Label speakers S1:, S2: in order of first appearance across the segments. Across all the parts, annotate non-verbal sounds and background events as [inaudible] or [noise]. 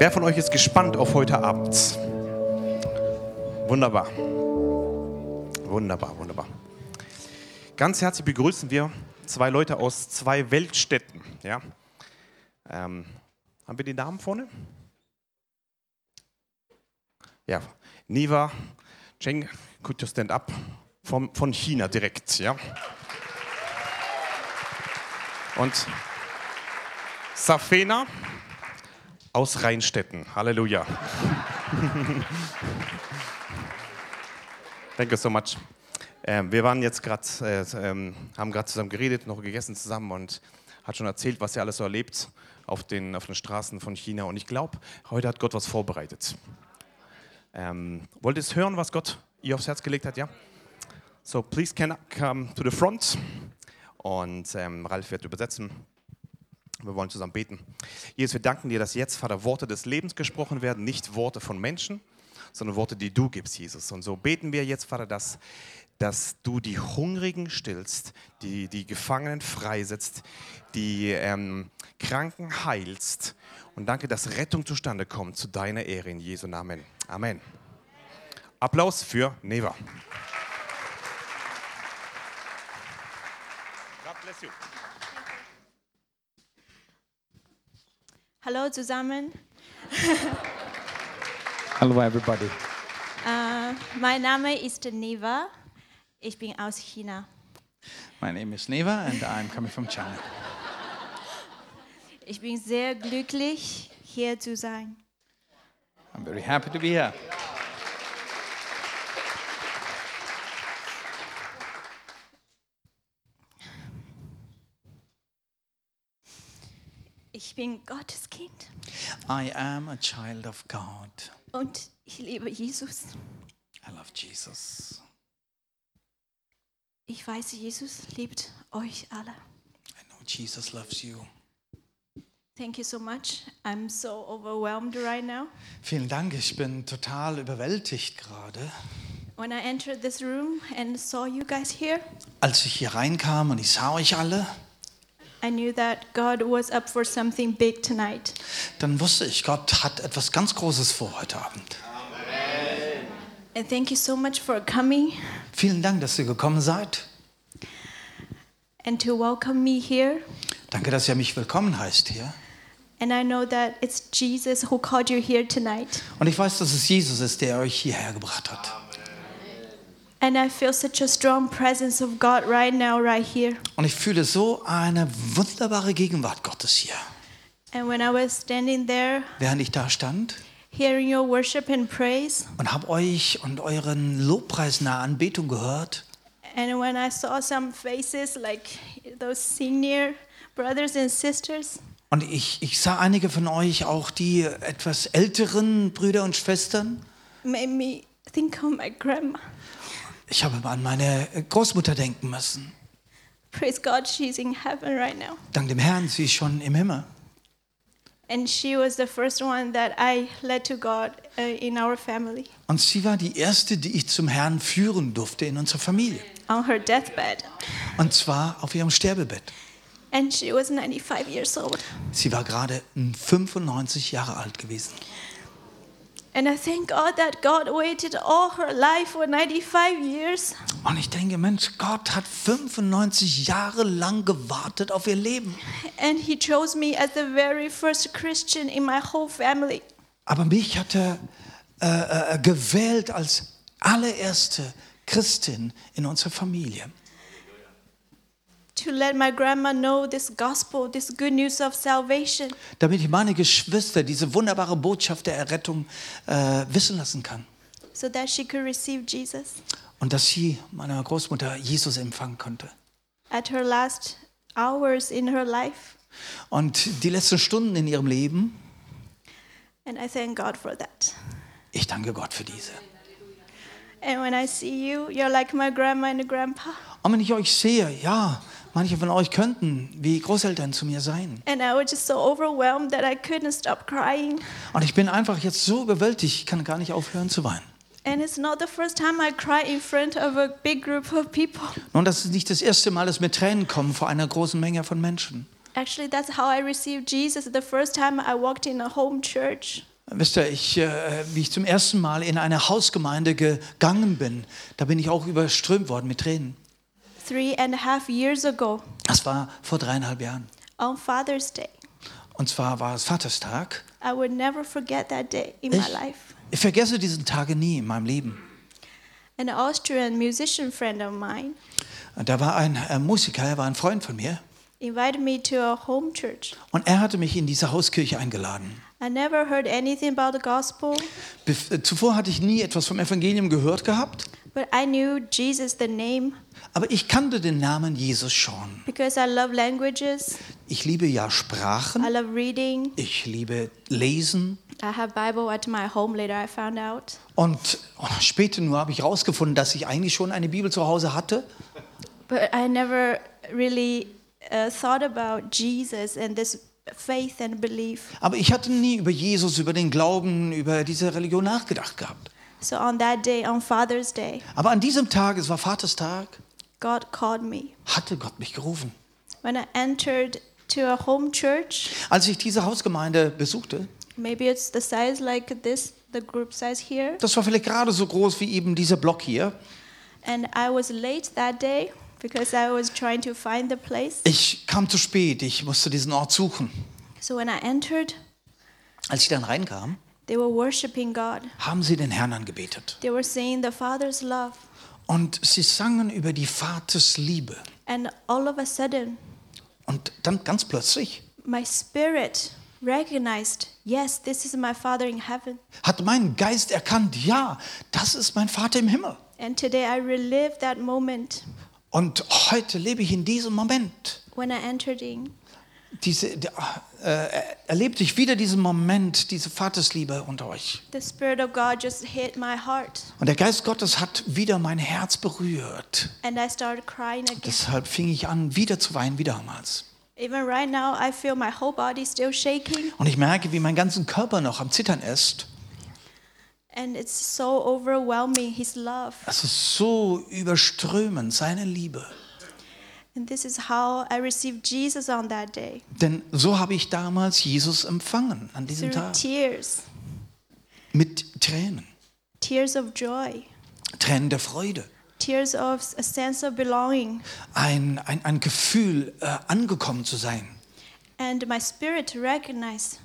S1: Wer von euch ist gespannt auf heute Abend? Wunderbar. Wunderbar, wunderbar. Ganz herzlich begrüßen wir zwei Leute aus zwei Weltstädten. Ja? Ähm, haben wir die Namen vorne? Ja, Niva Cheng, could you stand up? Vom, von China direkt. Ja? Und Safena aus Rheinstetten. Halleluja. Thank you so much. Ähm, wir waren jetzt gerade, äh, ähm, haben gerade zusammen geredet, noch gegessen zusammen und hat schon erzählt, was er alles so erlebt auf den, auf den Straßen von China. Und ich glaube, heute hat Gott was vorbereitet. Ähm, wollt ihr es hören, was Gott ihr aufs Herz gelegt hat? Ja? So, please can come to the front. Und ähm, Ralf wird übersetzen. Wir wollen zusammen beten. Jesus, wir danken dir, dass jetzt, Vater, Worte des Lebens gesprochen werden, nicht Worte von Menschen, sondern Worte, die du gibst, Jesus. Und so beten wir jetzt, Vater, dass, dass du die Hungrigen stillst, die, die Gefangenen freisetzt, die ähm, Kranken heilst. Und danke, dass Rettung zustande kommt, zu deiner Ehre in Jesu Namen. Amen. Applaus für Neva. God bless you.
S2: Hallo zusammen,
S3: Hello, everybody.
S2: äh, mein Name ist Neva. Ich bin aus China.
S3: My name is Neva, and I'm coming from China.
S2: Ich bin sehr glücklich, hier zu sein.
S3: I'm very happy to be here.
S2: Ich bin Gottes Kind
S3: I am a child of God.
S2: und ich liebe Jesus.
S3: I love Jesus.
S2: Ich weiß, Jesus liebt euch alle.
S3: I know Jesus loves you.
S2: Thank you so much. I'm so overwhelmed right now.
S3: Vielen Dank, ich bin total überwältigt gerade.
S2: When I entered this room and saw you guys here,
S3: Als ich hier reinkam und ich sah euch alle,
S2: I knew that God was up for something big tonight.
S3: dann wusste ich, Gott hat etwas ganz Großes vor heute Abend.
S2: And thank you so much for coming
S3: Vielen Dank, dass ihr gekommen seid.
S2: and to welcome me here.
S3: Danke, dass ihr mich willkommen heißt hier.
S2: And I know that it's Jesus who called you here tonight.
S3: Und ich weiß, dass es Jesus ist, der euch hierher gebracht hat.
S2: And I feel such a strong presence of God right now, right here.
S3: Und ich fühle so eine wunderbare Gegenwart Gottes hier.
S2: And when I was standing there,
S3: Während ich da stand
S2: hearing your worship and praise,
S3: und habe euch und euren Lobpreis nahe Anbetung gehört
S2: and when I saw some faces like those senior brothers and sisters,
S3: und ich, ich sah einige von euch, auch die etwas älteren Brüder und Schwestern.
S2: made me think of my grandma.
S3: Ich habe an meine Großmutter denken müssen.
S2: Praise God, she's in heaven right now.
S3: Dank dem Herrn, sie ist schon im Himmel.
S2: And she was the first one that I led to God uh, in our family
S3: Und sie war die erste, die ich zum Herrn führen durfte in unserer Familie.
S2: on her deathbed.
S3: Und zwar auf ihrem Sterbebett.
S2: And she was 95 years old.
S3: Sie war gerade 95 Jahre alt gewesen.
S2: And I thank God that God waited all her life for 95 years
S3: Und ich denke, Mensch, Gott hat 95 Jahre lang gewartet auf ihr Leben.
S2: and He chose me as the very first Christian in my whole family.
S3: Aber mich hat er äh, äh, gewählt als allererste Christin in unserer Familie.
S2: To let my grandma know this gospel, this good news of salvation.
S3: Damit ich meine Geschwister diese wunderbare Botschaft der Errettung äh, wissen lassen kann.
S2: So that she could receive Jesus.
S3: Und dass sie, meiner Großmutter, Jesus empfangen konnte.
S2: At her last hours in her life.
S3: Und die letzten Stunden in ihrem Leben,
S2: And I thank God for that.
S3: ich danke Gott für diese.
S2: And when I see you, you're like my grandma and grandpa.
S3: Und wenn ich euch sehe, ja, manche von euch könnten wie Großeltern zu mir sein.
S2: And I was just so overwhelmed that I couldn't stop crying.
S3: Und ich bin einfach jetzt so überwältigt, ich kann gar nicht aufhören zu weinen.
S2: And it's not the first time I cry in front of a big group of people.
S3: Nun, das ist nicht das erste Mal, dass mir Tränen kommen vor einer großen Menge von Menschen.
S2: Actually, that's how I received Jesus the first time I walked in a home church.
S3: Wisst ihr, ich, äh, wie ich zum ersten Mal in eine Hausgemeinde gegangen bin, da bin ich auch überströmt worden mit Tränen.
S2: Three and a half years ago
S3: Das war vor dreieinhalb Jahren.
S2: on Father's Day.
S3: Und zwar war es Vaterstag.
S2: I will never forget that day in my
S3: Ich,
S2: life.
S3: ich vergesse diesen Tage nie in meinem Leben.
S2: An Austrian musician friend of mine
S3: Und da war ein äh, Musiker, er war ein Freund von mir.
S2: invited me to a home church.
S3: Und er hatte mich in diese Hauskirche eingeladen.
S2: I never heard anything about the gospel,
S3: Bef äh, zuvor hatte ich nie etwas vom Evangelium gehört gehabt,
S2: but I knew Jesus, the name,
S3: aber ich kannte den Namen Jesus schon.
S2: because I love languages,
S3: Ich liebe ja Sprachen.
S2: I love reading.
S3: Ich liebe Lesen.
S2: I have Bible at my home later, I found out.
S3: Und später nur habe ich herausgefunden, dass ich eigentlich schon eine Bibel zu Hause hatte.
S2: But I never really uh, thought about Jesus and this faith and belief.
S3: Aber ich hatte nie über Jesus, über den Glauben, über diese Religion nachgedacht gehabt.
S2: So on that day, on Father's Day,
S3: Aber an diesem Tag, es war Vaterstag,
S2: God called me.
S3: hatte Gott mich gerufen.
S2: When I entered to a home church,
S3: Als ich diese Hausgemeinde besuchte,
S2: maybe it's the size like this, the group size here,
S3: das war vielleicht gerade so groß wie eben dieser Block hier.
S2: and I was late that day because I was trying to find the place.
S3: Ich kam zu spät, ich musste diesen Ort suchen.
S2: So when I entered,
S3: Als ich dann reinkam,
S2: they were worshiping God.
S3: haben sie den Herrn angebetet.
S2: They were saying the Father's love.
S3: Und sie sangen über die Vatersliebe.
S2: And all of a sudden,
S3: Und dann ganz plötzlich
S2: my spirit recognized, yes, this is my Father in heaven.
S3: hat mein Geist erkannt, ja, das ist mein Vater im Himmel.
S2: And today I relive that moment
S3: Und heute lebe ich in diesem Moment.
S2: when I entered in.
S3: Diese, äh, erlebte ich wieder diesen Moment, diese Vatersliebe unter euch.
S2: The Spirit of God just hit my heart,
S3: Und der Geist Gottes hat wieder mein Herz berührt.
S2: and I started crying again.
S3: Deshalb fing ich an, wieder zu weinen, wie damals.
S2: Even right now, I feel my whole body still shaking,
S3: Und ich merke, wie mein ganzer Körper noch am Zittern ist.
S2: and it's so overwhelming His love.
S3: Es ist so überströmend, seine Liebe.
S2: And this is how I received Jesus on that day
S3: Denn so habe ich damals Jesus empfangen, an diesem
S2: through
S3: Tag.
S2: tears,
S3: Mit Tränen.
S2: tears of joy,
S3: Tränen der Freude.
S2: tears of a sense of belonging,
S3: Ein, ein, ein Gefühl, äh, angekommen zu sein.
S2: and my spirit recognized,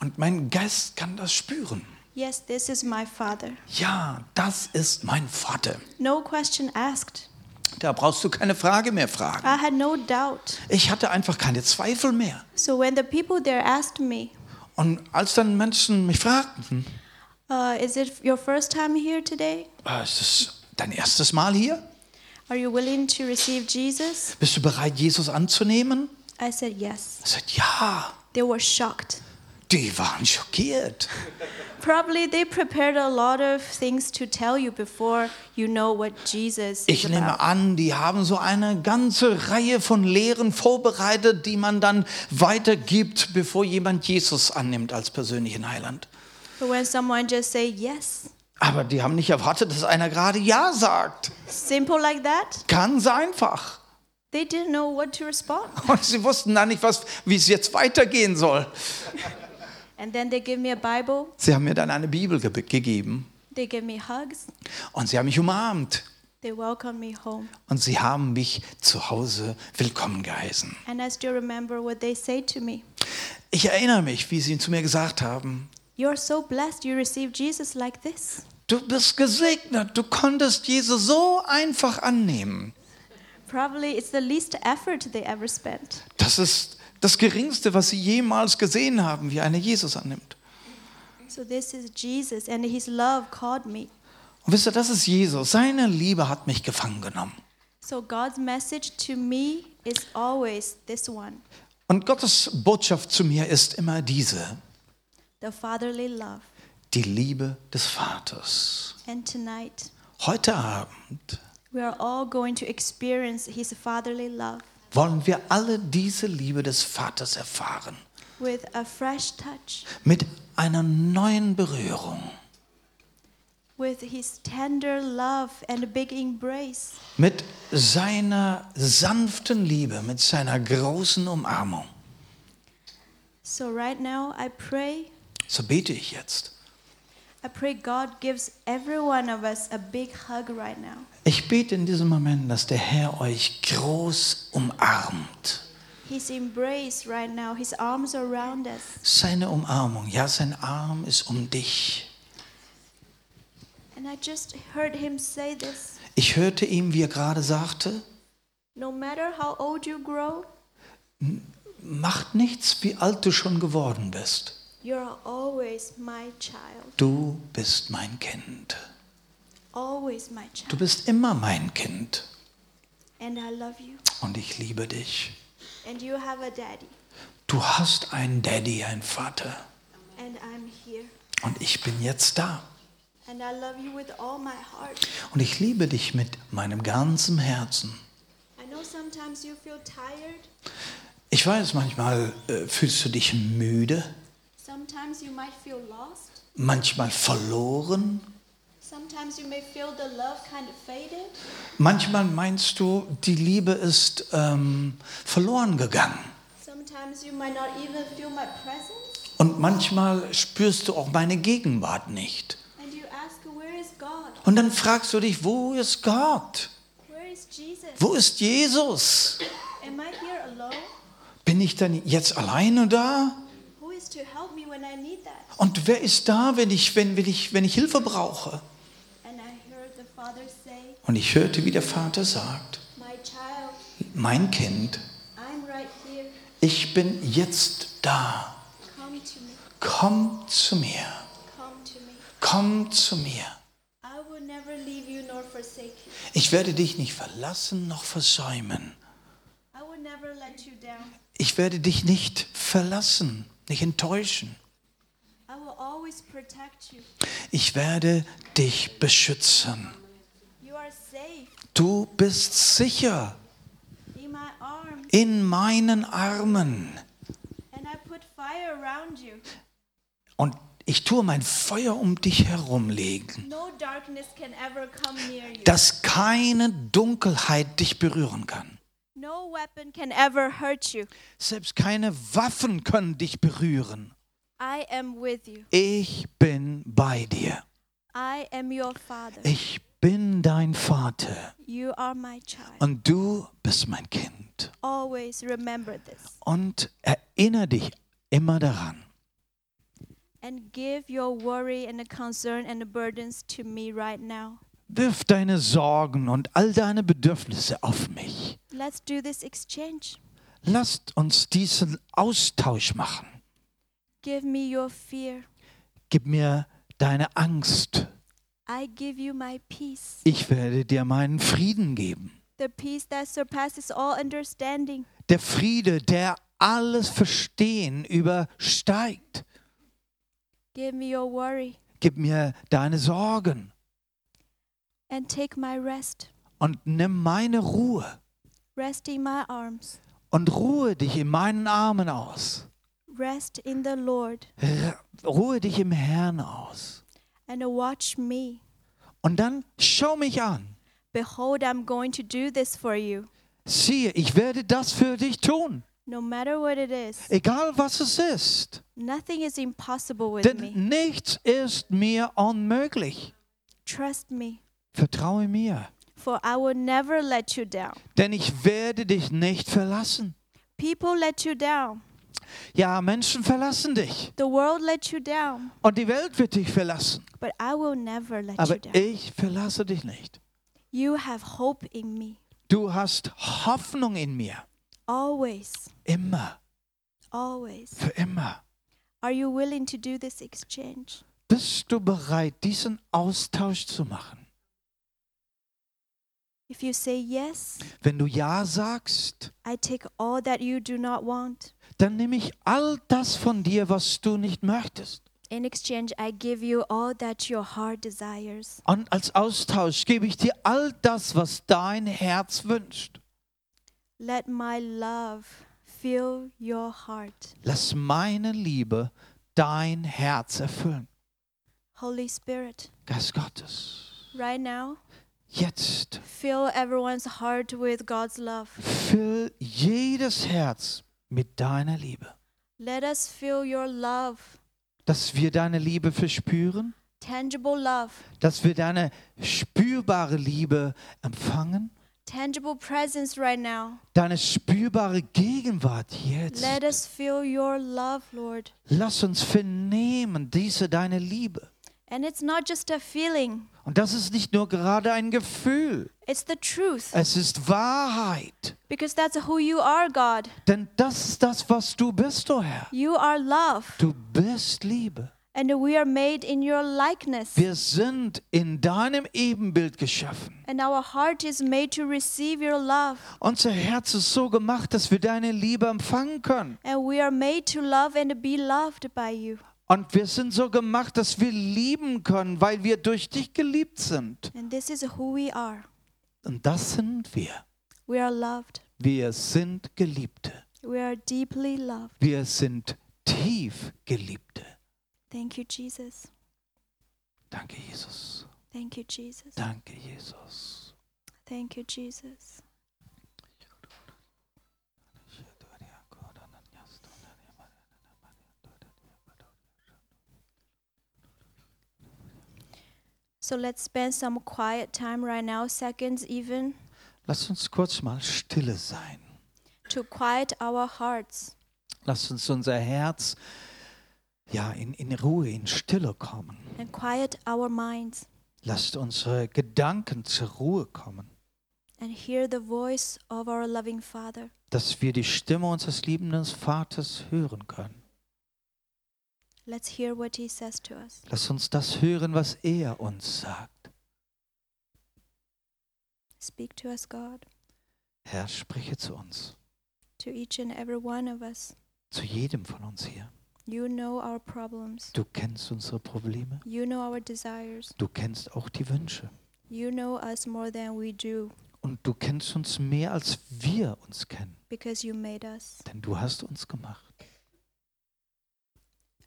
S3: Und mein Geist kann das spüren.
S2: yes, this is my Father.
S3: Ja, das ist mein Vater.
S2: No question asked.
S3: Da brauchst du keine Frage mehr fragen.
S2: I had no doubt.
S3: Ich hatte einfach keine Zweifel mehr.
S2: So when the people there asked me,
S3: Und als dann Menschen mich fragten,
S2: uh, "Is it your first time here today?
S3: "Ah, ist das dein erstes Mal hier?
S2: Are you willing to receive Jesus?"
S3: Bist du bereit, Jesus anzunehmen?
S2: I said yes.
S3: Ich sagte, ja.
S2: They were shocked.
S3: Die waren schockiert.
S2: Probably they prepared a lot of things to tell you before you know what Jesus
S3: Ich
S2: is
S3: nehme
S2: about.
S3: an, die haben so eine ganze Reihe von Lehren vorbereitet, die man dann weitergibt, bevor jemand Jesus annimmt als persönlichen Heiland.
S2: But when someone just say yes,
S3: Aber die haben nicht erwartet, dass einer gerade Ja sagt.
S2: simple like that,
S3: Ganz einfach. [laughs]
S2: they didn't know what to respond.
S3: Und sie wussten dann nicht, was, wie es jetzt weitergehen soll.
S2: And then they give me a Bible,
S3: Sie haben mir dann eine Bibel ge gegeben
S2: they give me hugs,
S3: und sie haben mich umarmt
S2: they welcome me home.
S3: und sie haben mich zu Hause willkommen geheißen.
S2: And I still remember what they say to me.
S3: Ich erinnere mich, wie sie zu mir gesagt haben,
S2: You're so blessed you receive Jesus like this.
S3: du bist gesegnet, du konntest Jesus so einfach annehmen.
S2: Probably it's the least effort they ever spent.
S3: Das ist das Geringste, was sie jemals gesehen haben, wie einer Jesus annimmt.
S2: So this is Jesus and his love called me.
S3: Und wisst ihr, das ist Jesus. Seine Liebe hat mich gefangen genommen.
S2: So God's message to me is always this one,
S3: Und Gottes Botschaft zu mir ist immer diese,
S2: the fatherly love.
S3: die Liebe des Vaters.
S2: And tonight
S3: Heute Abend
S2: we are all going to experience his fatherly love
S3: wollen wir alle diese Liebe des Vaters erfahren.
S2: with a fresh touch,
S3: Mit einer neuen Berührung,
S2: with his tender love and a big embrace.
S3: mit seiner sanften Liebe, mit seiner großen Umarmung.
S2: So right now, I pray.
S3: So bete ich jetzt.
S2: I pray God gives every one of us a big hug right now.
S3: Ich bete in diesem Moment, dass der Herr euch groß umarmt.
S2: His embrace right now, His arms around us.
S3: Seine Umarmung, ja, sein Arm ist um dich.
S2: And I just heard Him say this
S3: Ich hörte ihm, wie er gerade sagte,
S2: no matter how old you grow,
S3: macht nichts, wie alt du schon geworden bist.
S2: you're always my child.
S3: Du bist mein Kind.
S2: Always my
S3: Du
S2: child.
S3: bist immer mein Kind.
S2: And I love you.
S3: Und ich liebe dich.
S2: And you have a daddy.
S3: Du hast einen Daddy, einen Vater.
S2: And I'm here.
S3: Und ich bin jetzt da.
S2: And I love you with all my heart.
S3: Und ich liebe dich mit meinem ganzen Herzen.
S2: I know sometimes you feel tired.
S3: Ich weiß, manchmal äh, fühlst du dich müde,
S2: Sometimes you might feel lost.
S3: manchmal verloren.
S2: Sometimes you may feel the love kind of faded.
S3: Manchmal meinst du, die Liebe ist ähm, verloren gegangen.
S2: Sometimes you might not even feel my presence.
S3: Und manchmal spürst du auch meine Gegenwart nicht.
S2: And you ask, Where is God?
S3: Und dann fragst du dich, wo ist Gott?
S2: Where is Jesus?
S3: Wo ist Jesus?
S2: Am I here alone?
S3: Bin ich denn jetzt alleine da?
S2: Who is to help me when I need that?
S3: Und wer ist da, wenn ich, wenn, wenn ich, wenn ich Hilfe brauche?
S2: And I heard the Father say,
S3: Und ich hörte, wie der Vater sagt,
S2: My child,
S3: mein Kind,
S2: I'm right here.
S3: ich bin jetzt da.
S2: Come to me.
S3: Komm zu mir.
S2: Come to me.
S3: Komm zu mir.
S2: I will never leave you nor forsake you.
S3: Ich werde dich nicht verlassen noch versäumen.
S2: I will never let you down.
S3: Ich werde dich nicht verlassen, nicht enttäuschen.
S2: I will always protect you.
S3: Ich werde dich beschützen.
S2: You are safe
S3: Du bist sicher
S2: in my arms,
S3: in meinen Armen.
S2: and I put fire around you.
S3: Und ich tue mein Feuer um dich herumlegen,
S2: No darkness can ever come near you.
S3: dass keine Dunkelheit dich berühren kann.
S2: No weapon can ever hurt you.
S3: Selbst keine Waffen können dich berühren.
S2: I am with you.
S3: Ich bin bei dir.
S2: I am your father.
S3: Ich bin dein Vater
S2: You are my child.
S3: und du bist mein Kind.
S2: Always remember this
S3: Und erinnere dich immer daran.
S2: and give your worry and concern and burdens to me right now.
S3: Wirf deine Sorgen und all deine Bedürfnisse auf mich.
S2: Let's do this exchange.
S3: Lasst uns diesen Austausch machen.
S2: Give me your fear.
S3: Gib mir deine Angst.
S2: I give you my peace.
S3: Ich werde dir meinen Frieden geben.
S2: The peace that surpasses all understanding.
S3: Der Friede, der alles Verstehen übersteigt.
S2: Give me your worry
S3: Gib mir deine Sorgen
S2: and take my rest.
S3: und nimm meine Ruhe
S2: Rest in my arms.
S3: und ruhe dich in meinen Armen aus.
S2: Rest in the Lord
S3: R- Ruhe dich im Herrn aus.
S2: and watch me.
S3: Und dann schau mich an.
S2: Behold, I'm going to do this for you.
S3: Siehe, ich werde das für dich tun,
S2: No matter what it is,
S3: egal was es ist.
S2: nothing is impossible with me.
S3: Denn nichts ist mir unmöglich.
S2: Trust me,
S3: Vertraue mir,
S2: for I will never let you down.
S3: denn ich werde dich nicht verlassen.
S2: People let you down.
S3: Ja, Menschen verlassen dich
S2: The world let you down,
S3: und die Welt wird dich verlassen,
S2: but I will never let
S3: aber
S2: you down.
S3: ich verlasse dich nicht.
S2: you have hope in me.
S3: Du hast Hoffnung in mir,
S2: Always,
S3: immer,
S2: always.
S3: für immer.
S2: Are you willing to do this exchange?
S3: Bist du bereit, diesen Austausch zu machen?
S2: If you say yes,
S3: Wenn du Ja sagst,
S2: I take all that you do not want.
S3: dann nehme ich all das von dir, was du nicht möchtest.
S2: In exchange, I give you all that your heart desires.
S3: Und als Austausch gebe ich dir all das, was dein Herz wünscht.
S2: Let my love fill your heart.
S3: Lass meine Liebe dein Herz erfüllen.
S2: Holy Spirit,
S3: Geist Gottes,
S2: right now,
S3: jetzt
S2: fill everyone's heart with God's love.
S3: füll jedes Herz mit deiner Liebe.
S2: Let us feel your love,
S3: dass wir deine Liebe verspüren,
S2: tangible love,
S3: dass wir deine spürbare Liebe empfangen,
S2: tangible presence right now.
S3: deine spürbare Gegenwart jetzt.
S2: Let us feel your love, Lord.
S3: Lass uns vernehmen diese deine Liebe.
S2: And it's not just a feeling,
S3: Und das ist nicht nur gerade ein Gefühl,
S2: it's the truth.
S3: es ist Wahrheit.
S2: Because that's who you are, God.
S3: Denn das ist das, was du bist, o Herr.
S2: You are love.
S3: Du bist Liebe.
S2: And we are made in your likeness.
S3: Wir sind in deinem Ebenbild geschaffen.
S2: And our heart is made to receive your love.
S3: Unser Herz ist so gemacht, dass wir deine Liebe empfangen können.
S2: And we are made to love and be loved by you.
S3: Und wir sind so gemacht, dass wir lieben können, weil wir durch dich geliebt sind.
S2: And this is who we are.
S3: Und das sind wir.
S2: We are loved.
S3: Wir sind Geliebte.
S2: We are deeply loved.
S3: Wir sind tief Geliebte.
S2: Thank you, Jesus.
S3: Danke, Jesus.
S2: Thank you, Jesus.
S3: Danke, Jesus.
S2: Thank you, Jesus. So let's spend some quiet time right now, seconds even,
S3: Lass uns kurz mal stille sein.
S2: to quiet our hearts.
S3: Lass uns unser Herz ja in, in Ruhe, in Stille kommen.
S2: and quiet our minds
S3: Lasst unsere Gedanken zur Ruhe kommen,
S2: and hear the voice of our loving Father.
S3: dass wir die Stimme unseres liebenden Vaters hören können.
S2: Let's hear what He says to us.
S3: Lass uns das hören, was er uns sagt.
S2: Speak to us, God,
S3: Herr, spreche zu uns,
S2: to each and every one of us.
S3: zu jedem von uns hier.
S2: You know our problems,
S3: Du kennst unsere Probleme,
S2: you know our desires,
S3: du kennst auch die Wünsche
S2: you know us more than we do
S3: und du kennst uns mehr, als wir uns kennen,
S2: because you made us.
S3: denn du hast uns gemacht.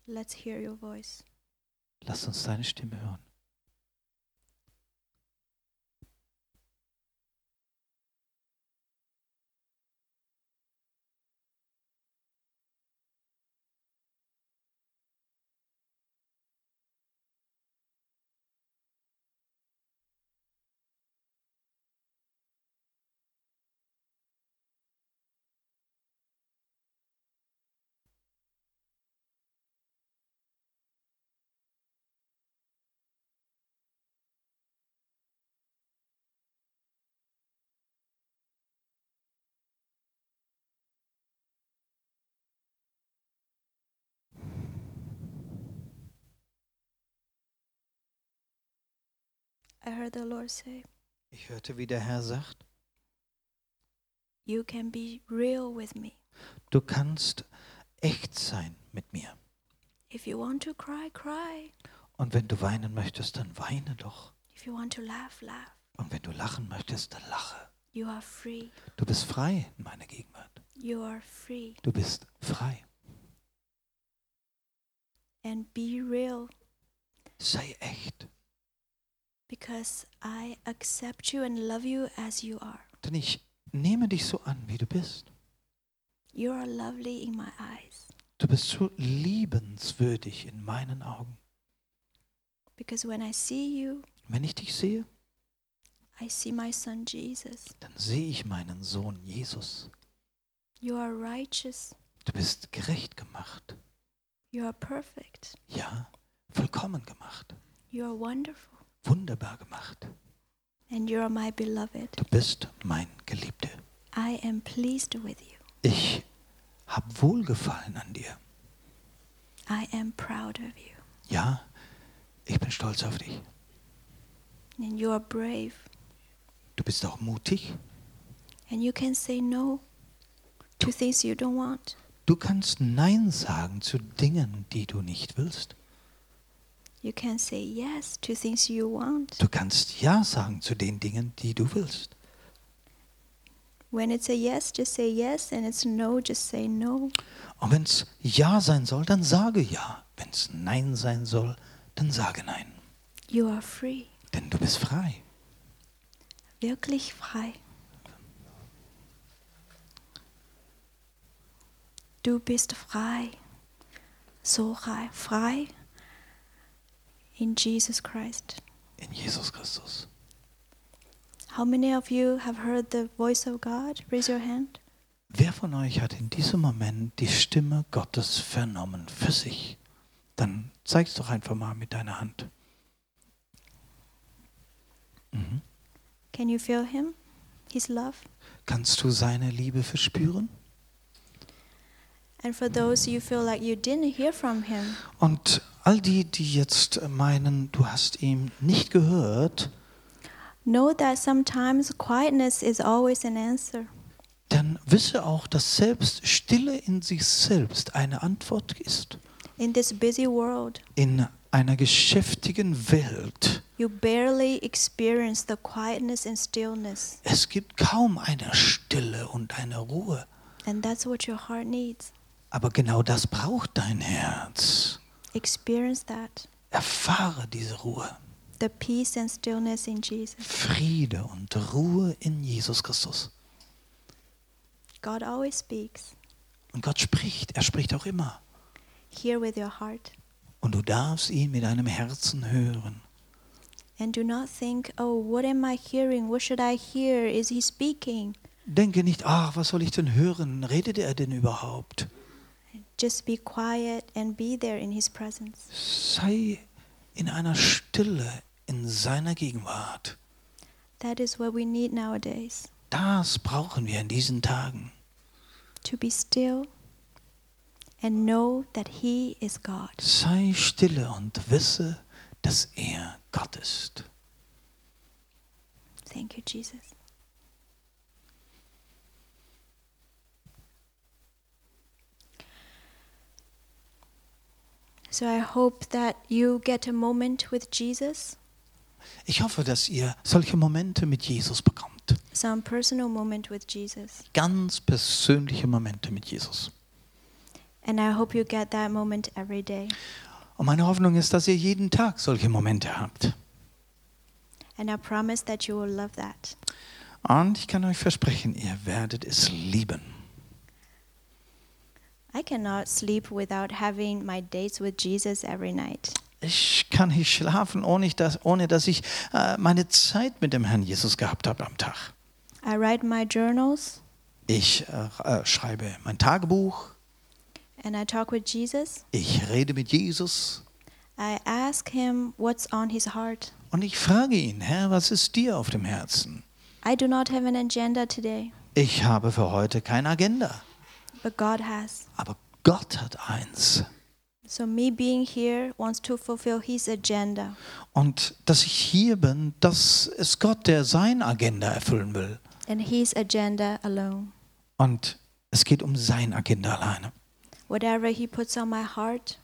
S2: Let's hear your voice.
S3: Lass uns deine Stimme hören.
S2: I heard the Lord say,
S3: Ich hörte, wie der Herr sagt,
S2: You can be real with me.
S3: du kannst echt sein mit mir.
S2: If you want to cry, cry.
S3: Und wenn du weinen möchtest, dann weine doch.
S2: If you want to laugh, laugh.
S3: Und wenn du lachen möchtest, dann lache.
S2: You are free.
S3: Du bist frei in meiner Gegenwart.
S2: You are free.
S3: Du bist frei.
S2: And be real
S3: Sei echt,
S2: because I accept you and love you as you are.
S3: denn ich nehme dich so an, wie du bist.
S2: You are lovely in my eyes
S3: Du bist so liebenswürdig in meinen Augen.
S2: because when I see you,
S3: Wenn ich dich sehe,
S2: I see my son Jesus.
S3: dann sehe ich meinen Sohn Jesus.
S2: You are righteous.
S3: Du bist gerecht gemacht.
S2: You are perfect.
S3: Ja, vollkommen gemacht.
S2: You are wonderful.
S3: Wunderbar gemacht.
S2: And you are my beloved.
S3: Du bist mein Geliebter.
S2: I am pleased with you.
S3: Ich habe Wohlgefallen an dir.
S2: I am proud of you.
S3: Ja, ich bin stolz auf dich.
S2: And you are brave.
S3: Du bist auch mutig.
S2: And you can say no to things you don't want.
S3: Du kannst Nein sagen zu Dingen, die du nicht willst.
S2: You can say yes to things you want.
S3: Du kannst Ja sagen zu den Dingen, die du willst.
S2: When it's a yes, just say yes. And it's no, just say no.
S3: Und wenn es Ja sein soll, dann sage Ja. Wenn es Nein sein soll, dann sage Nein.
S2: You are free.
S3: Denn du bist frei.
S2: wirklich frei. Du bist frei, so frei, frei in Jesus Christ.
S3: in Jesus Christus.
S2: How many of you have heard the voice of God? Raise your hand.
S3: Wer von euch hat in diesem Moment die Stimme Gottes vernommen für sich? Dann zeig's doch einfach mal mit deiner Hand.
S2: Can you feel Him? His love?
S3: Kannst du seine Liebe verspüren?
S2: And for those you feel like you didn't hear from Him,
S3: Und all die, die jetzt meinen, du hast ihm nicht gehört,
S2: know that sometimes quietness is always an answer.
S3: dann wisse auch, dass selbst Stille in sich selbst eine Antwort ist.
S2: In this busy world,
S3: In einer geschäftigen Welt,
S2: you barely experience the quietness and stillness,
S3: es gibt kaum eine Stille und eine Ruhe.
S2: and that's what your heart needs.
S3: Aber genau das braucht dein Herz.
S2: Experience that,
S3: Erfahre diese Ruhe.
S2: the peace and stillness in Jesus.
S3: Friede und Ruhe in Jesus Christus.
S2: God always speaks.
S3: Und Gott spricht, er spricht auch immer.
S2: Hear with your heart,
S3: Und du darfst ihn mit deinem Herzen hören.
S2: and do not think, "Oh, what am I hearing? What should I hear? Is He speaking?"
S3: Denke nicht, ach, was soll ich denn hören? Redet er denn überhaupt?
S2: Just be quiet and be there in His presence.
S3: Sei in einer Stille in seiner Gegenwart.
S2: That is what we need nowadays
S3: Das brauchen wir in diesen Tagen.
S2: to be still and know that He is God.
S3: Sei stille und wisse, dass er Gott ist.
S2: Thank you, Jesus. So I hope that you get a moment with Jesus,
S3: Ich hoffe, dass ihr solche Momente mit Jesus bekommt.
S2: some personal moment with Jesus.
S3: Ganz persönliche Momente mit Jesus.
S2: And I hope you get that moment every day.
S3: Und meine Hoffnung ist, dass ihr jeden Tag solche Momente habt.
S2: And I promise that you will love that.
S3: Und ich kann euch versprechen, ihr werdet es lieben.
S2: I cannot sleep without having my dates with Jesus every night.
S3: Ich kann nicht schlafen, ohne, ich das, ohne dass ich äh, meine Zeit mit dem Herrn Jesus gehabt habe am Tag.
S2: I write my journals
S3: Ich äh, äh, schreibe mein Tagebuch,
S2: and I talk with Jesus.
S3: ich rede mit Jesus
S2: I ask him what's on his heart.
S3: und ich frage ihn, Herr, was ist dir auf dem Herzen?
S2: I do not have an agenda today,
S3: Ich habe für heute keine Agenda,
S2: but God has.
S3: aber Gott hat eins.
S2: So me being here wants to fulfill his agenda.
S3: Und dass ich hier bin, das ist Gott, der seine Agenda erfüllen will.
S2: And his agenda alone.
S3: Und es geht um seine Agenda alleine.
S2: Whatever he puts on my heart,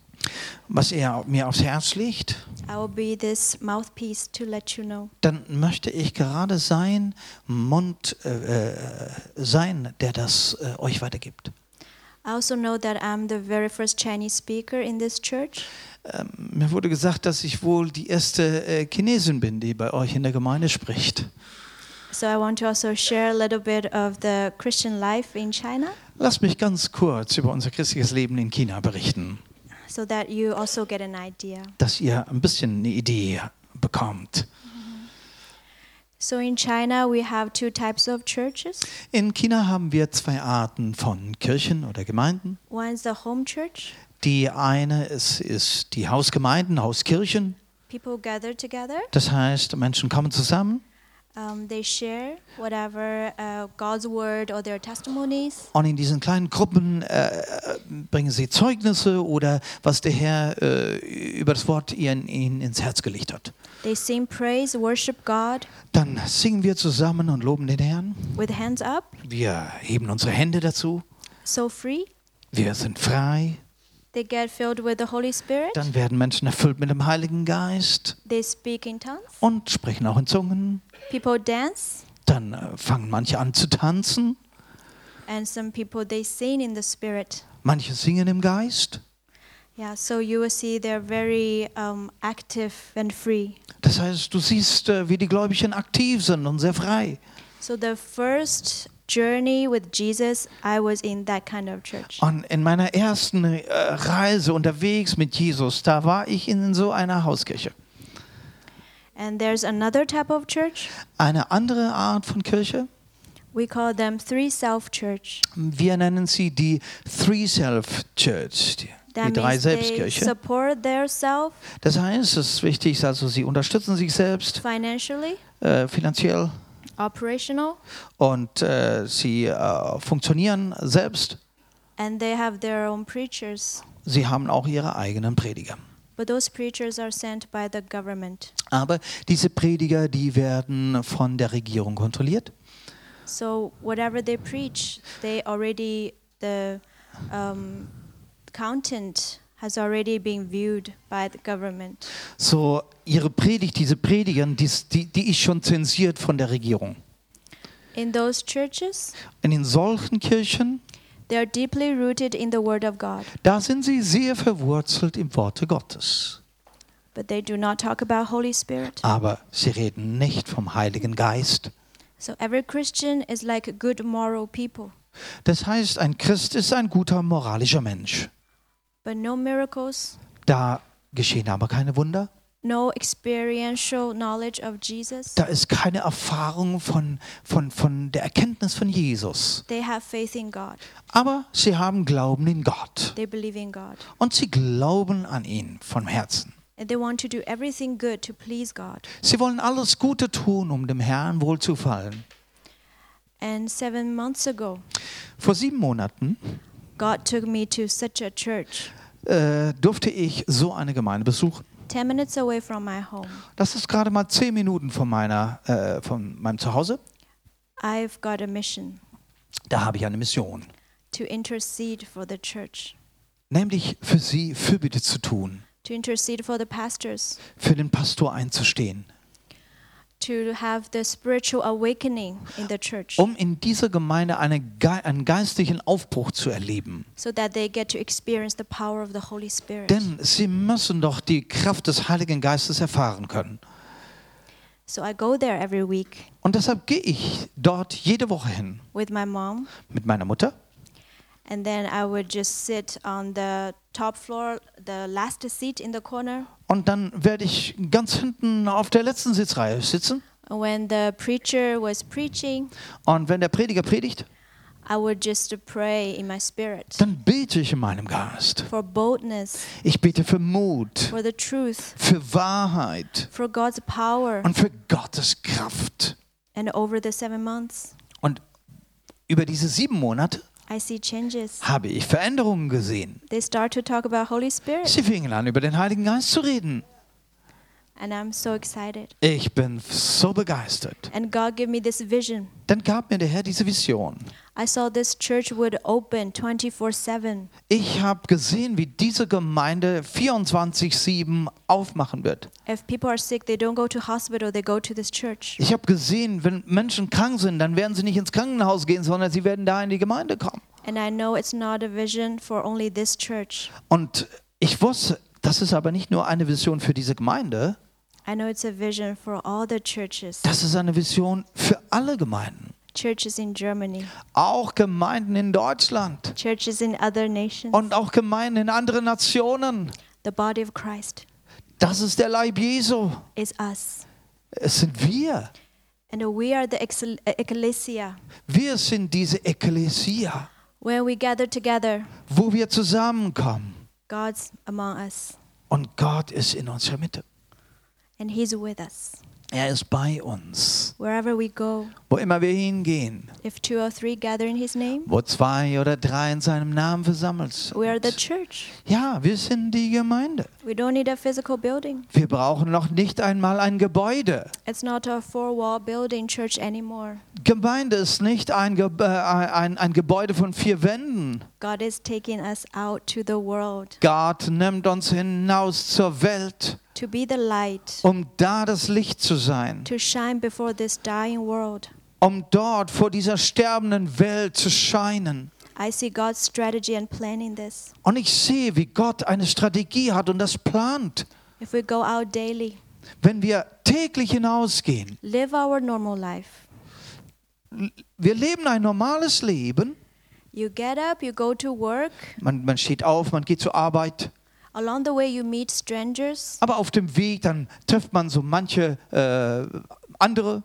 S3: Was er mir aufs Herz legt,
S2: I will be this mouthpiece to let you know.
S3: dann möchte ich gerade sein Mund äh, äh, sein, der das äh, euch weitergibt.
S2: I also know that I'm the very first Chinese speaker in this church.
S3: Mir wurde gesagt, dass ich wohl die erste äh, Chinesin bin, die bei euch in der Gemeinde spricht.
S2: So I want to also share a little bit of the Christian life in China
S3: Lasst mich ganz kurz über unser christliches Leben in China berichten,
S2: so that you also get an idea.
S3: dass ihr ein bisschen eine Idee bekommt.
S2: So in China, we have two types of churches.
S3: In China haben wir zwei Arten von Kirchen oder Gemeinden.
S2: One is the home church.
S3: Die eine ist, ist die Hausgemeinden, Hauskirchen.
S2: People gather together.
S3: Das heißt, Menschen kommen zusammen
S2: Um, they share whatever uh, God's word or their testimonies.
S3: und in diesen kleinen Gruppen äh, äh, bringen sie Zeugnisse oder was der Herr äh, über das Wort ihnen, ihnen ins Herz gelegt hat.
S2: They sing praise, worship God
S3: Dann singen wir zusammen und loben den Herrn.
S2: with hands up,
S3: Wir heben unsere Hände dazu.
S2: so free.
S3: Wir sind frei.
S2: They get filled with the Holy Spirit.
S3: Dann werden Menschen erfüllt mit dem Heiligen Geist
S2: They speak in tongues.
S3: und sprechen auch in Zungen.
S2: People dance,
S3: Dann äh, fangen manche an zu tanzen.
S2: and some people they sing in the Spirit.
S3: Manche singen im Geist.
S2: Yeah, so you will see they're very um, active and free.
S3: Das heißt, du siehst, äh, wie die Gläubigen aktiv sind und sehr frei.
S2: So the first journey with Jesus, I was in that kind of church.
S3: Und in meiner ersten äh, Reise unterwegs mit Jesus, da war ich in so einer Hauskirche.
S2: And there's another type of church.
S3: Eine andere Art von Kirche,
S2: We call them Three Self Church.
S3: wir nennen sie die Three Self Church, die, die
S2: That
S3: drei
S2: means they
S3: Selbstkirche.
S2: support themselves
S3: Das heißt, es ist wichtig, also sie unterstützen sich selbst
S2: financially,
S3: äh, finanziell
S2: operational,
S3: und äh, sie äh, funktionieren selbst.
S2: and they have their own preachers.
S3: Sie haben auch ihre eigenen Prediger.
S2: But those preachers are sent by the government.
S3: Aber diese Prediger, die werden von der Regierung kontrolliert.
S2: So whatever they preach, they already the um, content has already been viewed by the government.
S3: So ihre Predigt, diese Predigern, die, die, die ist schon zensiert von der Regierung.
S2: In those churches,
S3: Und in solchen Kirchen,
S2: they are deeply rooted in the Word of God,
S3: da sind sie sehr verwurzelt im Worte Gottes.
S2: but they do not talk about Holy Spirit.
S3: Aber sie reden nicht vom Heiligen Geist.
S2: So every Christian is like good moral people,
S3: Das heißt, ein Christ ist ein guter moralischer Mensch.
S2: but no miracles,
S3: Da geschehen aber keine Wunder.
S2: no experiential knowledge of Jesus.
S3: Da ist keine Erfahrung von, von, von der Erkenntnis von Jesus.
S2: They have faith in God.
S3: Aber sie haben Glauben in Gott.
S2: They believe in God.
S3: Und sie glauben an ihn von Herzen.
S2: And they want to do everything good to please God.
S3: Sie wollen alles Gute tun, um dem Herrn wohlzufallen.
S2: And seven months ago,
S3: Vor sieben Monaten
S2: God took me to such a church,
S3: äh, durfte ich so eine Gemeinde besuchen.
S2: 10 minutes away from my home.
S3: Das ist gerade mal zehn Minuten von, meiner, äh, von meinem Zuhause.
S2: I've got a mission
S3: Da habe ich eine Mission,
S2: to intercede for the church,
S3: nämlich für sie Fürbitte zu tun,
S2: to intercede for the pastors,
S3: für den Pastor einzustehen,
S2: to have the spiritual awakening in the church
S3: um in dieser Gemeinde eine, Ge- einen geistlichen Aufbruch zu erleben.
S2: so that they get to experience the power of the Holy Spirit.
S3: Denn sie müssen doch die Kraft des Heiligen Geistes erfahren können.
S2: so I go there every week
S3: Und deshalb gehe ich dort jede Woche hin
S2: with my mom,
S3: mit meiner Mutter.
S2: and then I would just sit on the top floor, the last seat in the corner.
S3: Und dann werde ich ganz hinten auf der letzten Sitzreihe sitzen.
S2: When the preacher was preaching,
S3: Und wenn der Prediger predigt,
S2: I would just pray in my spirit
S3: dann bete ich in meinem Geist.
S2: for boldness,
S3: Ich bete für Mut,
S2: for the truth,
S3: für Wahrheit
S2: for God's power.
S3: und für Gottes Kraft.
S2: And over the seven months,
S3: Und über diese sieben Monate
S2: I see changes.
S3: habe ich Veränderungen gesehen.
S2: They start to talk about Holy Spirit,
S3: Sie fingen an, über den Heiligen Geist zu reden.
S2: and I'm so excited.
S3: Ich bin so begeistert.
S2: And God gave me this vision.
S3: Dann gab mir der Herr diese Vision.
S2: I saw this church would open 24/7.
S3: Ich habe gesehen, wie diese Gemeinde 24-7 aufmachen wird.
S2: If people are sick, they don't go to hospital, they go to this church.
S3: Ich habe gesehen, wenn Menschen krank sind, dann werden sie nicht ins Krankenhaus gehen, sondern sie werden da in die Gemeinde kommen.
S2: And I know it's not a vision for only this church.
S3: Und ich wusste, das ist aber nicht nur eine Vision für diese Gemeinde,
S2: I know it's a vision for all the churches.
S3: das ist eine Vision für alle Gemeinden,
S2: Churches in Germany,
S3: auch Gemeinden in Deutschland
S2: churches in other nations,
S3: und auch Gemeinden in anderen Nationen.
S2: the body of Christ
S3: Das ist der Leib Jesu.
S2: is us.
S3: Es sind wir.
S2: And we are the ex- ecclesia.
S3: Wir sind diese Ekklesia,
S2: When we gather together,
S3: wo wir zusammenkommen.
S2: God's among us
S3: Und Gott ist in unserer Mitte.
S2: and He's with us.
S3: Er ist bei uns,
S2: Wherever we go,
S3: wo immer wir hingehen.
S2: if two or three gather in His name,
S3: wo zwei oder drei in seinem Namen versammelt sind.
S2: we are the church.
S3: Ja, wir sind die Gemeinde.
S2: We don't need a physical building.
S3: Wir brauchen noch nicht einmal ein Gebäude.
S2: It's not a four wall building church anymore.
S3: Gemeinde ist nicht ein, Ge äh, ein, ein Gebäude von vier Wänden.
S2: God is taking us out to the world
S3: Gott nimmt uns hinaus zur Welt,
S2: to be the light,
S3: um da das Licht zu sein,
S2: to shine before this dying world.
S3: um dort vor dieser sterbenden Welt zu scheinen.
S2: I see God's strategy and plan in this.
S3: Und ich sehe, wie Gott eine Strategie hat und das plant.
S2: If we go out daily,
S3: Wenn wir täglich hinausgehen,
S2: live our normal life,
S3: wir leben ein normales Leben.
S2: You get up, you go to work.
S3: Man, man steht auf, man geht zur Arbeit.
S2: Along the way, you meet strangers.
S3: Aber auf dem Weg, dann trifft man so manche äh, andere.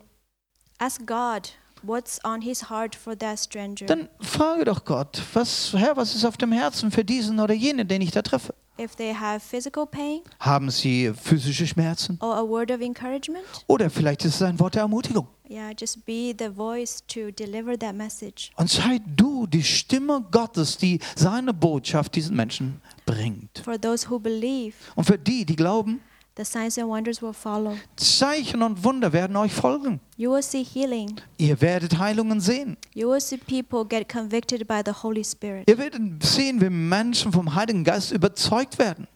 S2: Ask God what's on His heart for that stranger.
S3: Dann frage doch Gott, was, Herr, was ist auf dem Herzen für diesen oder jenen, den ich da treffe?
S2: If they have physical pain
S3: Haben sie physische Schmerzen?
S2: or a word of encouragement,
S3: Oder vielleicht ist es ein Wort der Ermutigung.
S2: yeah, just be the voice to deliver that message.
S3: Und sei du die Stimme Gottes, die seine Botschaft diesen Menschen bringt.
S2: For those who believe,
S3: Und für die, die glauben,
S2: the signs and wonders will follow.
S3: Zeichen und Wunder werden euch folgen.
S2: You will see healing.
S3: Ihr werdet Heilungen sehen.
S2: You will see people get convicted by the Holy Spirit.
S3: Ihr werdet sehen, wie Menschen vom Heiligen Geist überzeugt werden.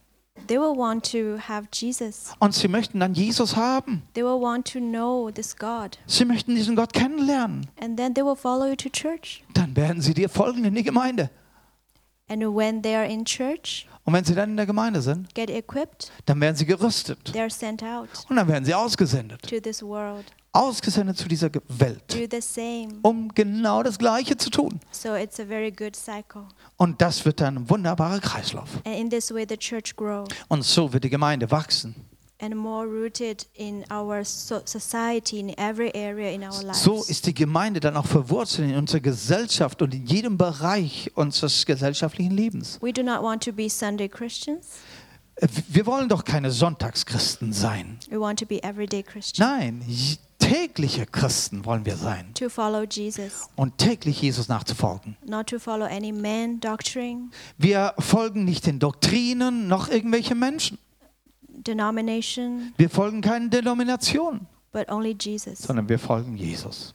S2: They will want to have Jesus.
S3: Und sie möchten dann Jesus haben.
S2: They will want to know this God.
S3: Sie möchten diesen Gott kennenlernen.
S2: And then they will follow you to church.
S3: Dann werden sie dir folgen in die Gemeinde.
S2: And when they are in church,
S3: Und wenn sie dann in der Gemeinde sind,
S2: get equipped,
S3: dann werden sie gerüstet.
S2: they are sent out
S3: Und dann werden sie ausgesendet.
S2: to this world.
S3: Ausgesendet zu dieser Ge- Welt,
S2: Do the same.
S3: um genau das Gleiche zu tun.
S2: So it's a very good cycle.
S3: Und das wird dann ein wunderbarer Kreislauf.
S2: And in this way, the church grows
S3: Und so wird die Gemeinde wachsen.
S2: and more rooted in our so- society, in every area in our lives.
S3: So ist die Gemeinde dann auch verwurzelt in unserer Gesellschaft und in jedem Bereich unseres gesellschaftlichen Lebens.
S2: we do not want to be Sunday Christians.
S3: Äh, Wir wollen doch keine Sonntagschristen sein.
S2: We want to be everyday Christians
S3: Nein, j- tägliche Christen wollen wir sein
S2: to follow Jesus,
S3: und täglich Jesus nachzufolgen.
S2: not to follow any man doctrine,
S3: Wir folgen nicht den Doktrinen noch irgendwelche Menschen.
S2: denomination,
S3: Wir folgen keinen Denominationen,
S2: but only Jesus.
S3: sondern wir folgen Jesus.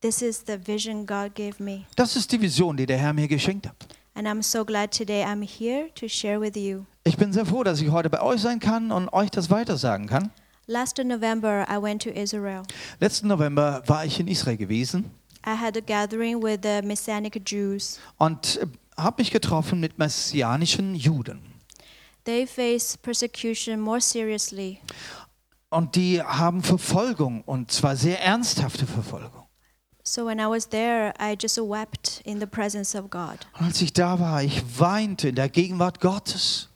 S2: This is the vision God gave me.
S3: Das ist die Vision, die der Herr mir geschenkt hat.
S2: And I'm so glad today I'm here to share with you.
S3: Ich bin sehr froh, dass ich heute bei euch sein kann und euch das weitersagen kann.
S2: Last November, I went to Israel.
S3: Letzten November war ich in Israel gewesen
S2: I had a gathering with the Messianic Jews.
S3: und äh, habe mich getroffen mit messianischen Juden.
S2: They face persecution more seriously.
S3: Und die haben Verfolgung und zwar sehr ernsthafte Verfolgung.
S2: So when I was there, I just wept in the presence of God.
S3: Und als ich da war, ich weinte in der Gegenwart Gottes.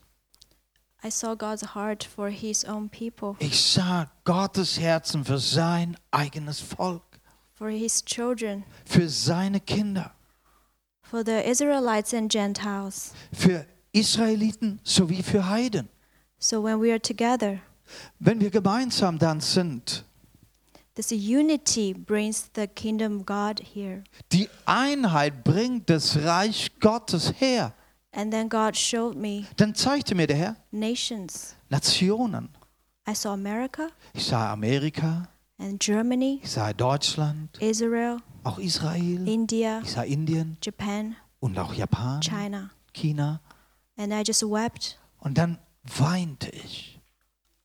S2: I saw God's heart for his own people,
S3: Ich sah Gottes Herzen für sein eigenes Volk,
S2: for his children,
S3: für seine Kinder,
S2: for the Israelites and Gentiles.
S3: für Israeliten sowie für Heiden.
S2: So when we are together,
S3: Wenn wir gemeinsam dann sind,
S2: this unity brings the kingdom of God here.
S3: die Einheit bringt das Reich Gottes her.
S2: And then God showed me
S3: Dann zeigte mir der Herr
S2: nations.
S3: Nationen.
S2: I saw America
S3: Ich sah Amerika,
S2: and Germany,
S3: ich sah Deutschland,
S2: Israel,
S3: auch Israel,
S2: India,
S3: ich sah Indien
S2: Japan,
S3: und auch Japan,
S2: China.
S3: China.
S2: And I just wept.
S3: Und dann weinte ich.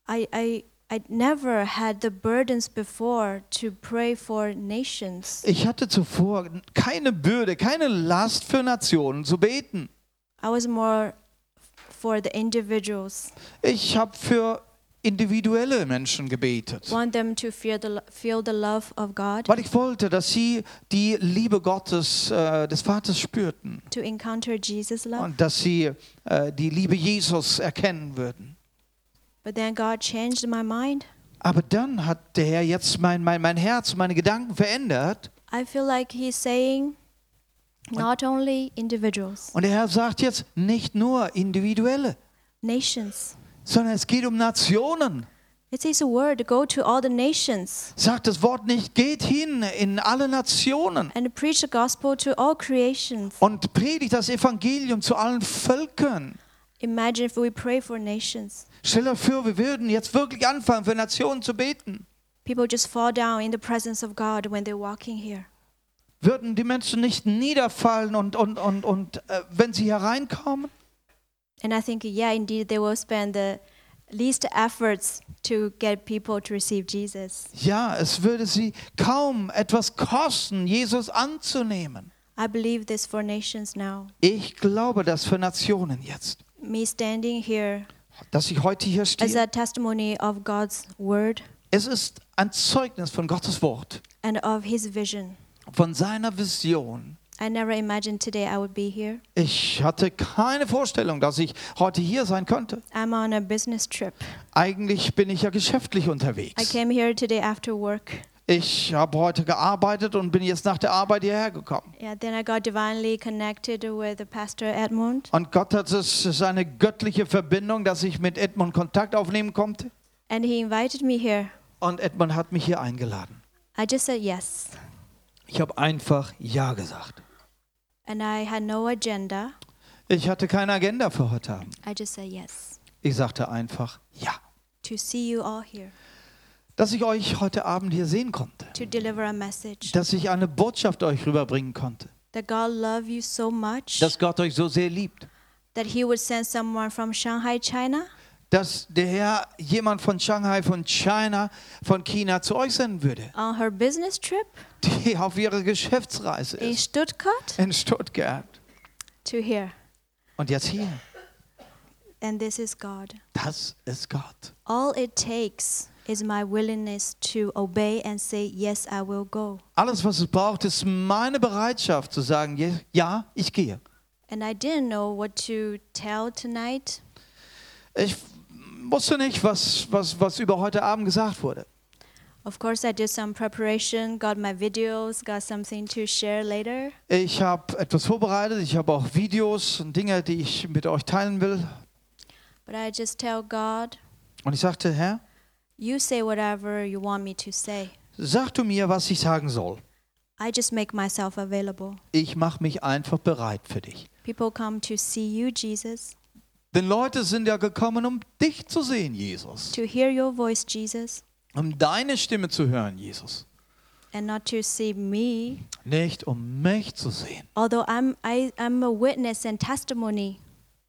S2: I, I, I never had the burdens before to pray for nations.
S3: Ich hatte zuvor keine Bürde, keine Last für Nationen zu beten.
S2: I was more for the individuals,
S3: Ich habe für individuelle Menschen gebetet,
S2: want them to feel the, lo- feel the love of God,
S3: weil ich wollte, dass sie die Liebe Gottes, äh, des Vaters spürten
S2: to encounter Jesus' love.
S3: und dass sie äh, die Liebe Jesus erkennen würden.
S2: But then God changed my mind.
S3: Aber dann hat der Herr jetzt mein, mein, mein Herz, und meine Gedanken verändert
S2: I feel like He's saying, not only individuals,
S3: und der Herr sagt jetzt nicht nur individuelle,
S2: nations.
S3: sondern es geht um Nationen.
S2: It's His word go to all the nations
S3: Sagt das Wort nicht, geht hin in alle Nationen
S2: and preach the gospel to all creations.
S3: und predigt das Evangelium zu allen Völkern.
S2: Imagine if we pray for nations.
S3: Stell dir vor, wir würden jetzt wirklich anfangen, für Nationen zu beten.
S2: People just fall down in the presence of God when they're walking here.
S3: Würden die Menschen nicht niederfallen und, und, und, und äh, wenn sie hereinkommen?
S2: And I think, yeah, indeed, they will spend the least efforts to get people to receive Jesus.
S3: Ja, es würde sie kaum etwas kosten, Jesus anzunehmen.
S2: I believe this for nations now.
S3: Ich glaube das für Nationen jetzt,
S2: Me standing here
S3: dass ich heute hier
S2: as
S3: stehe,
S2: a testimony of God's word
S3: Es ist ein Zeugnis von Gottes Wort,
S2: and of His vision.
S3: von seiner Vision.
S2: I never imagined today I would be here.
S3: Ich hatte keine Vorstellung, dass ich heute hier sein könnte.
S2: I'm on a business trip.
S3: Eigentlich bin ich ja geschäftlich
S2: I
S3: unterwegs.
S2: came here today after work.
S3: Ich habe heute gearbeitet und bin jetzt nach der Arbeit hierher gekommen.
S2: Yeah, then I got divinely connected with Pastor Edmund,
S3: Und Gott hat es, es ist eine göttliche Verbindung, dass ich mit Edmund Kontakt aufnehmen konnte.
S2: and he invited me here.
S3: Und Edmund hat mich hier eingeladen.
S2: I just said yes,
S3: Ich habe einfach Ja gesagt.
S2: and I had no agenda.
S3: Ich hatte keine Agenda für heute Abend.
S2: I just said yes
S3: Ich sagte einfach Ja.
S2: to see you all here,
S3: Dass ich euch heute Abend hier sehen konnte.
S2: to deliver a message
S3: Dass ich eine Botschaft euch rüberbringen konnte.
S2: that God loved you so much
S3: Dass Gott euch so sehr liebt.
S2: that He would send someone from Shanghai, China,
S3: Dass der Herr jemand von Shanghai, von China, von China zu euch senden würde,
S2: on her business trip
S3: die auf ihrer Geschäftsreise
S2: in
S3: ist.
S2: Stuttgart
S3: In Stuttgart.
S2: to here.
S3: Und jetzt hier.
S2: And this is God.
S3: Das ist Gott.
S2: All it takes is my willingness to obey and say, Yes, I will go.
S3: Alles, was es braucht, ist meine Bereitschaft zu sagen, "Je- ja, ich gehe.
S2: And I didn't know what to tell tonight.
S3: Ich wusste nicht, was, was, was über heute Abend gesagt wurde.
S2: Of course, I did some preparation, got my videos, got something to share later.
S3: Ich habe etwas vorbereitet, ich habe auch Videos und Dinge, die ich mit euch teilen will.
S2: But I just tell God,
S3: Und ich sagte, Herr,
S2: You say whatever you want me to say.
S3: sag du mir, was ich sagen soll.
S2: I just make myself available.
S3: Ich mache mich einfach bereit für dich.
S2: People come to see you, Jesus,
S3: Denn Leute sind ja gekommen, um dich zu sehen, Jesus.
S2: to hear your voice, Jesus,
S3: Um deine Stimme zu hören, Jesus.
S2: and not to see me.
S3: Nicht um mich zu sehen.
S2: Although I'm, I, I'm a witness and testimony,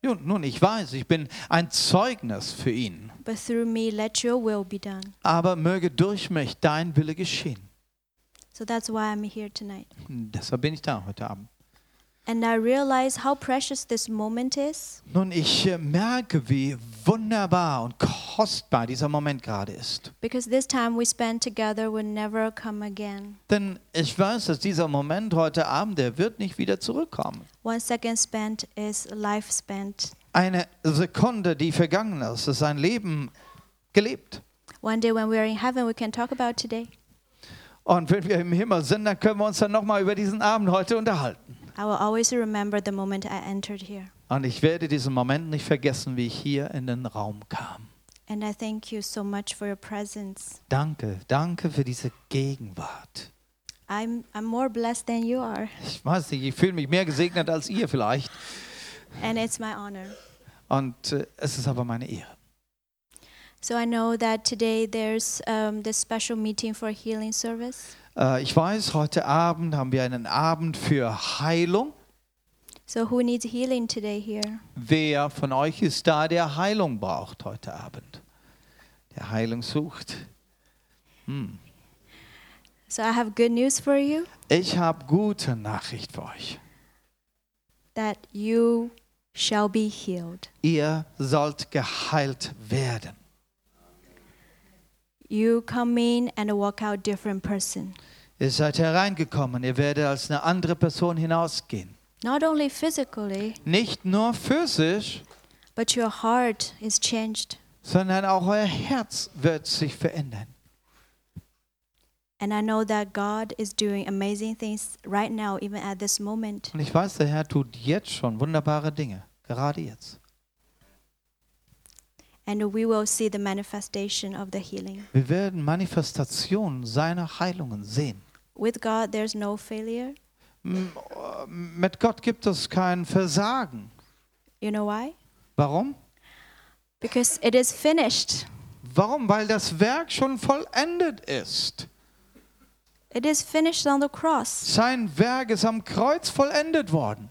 S3: Nun, nun, ich weiß, ich bin ein Zeugnis für ihn.
S2: but through me, let your will be done.
S3: Aber möge durch mich dein Wille geschehen.
S2: So that's why I'm here tonight.
S3: Und deshalb bin ich da heute Abend.
S2: And I realize how precious this moment is.
S3: Nun, ich äh, merke, wie wunderbar und kostbar dieser Moment gerade ist.
S2: Because this time we spend together will never come again.
S3: Denn ich weiß, dass dieser Moment heute Abend, der wird nicht wieder zurückkommen.
S2: One second spent is life spent.
S3: Eine Sekunde, die vergangen ist, ist ein Leben gelebt.
S2: One day when we are in heaven, we can talk about today.
S3: Und wenn wir im Himmel sind, dann können wir uns dann nochmal über diesen Abend heute unterhalten.
S2: I will always remember the moment I entered here.
S3: Und ich werde diesen Moment nicht vergessen, wie ich hier in den Raum kam.
S2: And I thank you so much for your presence.
S3: Danke, danke für diese Gegenwart.
S2: I'm, I'm more blessed than you are,
S3: Ich weiß nicht, ich fühle mich mehr gesegnet als ihr vielleicht.
S2: and it's my honor.
S3: Und äh, es ist aber meine Ehre.
S2: So I know that today there's um, this special meeting for healing service.
S3: Äh, ich weiß, heute Abend haben wir einen Abend für Heilung.
S2: So who needs healing today here?
S3: Wer von euch ist da, der Heilung braucht heute Abend? Der Heilung sucht.
S2: So I have good news for you
S3: Ich habe gute Nachricht für euch.
S2: that you shall be healed.
S3: Ihr sollt geheilt werden.
S2: You come in and walk out different person.
S3: Ihr seid hereingekommen, ihr werdet als eine andere Person hinausgehen.
S2: Not only physically,
S3: Nicht nur physisch,
S2: but your heart is changed.
S3: sondern auch euer Herz wird sich verändern.
S2: And I know that God is doing amazing things right now, even at this moment.
S3: Und ich weiß, der Herr tut jetzt schon wunderbare Dinge, gerade jetzt.
S2: And we will see the manifestation of the healing.
S3: Wir werden Manifestationen seiner Heilungen sehen.
S2: With God, there's no failure.
S3: M- äh, Mit Gott gibt es kein Versagen.
S2: You know why?
S3: Warum?
S2: Because it is finished.
S3: Warum? Weil das Werk schon vollendet ist.
S2: It is finished on the cross.
S3: Sein Werk ist am Kreuz vollendet worden.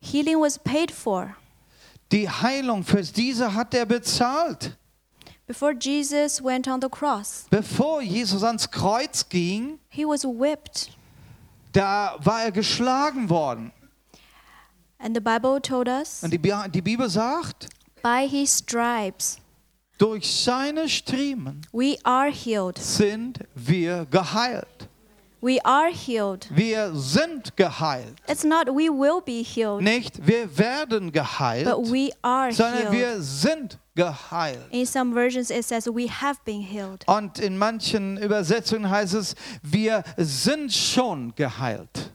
S2: Healing was paid for.
S3: Die Heilung für diese hat er bezahlt.
S2: Before Jesus went on the cross,
S3: Bevor Jesus ans Kreuz ging,
S2: he was whipped.
S3: da war er geschlagen worden.
S2: And the Bible told us
S3: Und die, Bi- die Bibel sagt,
S2: by his stripes
S3: Durch seine Striemen
S2: We are healed.
S3: sind wir geheilt.
S2: We are healed.
S3: Wir sind geheilt.
S2: It's not we will be healed,
S3: Nicht wir werden
S2: but
S3: geheilt,
S2: we are
S3: sondern
S2: healed.
S3: wir sind geheilt.
S2: In some versions, it says we have been healed.
S3: Und in manchen Übersetzungen heißt es, wir sind schon geheilt.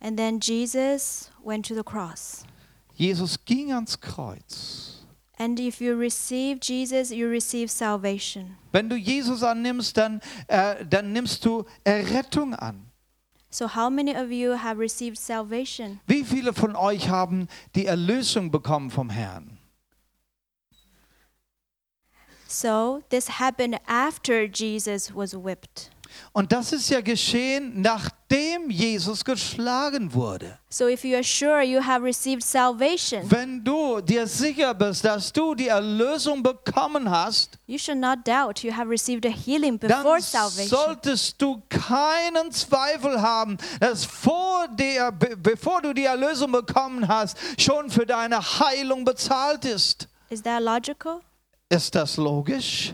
S2: And then Jesus went to the cross.
S3: Jesus ging ans Kreuz.
S2: And if you receive Jesus, you receive salvation.
S3: Wenn du Jesus annimmst, dann, äh, dann nimmst du Errettung an.
S2: So, how many of you have received salvation?
S3: Wie viele von euch haben die Erlösung bekommen vom Herrn?
S2: So, this happened after Jesus was whipped.
S3: Und das ist ja geschehen, nachdem Jesus geschlagen wurde.
S2: So, if you are sure you have received salvation,
S3: Wenn du dir sicher bist, dass du die Erlösung bekommen hast,
S2: you should not doubt you have received a healing before
S3: dann
S2: salvation.
S3: solltest du keinen Zweifel haben, dass vor der, be- bevor du die Erlösung bekommen hast, schon für deine Heilung bezahlt ist.
S2: Is that logical?
S3: Ist das logisch?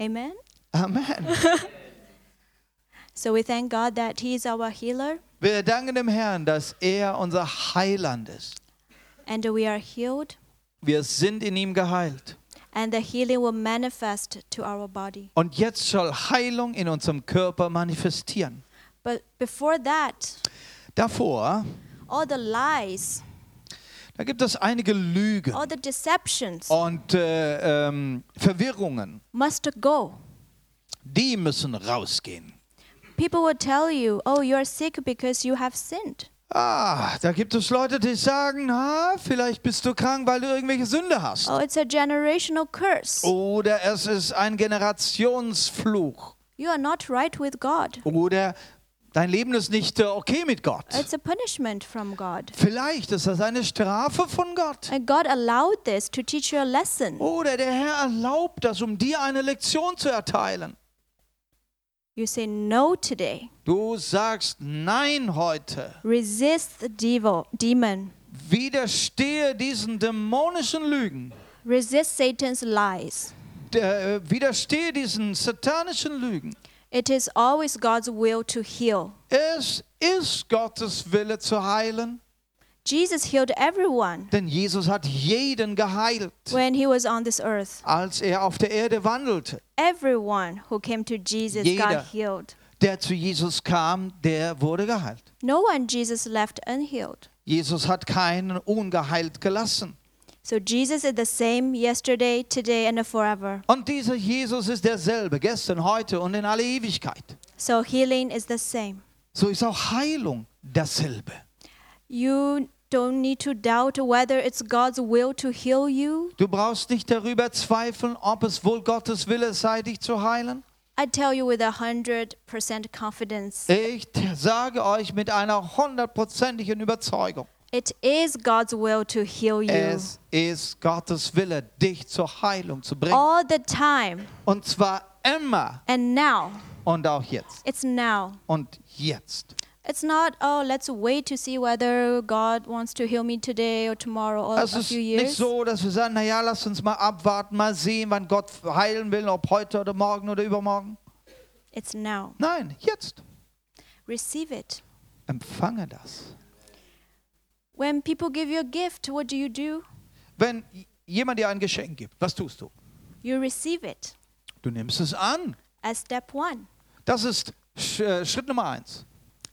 S2: Amen.
S3: Amen.
S2: So, we thank God that He is our healer
S3: Wir danken dem Herrn, dass er unser Heiland ist.
S2: and we are healed,
S3: Wir sind in ihm geheilt.
S2: and the healing will manifest to our body.
S3: Und jetzt soll Heilung in unserem Körper manifestieren.
S2: But before that,
S3: Davor,
S2: all the lies,
S3: da gibt es einige Lügen
S2: all the deceptions
S3: und äh, ähm, Verwirrungen.
S2: must go.
S3: Die müssen rausgehen.
S2: People will tell you, oh, you're sick because you have sinned.
S3: Ah, da gibt es Leute, die sagen, na, vielleicht bist du krank, weil du irgendwelche Sünde hast.
S2: Oh, it's a generational curse.
S3: Oder es ist ein Generationsfluch.
S2: You are not right with God.
S3: Oder dein Leben ist nicht äh, okay mit Gott.
S2: It's a punishment from God.
S3: Vielleicht ist das eine Strafe von Gott.
S2: And God allowed this to teach you a lesson.
S3: Oder der Herr erlaubt das, um dir eine Lektion zu erteilen.
S2: You say no today.
S3: Du sagst Nein heute.
S2: Resist the devil, demon.
S3: Widerstehe diesen dämonischen Lügen.
S2: Resist Satan's lies.
S3: Der, äh, widerstehe diesen satanischen Lügen.
S2: It is always God's will to heal.
S3: Es ist Gottes Wille zu heilen,
S2: Jesus healed everyone
S3: denn Jesus hat jeden geheilt,
S2: when he was on this earth.
S3: als er auf der Erde wandelte.
S2: Everyone who came to Jesus
S3: Jeder.
S2: got healed.
S3: Der zu Jesus kam, der wurde geheilt.
S2: No one Jesus left unhealed.
S3: Jesus hat keinen ungeheilt gelassen.
S2: So Jesus is the same yesterday, today, and forever.
S3: Und dieser Jesus ist derselbe, gestern, heute und in alle Ewigkeit.
S2: So healing is the same.
S3: So ist auch Heilung dasselbe.
S2: You don't need to doubt whether it's God's will to heal you.
S3: Du brauchst nicht darüber zweifeln, ob es wohl Gottes Wille sei, dich zu heilen.
S2: I tell you with a hundred percent confidence,
S3: Ich t- sage euch mit einer hundertprozentigen Überzeugung,
S2: it is God's will to heal you
S3: es ist Gottes Wille, dich zur Heilung zu bringen.
S2: all the time.
S3: Und zwar immer
S2: And now,
S3: und auch jetzt.
S2: it's now.
S3: Und jetzt.
S2: It's not oh, let's wait to see whether God wants to heal me today or tomorrow or
S3: Es
S2: a
S3: ist
S2: few
S3: nicht
S2: years.
S3: so, dass wir sagen, naja, lass uns mal abwarten, mal sehen, wann Gott heilen will, ob heute oder morgen oder übermorgen.
S2: It's now.
S3: Nein, jetzt.
S2: Receive it.
S3: Empfange das.
S2: When people give you a gift, what do you do?
S3: Wenn j- jemand dir ein Geschenk gibt, was tust du?
S2: You receive it
S3: Du nimmst es an.
S2: as step one,
S3: Das ist Sch äh, Schritt Nummer eins.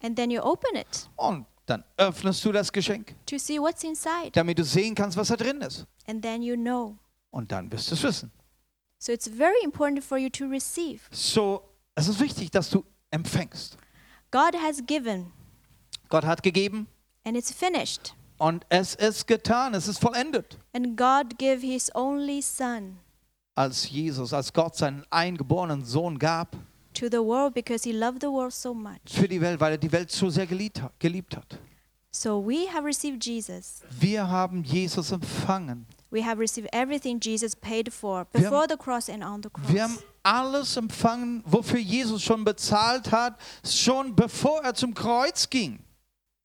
S2: and then you open it
S3: Und dann öffnest du das Geschenk,
S2: to see what's inside,
S3: damit du sehen kannst, was da drin ist.
S2: and then you know.
S3: Und dann wirst du es wissen.
S2: So it's very important for you to receive.
S3: So, es ist wichtig, dass du empfängst.
S2: God has given,
S3: Gott hat gegeben
S2: and it's finished.
S3: und es ist getan, es ist vollendet.
S2: And God gave His only Son
S3: Als Jesus, als Gott seinen eingeborenen Sohn gab
S2: to the world because He loved the world so much.
S3: für die Welt, weil er die Welt so sehr geliebt ha- geliebt hat.
S2: So we have received Jesus.
S3: Wir haben Jesus empfangen.
S2: We have received everything Jesus paid for before the cross and on the
S3: Wir haben
S2: cross.
S3: alles empfangen, wofür Jesus schon bezahlt hat, schon bevor er zum Kreuz ging.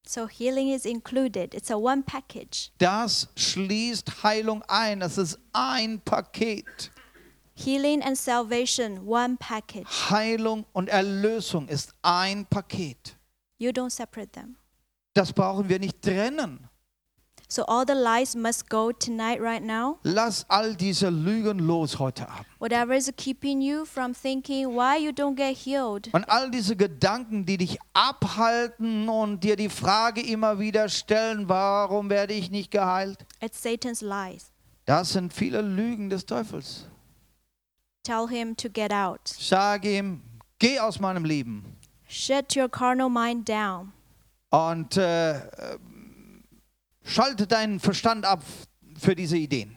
S2: So healing is included. It's a one package.
S3: Das schließt Heilung ein. Das ist ein Paket.
S2: Healing and salvation, one package.
S3: Heilung und Erlösung ist ein Paket.
S2: You don't separate them.
S3: Das brauchen wir nicht trennen.
S2: So all the lies must go tonight, right now.
S3: Lass all diese Lügen los heute Abend.
S2: Whatever is keeping you from thinking why you don't get healed,
S3: Und all diese Gedanken, die dich abhalten und dir die Frage immer wieder stellen, warum werde ich nicht geheilt?
S2: it's Satan's lies.
S3: Das sind viele Lügen des Teufels.
S2: Tell him to get out.
S3: Sage ihm, geh aus meinem Leben.
S2: Shut your carnal mind down.
S3: Und äh, äh, schalte deinen Verstand ab für diese Ideen.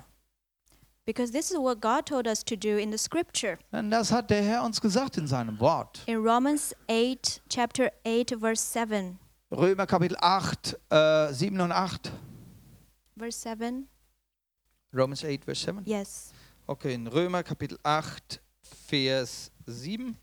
S2: Because this is what God told us to do in the scripture.
S3: Denn das hat der Herr uns gesagt in seinem Wort.
S2: In Romans 8, chapter 8, verse 7.
S3: Römer Kapitel 8, äh, 7 und 8.
S2: Verse 7?
S3: Romans 8, Vers 7.
S2: Yes.
S3: Okay, in Römer Kapitel 8, Vers 7.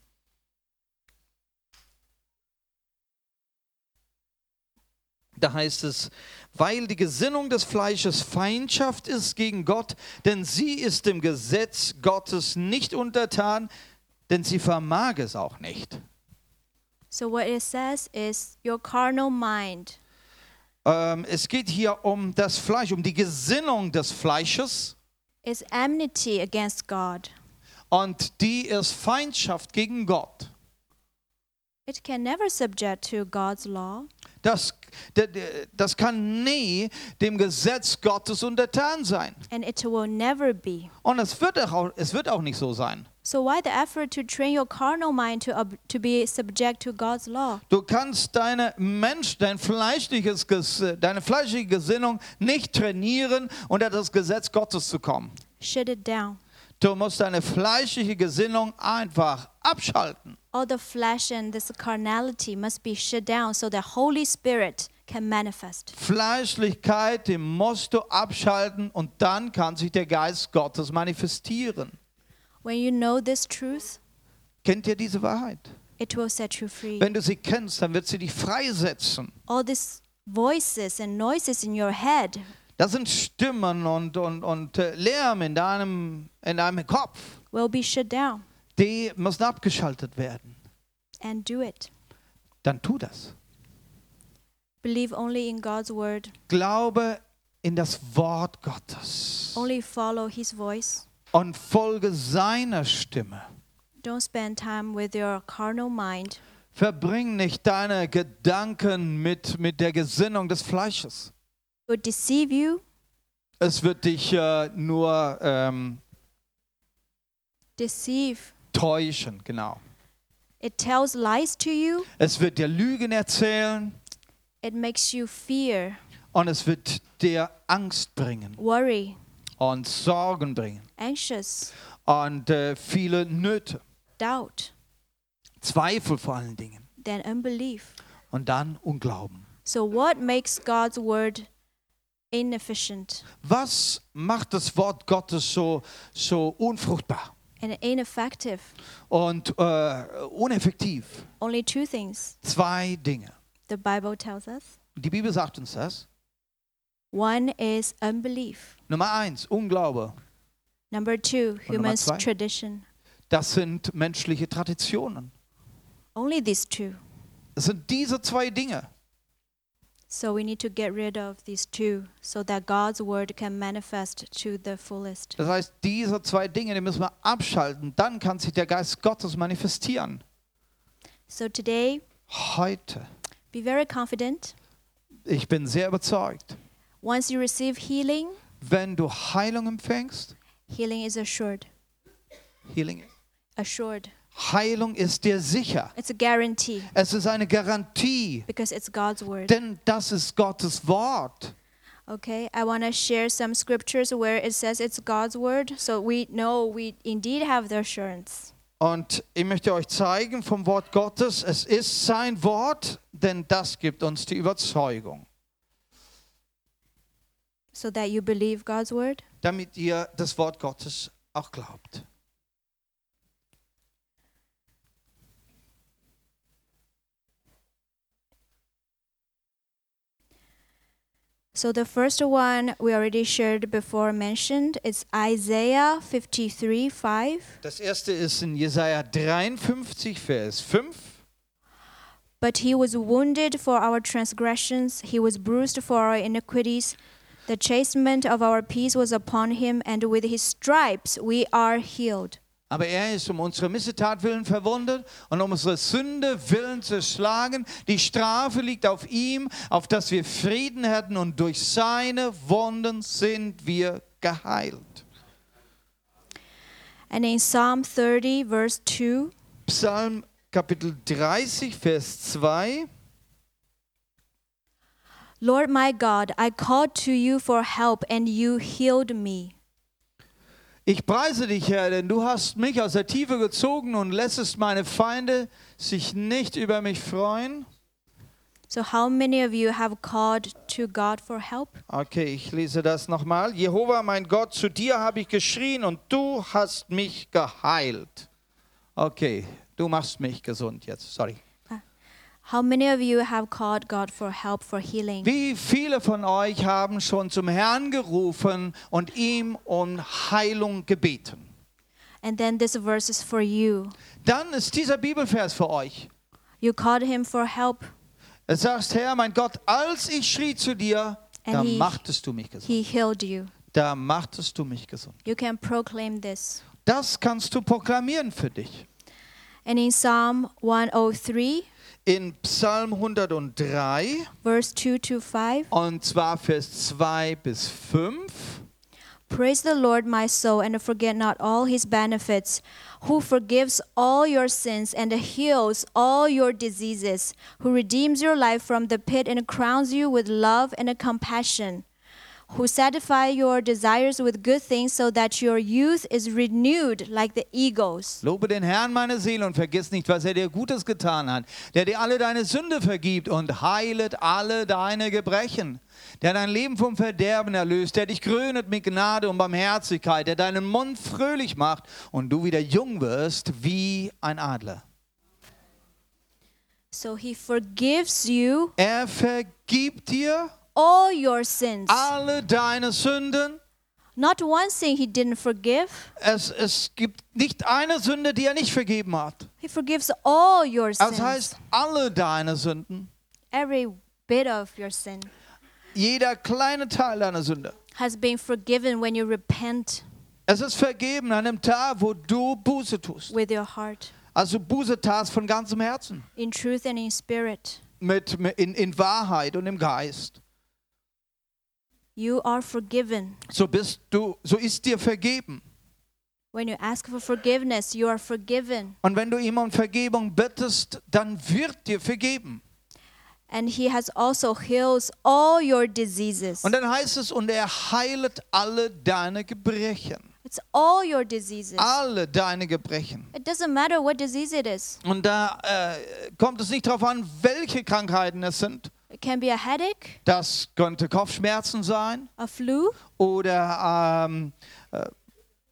S3: Da heißt es, weil die Gesinnung des Fleisches Feindschaft ist gegen Gott, denn sie ist dem Gesetz Gottes nicht untertan, denn sie vermag es auch nicht.
S2: So what it says is your carnal mind.
S3: Ähm, es geht hier um das Fleisch, um die Gesinnung des Fleisches
S2: is enmity against God.
S3: und die ist Feindschaft gegen Gott.
S2: It can never subject to God's law.
S3: Das, d- d- das kann nie dem Gesetz Gottes untertan sein.
S2: and it will never be.
S3: Und es wird auch, es wird auch nicht so sein.
S2: So why the effort to train your carnal mind to ob- to be subject to God's law?
S3: Du kannst deine Mensch, dein fleischliches, Ges- deine fleischliche Gesinnung nicht trainieren, unter das Gesetz Gottes zu kommen.
S2: Shut it down.
S3: Du musst deine fleischliche Gesinnung einfach abschalten.
S2: All the flesh and this carnality must be shut down so the Holy Spirit can manifest.
S3: Fleischlichkeit, die musst du abschalten und dann kann sich der Geist Gottes manifestieren.
S2: When you know this truth,
S3: Kennt ihr diese Wahrheit?
S2: it will set you free.
S3: Wenn du sie kennst, dann wird sie dich freisetzen.
S2: All these voices and noises in your head,
S3: Das sind Stimmen und, und, und äh, Lärm in deinem, in deinem Kopf.
S2: will be shut down
S3: Die müssen abgeschaltet werden.
S2: and do it.
S3: Dann tu das.
S2: Believe only in God's word.
S3: Glaube in das Wort Gottes
S2: Only follow his voice.
S3: und folge seiner Stimme.
S2: Don't spend time with your carnal mind.
S3: Verbring nicht deine Gedanken mit, mit der Gesinnung des Fleisches.
S2: It will deceive you,
S3: Es wird dich äh, nur ähm,
S2: deceive.
S3: täuschen, genau.
S2: It tells lies to you.
S3: Es wird dir Lügen erzählen
S2: It makes you fear,
S3: und es wird dir Angst bringen
S2: worry,
S3: und Sorgen bringen.
S2: anxious,
S3: und äh, viele Nöte,
S2: doubt,
S3: Zweifel vor allen Dingen
S2: then unbelief.
S3: und dann Unglauben.
S2: So, what makes God's word inefficient
S3: Was macht das Wort Gottes so, so unfruchtbar
S2: and ineffective?
S3: und äh, uneffektiv?
S2: Only two things
S3: Zwei Dinge.
S2: the Bible tells us
S3: Die Bibel sagt uns das.
S2: one is unbelief,
S3: Nummer eins, Unglaube.
S2: number two,
S3: number
S2: human
S3: zwei?
S2: tradition.
S3: Das sind menschliche Traditionen.
S2: Only these two.
S3: Es sind diese zwei Dinge.
S2: So we need to get rid of these two so that God's word can manifest to the fullest.
S3: Das heißt, diese zwei Dinge, die müssen wir abschalten. Dann kann sich der Geist Gottes manifestieren.
S2: So today,
S3: Heute.
S2: be very confident.
S3: Ich bin sehr überzeugt.
S2: Once you receive healing,
S3: Wenn du Heilung empfängst,
S2: healing is assured.
S3: Healing.
S2: Assured.
S3: Heilung ist dir sicher.
S2: It's a guarantee
S3: Es ist eine Garantie,
S2: because it's God's word.
S3: denn das ist Gottes Wort.
S2: Okay, I want to share some scriptures where it says it's God's word, so we know we indeed have the assurance.
S3: Und ich möchte euch zeigen vom Wort Gottes, es ist sein Wort, denn das gibt uns die Überzeugung,
S2: So that you believe God's word.
S3: damit ihr das Wort Gottes auch glaubt.
S2: So the first one we already shared before mentioned is Isaiah 53 5.
S3: Das erste ist in Jesaja 53, Vers 5.
S2: But he was wounded for our transgressions, he was bruised for our iniquities. The chastisement of our peace was upon him, and with his stripes we are healed.
S3: Aber er ist um unsere Missetat willen verwundet und um unsere Sünde willen zerschlagen. Die Strafe liegt auf ihm, auf dass wir Frieden hätten und durch seine Wunden sind wir geheilt.
S2: And in Psalm 30, verse 2,
S3: Psalm Kapitel 30, Vers 2.
S2: Lord my God, I called to you for help, and you healed me.
S3: Ich preise dich, Herr, denn du hast mich aus der Tiefe gezogen und lässest meine Feinde sich nicht über mich freuen.
S2: So, how many of you have called to God for help?
S3: Okay, ich lese das nochmal. Jehova, mein Gott, zu dir habe ich geschrien und du hast mich geheilt. Okay, du machst mich gesund jetzt, sorry.
S2: How many of you have called God for help for healing?
S3: Wie viele von euch haben schon zum Herrn gerufen und ihm um Heilung gebeten?
S2: And then this verse is for you.
S3: Dann ist dieser Bibelvers für euch.
S2: You called him for help,
S3: Er sagst, Herr, mein Gott, als ich schrie zu dir, da
S2: And he-
S3: machtest du mich gesund.
S2: he healed you.
S3: Da machtest du mich gesund.
S2: You can proclaim this.
S3: Das kannst du proklamieren für dich.
S2: And in Psalm 103,
S3: In Psalm 103,
S2: verse 2 to 5,
S3: und zwar Vers 2 bis 5.
S2: Praise the Lord, my soul, and forget not all his benefits, who forgives all your sins and heals all your diseases, who redeems your life from the pit and crowns you with love and compassion, who satisfies your desires with good things so that your youth is renewed like the eagles.
S3: Lobe den Herrn, meine Seele, und vergiss nicht, was er dir Gutes getan hat, der dir alle deine Sünde vergibt und heilet alle deine Gebrechen, der dein Leben vom Verderben erlöst, der dich krönet mit Gnade und Barmherzigkeit, der deinen Mund fröhlich macht und du wieder jung wirst wie ein Adler.
S2: So he forgives you
S3: Er vergibt dir
S2: all your sins.
S3: alle deine Sünden.
S2: Not one sin he didn't forgive,
S3: Es, es gibt nicht eine Sünde, die er nicht vergeben hat.
S2: he forgives all your
S3: Das
S2: sins.
S3: heißt, alle deine Sünden,
S2: Every bit of your sin.
S3: jeder kleine Teil deiner Sünde.
S2: has been forgiven when you repent
S3: Es ist vergeben an dem Tag, wo du Buße tust.
S2: with your heart
S3: Also Buße tat von ganzem Herzen.
S2: in truth and in spirit.
S3: Mit, mit, in, in Wahrheit und im Geist.
S2: You are forgiven.
S3: So bist du, so ist dir vergeben.
S2: When you ask for forgiveness, you are forgiven.
S3: Und wenn du ihm um Vergebung bittest, dann wird dir vergeben.
S2: And he has also heals all your diseases.
S3: Und dann heißt es, und er heilet alle deine Gebrechen.
S2: It's all your diseases.
S3: Alle deine Gebrechen.
S2: It doesn't matter what disease it is.
S3: Und da äh, kommt es nicht darauf an, welche Krankheiten es sind.
S2: It can be a headache,
S3: Das könnte Kopfschmerzen sein
S2: a flu,
S3: oder ähm, äh,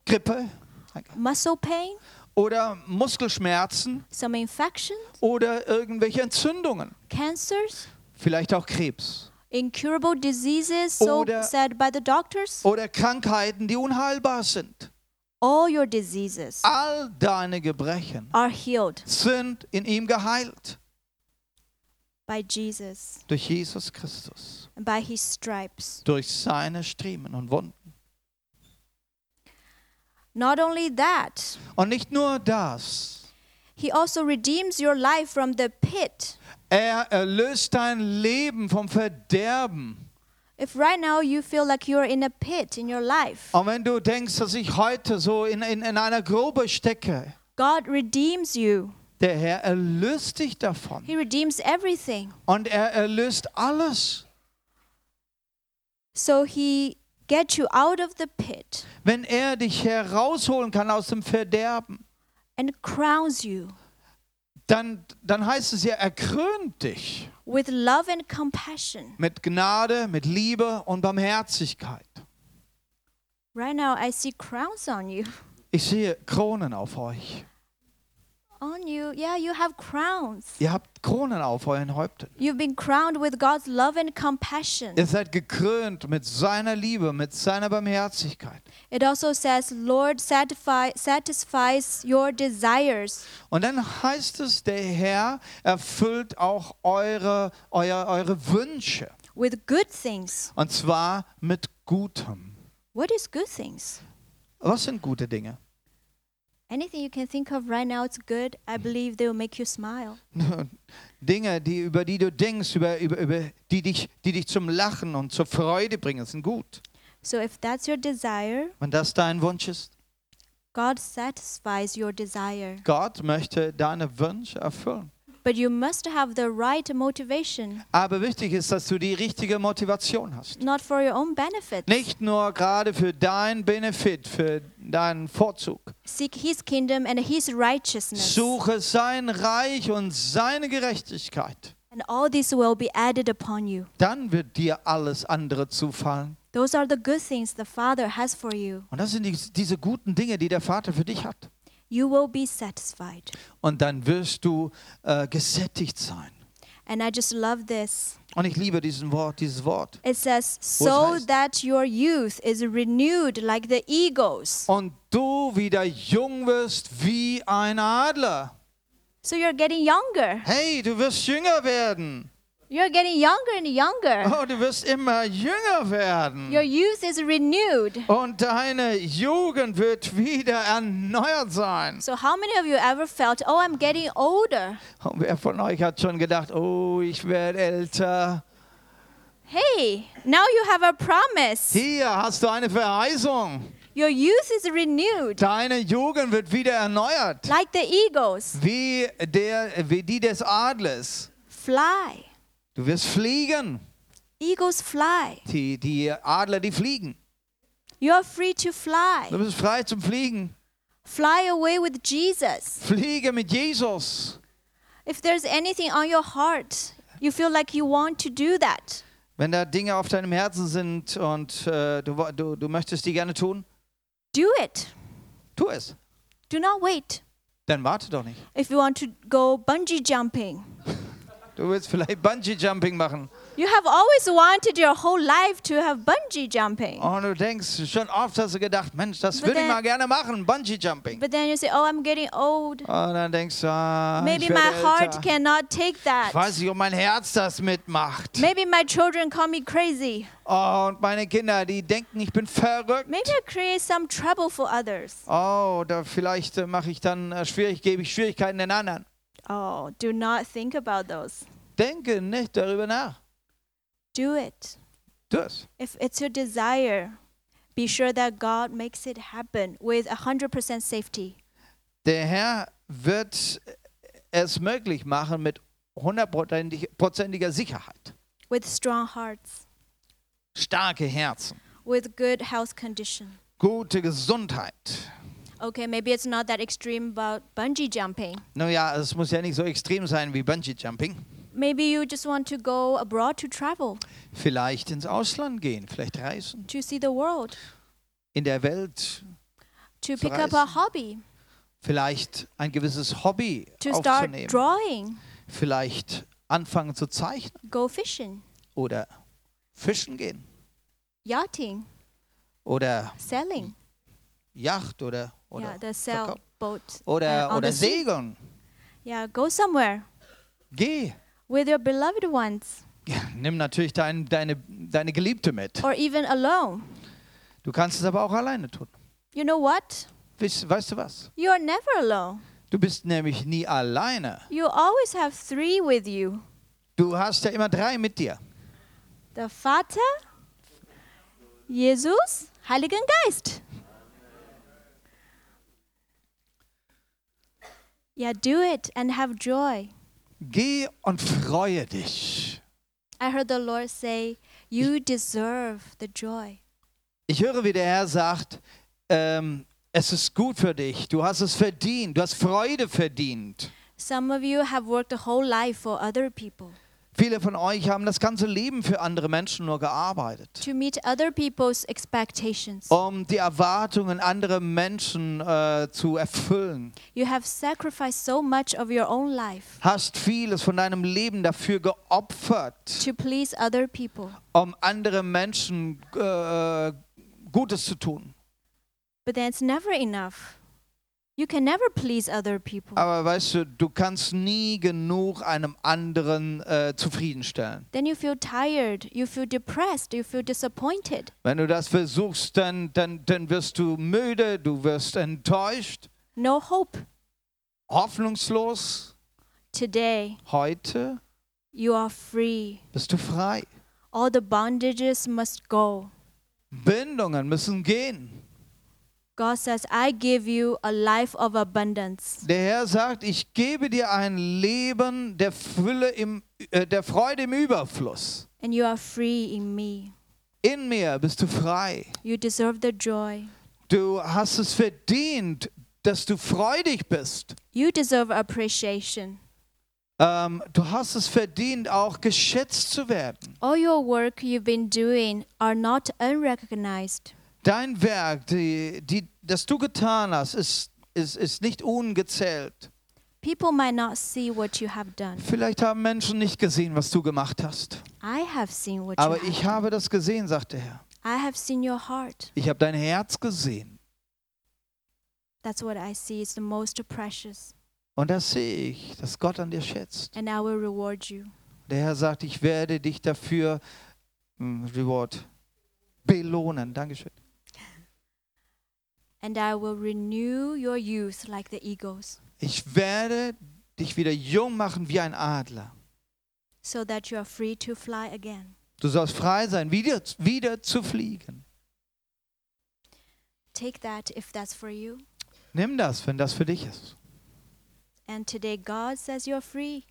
S3: Grippe danke.
S2: muscle pain,
S3: oder Muskelschmerzen
S2: some infections,
S3: oder irgendwelche Entzündungen.
S2: cancers,
S3: Vielleicht auch Krebs
S2: incurable diseases so
S3: Oder-
S2: said by the doctors.
S3: oder Krankheiten, die unheilbar sind.
S2: All your diseases
S3: All deine Gebrechen
S2: are healed
S3: sind in ihm geheilt
S2: by Jesus.
S3: durch Jesus Christus,
S2: and by his stripes.
S3: durch seine Striemen und Wunden.
S2: Not only that,
S3: Und nicht nur das,
S2: he also redeems your life from the pit.
S3: er erlöst dein Leben vom Verderben.
S2: If right now you feel like you're in a pit in your life,
S3: Und wenn du denkst, dass ich heute so in, in, in einer Grube stecke,
S2: God redeems you.
S3: der Herr erlöst dich davon.
S2: He redeems everything.
S3: Und er erlöst alles.
S2: So he gets you out of the pit
S3: Wenn er dich herausholen kann aus dem Verderben,
S2: and crowns you
S3: dann, dann heißt es ja, er krönt dich
S2: with love and compassion.
S3: mit Gnade, mit Liebe und Barmherzigkeit.
S2: Right now I see crowns on you. [laughs]
S3: Ich sehe Kronen auf euch.
S2: on you. Yeah, you have crowns.
S3: Ihr habt Kronen auf euren Häupten.
S2: You've been crowned with God's love and compassion.
S3: Ihr seid gekrönt mit seiner Liebe, mit seiner Barmherzigkeit.
S2: It also says, Lord satisfy, satisfies your desires.
S3: Und dann heißt es, der Herr erfüllt auch eure, euer, eure Wünsche.
S2: with good things.
S3: Und zwar mit Gutem.
S2: What is good things?
S3: Was sind gute Dinge? [laughs]
S2: Anything you can think of right now, it's good. I believe they will make you smile.
S3: Dinge, die, über die du denkst, über, über, über die, dich, die dich zum Lachen und zur Freude bringen, sind gut.
S2: So if that's your desire,
S3: Wenn das dein Wunsch ist,
S2: God satisfies your desire.
S3: Gott möchte deine Wünsche erfüllen.
S2: But you must have the right motivation,
S3: Aber wichtig ist, dass du die richtige Motivation hast.
S2: not for your own benefit.
S3: Nicht nur gerade für dein Benefit, für deinen Vorzug.
S2: Seek His kingdom and His righteousness,
S3: Suche sein Reich und seine Gerechtigkeit.
S2: and all this will be added upon you.
S3: Dann wird dir alles andere zufallen.
S2: Those are the good things the Father has for you.
S3: Und das sind die, diese guten Dinge, die der Vater für dich hat.
S2: You will be satisfied.
S3: Und dann wirst du äh, gesättigt sein.
S2: And I just love this.
S3: Und ich liebe diesen Wort, dieses Wort.
S2: It says,
S3: Wo es
S2: so
S3: heißt-
S2: that your youth is renewed like the eagles.
S3: Und du wieder jung wirst wie ein Adler.
S2: So you're getting younger.
S3: Hey, du wirst jünger werden.
S2: You're getting younger and younger.
S3: Oh, du wirst immer jünger werden.
S2: Your youth is renewed.
S3: Und deine Jugend wird wieder erneuert sein.
S2: So, how many of you ever felt, oh, I'm getting older?
S3: Und wer von euch hat schon gedacht, oh, ich werde älter?
S2: Hey, now you have a promise.
S3: Hier hast du eine Verheißung.
S2: Your youth is renewed
S3: Deine Jugend wird wieder erneuert.
S2: like the eagles.
S3: Wie, der, wie die des Adlers.
S2: Fly.
S3: Du wirst fliegen.
S2: Eagles fly.
S3: Die, die Adler, die fliegen.
S2: You're free to fly.
S3: Du bist frei zum Fliegen.
S2: Fly away with Jesus.
S3: Fliege mit Jesus.
S2: If there's anything on your heart, you feel like you want to do that.
S3: Wenn da Dinge auf deinem Herzen sind und äh, du, wo- du, du möchtest die gerne tun,
S2: Do it.
S3: tu es.
S2: Do not wait.
S3: Dann warte doch nicht.
S2: If you want to go bungee jumping,
S3: Du willst vielleicht Bungee-Jumping machen.
S2: you have always wanted your whole life to have bungee jumping.
S3: Und du denkst, schon oft hast du gedacht, Mensch, das
S2: But
S3: würde ich
S2: then-
S3: mal gerne machen, Bungee-Jumping.
S2: But then you say, oh, I'm getting old.
S3: Und dann denkst du, ah,
S2: Maybe
S3: ich
S2: my
S3: werde
S2: heart
S3: älter.
S2: cannot take
S3: Ich
S2: that.
S3: weiß nicht, ob mein Herz das mitmacht.
S2: Maybe my children call me crazy.
S3: Und meine Kinder, die denken, ich bin verrückt.
S2: Maybe I create some trouble for others.
S3: Oh, da vielleicht äh, mache ich dann äh, schwierig, gebe ich Schwierigkeiten den anderen.
S2: Oh, do not think about those.
S3: Denke nicht darüber nach.
S2: Do it.
S3: Tu es.
S2: If it's your desire, be sure that God makes it happen with 100% safety.
S3: Der Herr wird äh, es möglich machen mit hundertprozentiger Sicherheit.
S2: With strong hearts,
S3: Starke Herzen,
S2: with good health condition.
S3: gute Gesundheit.
S2: Okay, maybe it's not that extreme about bungee jumping.
S3: Naja, es muss ja nicht so extrem sein wie Bungee-Jumping.
S2: Maybe you just want to go abroad to travel,
S3: Vielleicht ins Ausland gehen, vielleicht reisen,
S2: to see the world,
S3: in der Welt,
S2: to pick up a
S3: Verreisen.
S2: hobby,
S3: vielleicht ein gewisses Hobby
S2: to start
S3: aufzunehmen,
S2: drawing,
S3: vielleicht anfangen zu zeichnen
S2: go fishing,
S3: oder fischen gehen
S2: yachting,
S3: oder
S2: sailing.
S3: Yacht oder oder
S2: yeah, the sail
S3: Verkauf-
S2: boat. uh,
S3: oder,
S2: on
S3: oder
S2: the sea.
S3: segeln.
S2: Yeah, go somewhere
S3: Geh.
S2: with your beloved ones
S3: Ja, nimm natürlich dein, deine, deine Geliebte mit.
S2: or even alone.
S3: Du kannst es aber auch alleine tun.
S2: You know what?
S3: Weißt, weißt du was?
S2: You are never alone.
S3: Du bist nämlich nie alleine.
S2: You always have three with you
S3: Du hast ja immer drei mit dir.
S2: the Vater, Jesus, Heiligen Geist. Yeah, do it and have joy.
S3: Geh und freue dich.
S2: I heard the Lord say, You deserve the joy.
S3: Ich höre, wie der Herr sagt, ähm, es ist gut für dich. Du hast es verdient. Du hast Freude verdient.
S2: Some of you have worked a whole life for other people.
S3: Viele von euch haben das ganze Leben für andere Menschen nur gearbeitet,
S2: to meet other people's expectations.
S3: um die Erwartungen anderer Menschen äh, zu erfüllen.
S2: You have sacrificed so much of your own life
S3: Hast vieles von deinem Leben dafür geopfert,
S2: to please other people.
S3: um anderen Menschen äh, Gutes zu tun.
S2: But that's never enough. You can never please other people.
S3: Aber weißt du, du kannst nie genug einem anderen äh, zufriedenstellen.
S2: Then you feel tired, you feel depressed, you feel disappointed.
S3: Wenn du das versuchst, dann, dann, dann wirst du müde, du wirst enttäuscht,
S2: No hope.
S3: hoffnungslos.
S2: Today,
S3: Heute
S2: you are free.
S3: bist du frei.
S2: All the bondages must go.
S3: Bindungen müssen gehen.
S2: God says, I give you a life of abundance.
S3: Der Herr sagt, ich gebe dir ein Leben der Fülle im, äh, der Freude im Überfluss.
S2: and you are free in me.
S3: In mir bist du frei.
S2: You deserve the joy.
S3: Du hast es verdient, dass du freudig bist.
S2: You deserve appreciation.
S3: Ähm, du hast es verdient, auch geschätzt zu werden.
S2: All your work you've been doing are not unrecognized.
S3: Dein Werk, die, die, das du getan hast, ist, ist, ist nicht ungezählt.
S2: People might not see what you have done.
S3: Vielleicht haben Menschen nicht gesehen, was du gemacht hast.
S2: I have seen what
S3: Aber
S2: you have.
S3: ich habe das gesehen, sagt der Herr.
S2: I have seen your heart.
S3: Ich habe dein Herz gesehen.
S2: That's what I see is the most precious,
S3: Und das sehe ich, dass Gott an dir schätzt.
S2: and I will reward you.
S3: Der Herr sagt, ich werde dich dafür, mm, Reward, belohnen. Dankeschön.
S2: And I will renew your youth like the eagles,
S3: Ich werde dich wieder jung machen wie ein Adler.
S2: so that you are free to fly again.
S3: Du sollst frei sein, wieder, wieder zu fliegen.
S2: Take that if that's for you.
S3: Nimm das, wenn das für dich ist.
S2: And today God says you're free.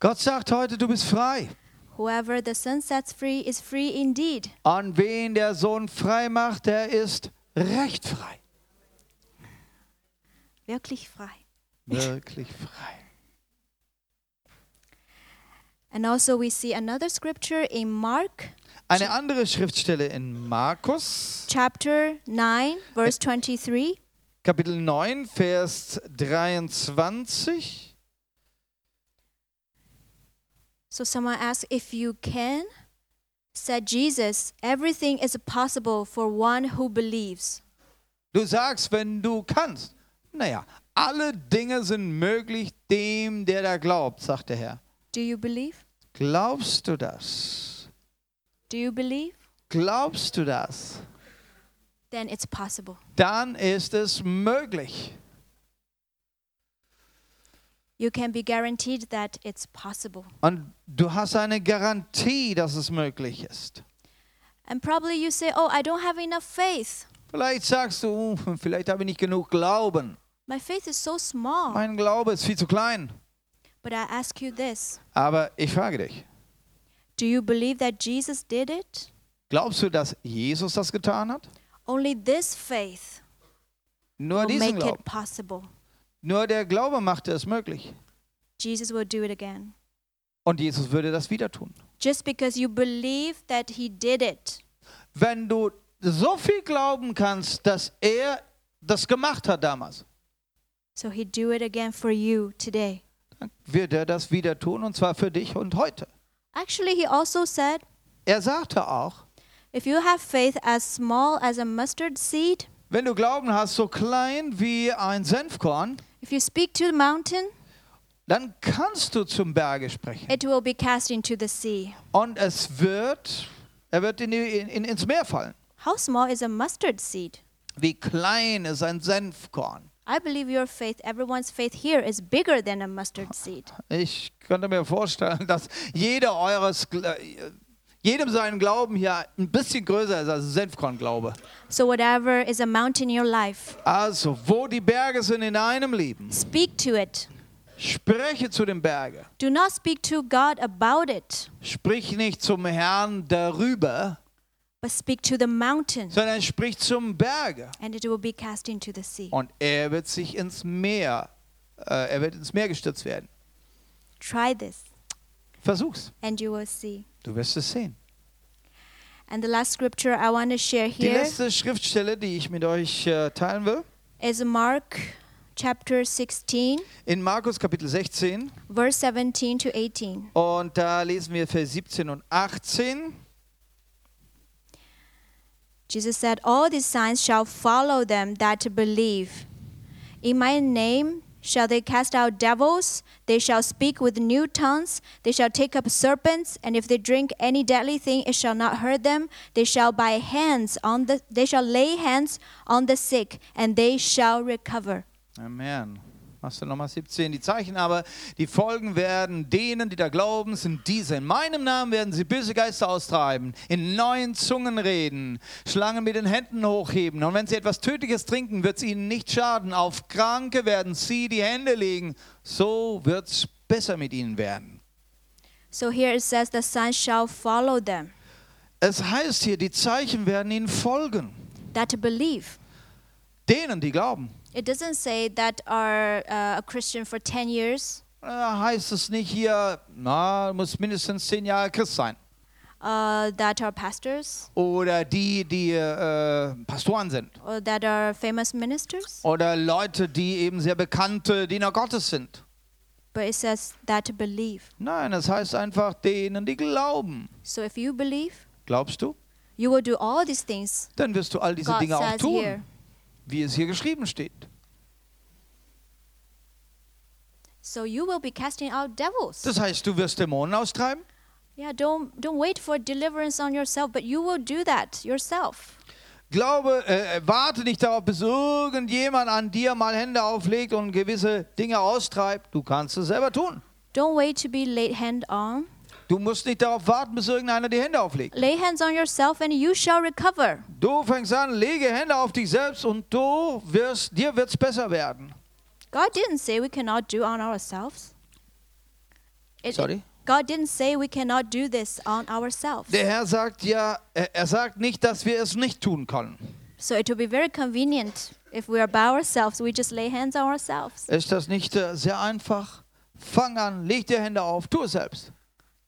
S3: Gott sagt heute, du bist frei.
S2: Whoever the sun sets free is free indeed.
S3: An wen der Sohn frei macht, der ist recht frei.
S2: Wirklich frei.
S3: Wirklich frei.
S2: And also we see another scripture in Mark
S3: Eine andere Schriftstelle in Markus,
S2: chapter 9 verse 23.
S3: Kapitel 9, Vers 23.
S2: So someone asked if you can said Jesus, everything is possible for one who believes.
S3: Du sagst, wenn du kannst. Naja, alle Dinge sind möglich dem, der da glaubt, sagt der Herr.
S2: Do you believe?
S3: Glaubst du das?
S2: Do you believe?
S3: Glaubst du das?
S2: Then it's possible.
S3: Dann ist es möglich.
S2: You can be guaranteed that it's possible.
S3: Und du hast eine Garantie, dass es möglich ist.
S2: And probably you say, "Oh, I don't have enough faith.
S3: Vielleicht sagst du, "Hm, vielleicht habe ich nicht genug Glauben.
S2: My faith is so small."
S3: Mein Glaube ist viel zu klein.
S2: But I ask you this.
S3: Aber ich frage dich,
S2: Do you believe that Jesus did it?
S3: glaubst du, dass Jesus das getan hat?
S2: Only this faith
S3: Nur
S2: will
S3: diesen
S2: make
S3: Glauben.
S2: it possible.
S3: Nur der Glaube machte es möglich.
S2: Jesus will do it again.
S3: Und Jesus würde das wieder tun.
S2: Just because you believe that he did it
S3: Wenn du so viel glauben kannst, dass er das gemacht hat damals,
S2: So he do it again for you today.
S3: dann wird er das wieder tun und zwar für dich und heute.
S2: Actually, he also said,
S3: Er sagte auch,
S2: if you have faith as small as a mustard seed,
S3: wenn du Glauben hast, so klein wie ein Senfkorn,
S2: if you speak to the mountain,
S3: dann kannst du zum Berge sprechen.
S2: it will be cast into the sea.
S3: Und es wird, er wird in die, in, in, ins Meer fallen.
S2: How small is a mustard seed?
S3: Wie klein ist ein Senfkorn?
S2: I believe your faith, everyone's faith here, is bigger than a mustard seed.
S3: Ich könnte mir vorstellen, dass jeder eures, Gla- jedem seinen Glauben hier ein bisschen größer ist als ein Senfkornglaube.
S2: So, whatever is a mountain in your life,
S3: Also, wo die Berge sind in einem Leben,
S2: speak to it.
S3: spreche zu den Bergen.
S2: Do not speak to God about it,
S3: Sprich nicht zum Herrn darüber,
S2: but speak to the mountain,
S3: sondern sprich zum Berge.
S2: and it will be cast into the sea.
S3: Und er wird sich ins Meer, äh, er wird ins Meer gestürzt werden.
S2: Try this.
S3: Versuch's.
S2: and you will see.
S3: Du wirst es sehen.
S2: And the last scripture I want to share
S3: Die
S2: here
S3: letzte Schriftstelle, die ich mit euch äh, teilen will,
S2: is Mark chapter 16,
S3: in Markus Kapitel 16
S2: verse 17 to 18.
S3: und da lesen wir Vers 17 und 18.
S2: Jesus said, All these signs shall follow them that believe. In my name shall they cast out devils, they shall speak with new tongues, they shall take up serpents, and if they drink any deadly thing it shall not hurt them, they shall by hands on the they shall lay hands on the sick, and they shall recover.
S3: Amen. Machst du nochmal 17. Die Zeichen aber, die Folgen werden denen, die da glauben, sind diese. In meinem Namen werden sie böse Geister austreiben, in neuen Zungen reden, Schlangen mit den Händen hochheben. Und wenn sie etwas Tödliches trinken, wird es ihnen nicht schaden. Auf Kranke werden sie die Hände legen. So wird es besser mit ihnen werden.
S2: So here it says the signs shall follow them
S3: Es heißt hier, die Zeichen werden ihnen folgen.
S2: that believe.
S3: Denen, die glauben.
S2: It doesn't say that are uh, a Christian for 10 years
S3: Da heißt es nicht hier, na, du musst mindestens zehn Jahre Christ sein.
S2: uh, that are pastors
S3: oder die, die äh, Pastoren sind
S2: or that are famous ministers,
S3: oder Leute, die eben sehr bekannte Diener Gottes sind.
S2: but it says that believe.
S3: Nein, das heißt einfach denen, die glauben.
S2: So if you believe,
S3: Glaubst du?
S2: you will do all these things
S3: Dann wirst du all diese
S2: God
S3: Dinge auch
S2: says
S3: tun,
S2: here.
S3: wie es hier geschrieben steht.
S2: So you will be casting out devils.
S3: Das heißt, du wirst Dämonen austreiben.
S2: Yeah, don't don't wait for deliverance on yourself, but you will do that yourself.
S3: Glaube, äh, warte nicht darauf, bis irgendjemand an dir mal Hände auflegt und gewisse Dinge austreibt. Du kannst es selber tun.
S2: Don't wait to be laid hand on.
S3: Du musst nicht darauf warten, bis irgendeiner die Hände auflegt.
S2: Lay hands on yourself and you shall recover.
S3: Du fängst an, lege Hände auf dich selbst und du wirst, dir wird es besser werden.
S2: God didn't say we cannot do on ourselves. It-
S3: Sorry?
S2: God didn't say we cannot do this on ourselves.
S3: Der Herr sagt ja, er er sagt nicht, dass wir es nicht tun können.
S2: So it will be very convenient if we are by ourselves. We just lay hands on ourselves.
S3: Ist das nicht äh, sehr einfach? Fang an, leg dir Hände auf, tu es selbst.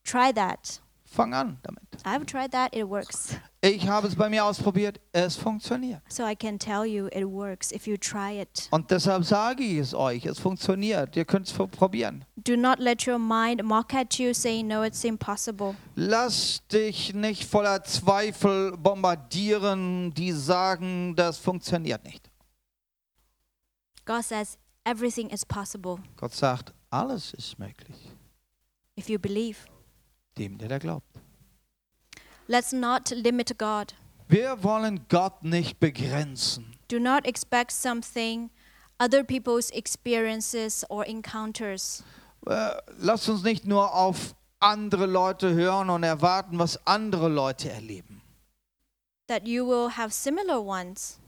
S2: Try that.
S3: Fang an damit.
S2: I've tried that. It works.
S3: Ich habe es bei mir ausprobiert, es funktioniert.
S2: So I can tell you it works if you try it.
S3: Und deshalb sage ich es euch, es funktioniert. Ihr könnt es pro- probieren.
S2: Do not let your mind mock at you saying, no, it's impossible.
S3: Lass dich nicht voller Zweifel bombardieren, die sagen, das funktioniert nicht.
S2: God says everything is possible
S3: Gott sagt, alles ist möglich,
S2: if you believe.
S3: dem, der da glaubt.
S2: Let's not limit God.
S3: Wir wollen Gott nicht begrenzen.
S2: Do not expect something other people's experiences or encounters.
S3: Äh, lasst uns nicht nur auf andere Leute hören und erwarten, was andere Leute erleben.
S2: That you will have similar ones.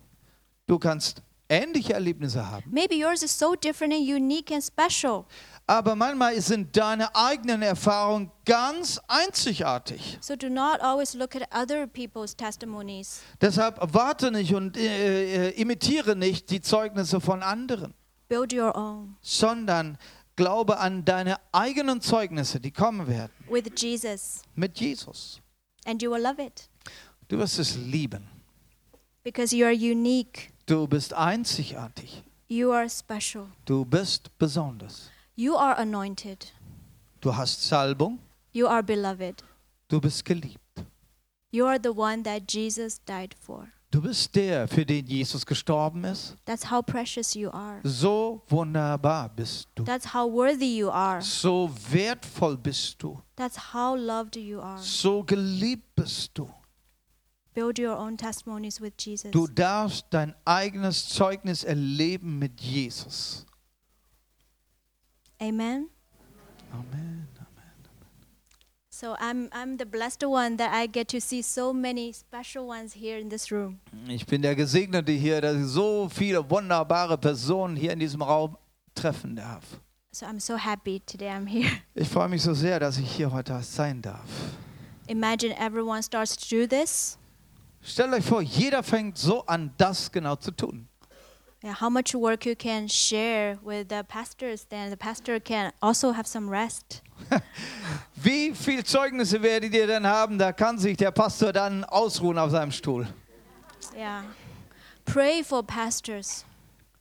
S3: Du kannst ähnliche Erlebnisse haben,
S2: Maybe yours is so different and unique and special.
S3: aber manchmal sind deine eigenen Erfahrungen ganz einzigartig.
S2: So do not always look at other people's testimonies.
S3: Deshalb warte nicht und äh, äh, imitiere nicht die Zeugnisse von anderen,
S2: Build your own
S3: sondern glaube an deine eigenen Zeugnisse, die kommen werden
S2: with Jesus,
S3: mit Jesus.
S2: and you will love it
S3: Du wirst es lieben.
S2: because you are unique.
S3: Du bist einzigartig.
S2: You are special.
S3: Du bist besonders.
S2: You are anointed.
S3: Du hast Salbung.
S2: You are beloved.
S3: Du bist geliebt.
S2: You are the one that Jesus died for.
S3: Du bist der, für den Jesus gestorben ist.
S2: That's how precious you are.
S3: So wunderbar bist du.
S2: That's how worthy you are.
S3: So wertvoll bist du.
S2: That's how loved you are.
S3: So geliebt bist du.
S2: Build your own testimonies with Jesus.
S3: Du darfst dein eigenes Zeugnis erleben mit Jesus.
S2: Amen.
S3: Amen.
S2: So I'm I'm the blessed one that I get to see so many special ones here in this room.
S3: Ich bin der Gesegnete hier, dass ich so viele wunderbare Personen hier in diesem Raum treffen darf.
S2: So I'm so happy today I'm here. [laughs]
S3: Ich freue mich so sehr, dass ich hier heute sein darf.
S2: Imagine everyone starts to do this.
S3: Stellt euch vor, jeder fängt so an, das genau zu tun.
S2: yeah, how much work you can share with the pastors, then the pastor can also have some rest.
S3: Wie viel Zeugnisse werdet ihr denn haben? Da kann sich der Pastor dann ausruhen auf seinem Stuhl.
S2: Yeah. Pray for pastors.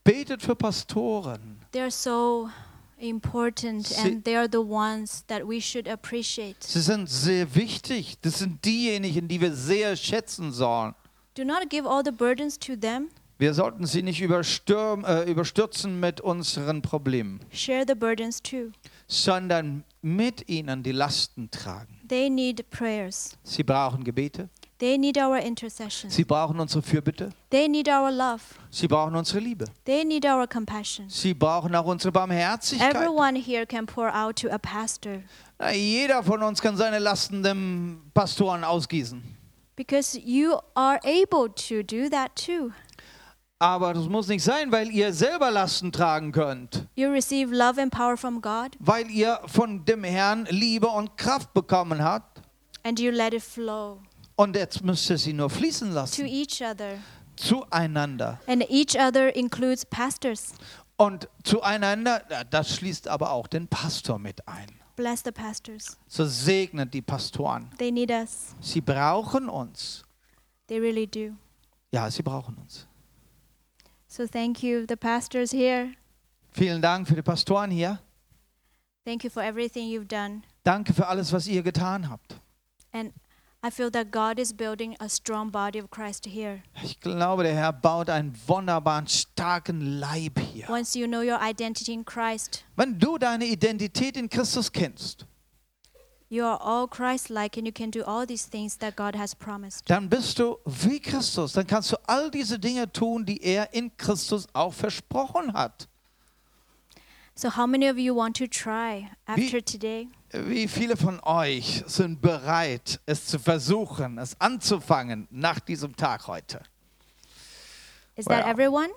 S3: Betet für Pastoren.
S2: They're so important
S3: Sie-
S2: and they are the ones that we should appreciate.
S3: Sie sind sehr wichtig. Das sind diejenigen, die wir sehr schätzen sollen.
S2: Do not give all the burdens to them.
S3: Wir sollten sie nicht überstürm, äh, überstürzen mit unseren Problemen,
S2: Share the burdens too.
S3: sondern mit ihnen die Lasten tragen.
S2: They need prayers.
S3: Sie brauchen Gebete,
S2: They need our intercession.
S3: sie brauchen unsere Fürbitte,
S2: They need our love.
S3: sie brauchen unsere Liebe,
S2: They need our compassion.
S3: sie brauchen auch unsere Barmherzigkeit.
S2: Everyone here can pour out to a pastor
S3: Na, jeder von uns kann seine Lasten dem Pastoren ausgießen.
S2: because you are able to do that too.
S3: Aber das muss nicht sein, weil ihr selber Lasten tragen könnt,
S2: You receive love and power from God
S3: weil ihr von dem Herrn Liebe und Kraft bekommen habt.
S2: and you let it flow
S3: Und jetzt müsst ihr sie nur fließen
S2: to
S3: lassen,
S2: each other.
S3: zueinander.
S2: And each other includes pastors.
S3: Und zueinander, na, das schließt aber auch den Pastor mit ein.
S2: Bless the pastors.
S3: So segnet die Pastoren.
S2: They need us.
S3: Sie brauchen uns.
S2: They really do.
S3: Ja, sie brauchen uns.
S2: So thank you, the pastors here.
S3: Vielen Dank für die Pastoren hier.
S2: Thank you for everything you've done.
S3: Danke für alles, was ihr getan habt.
S2: And I feel that God is building a strong body of Christ here.
S3: Ich glaube, der Herr baut einen wunderbaren, starken Leib hier.
S2: Once you know your identity in Christ,
S3: Wenn du deine Identität in Christus kennst,
S2: you are all Christ like and you can do all these things that God has promised.
S3: dann bist du wie Christus. Dann kannst du all diese Dinge tun, die er in Christus auch versprochen hat.
S2: So, how many of you want to try after today?
S3: Wie viele von euch sind bereit, es zu versuchen, es anzufangen nach diesem Tag heute?
S2: Is that
S3: Wow.
S2: everyone?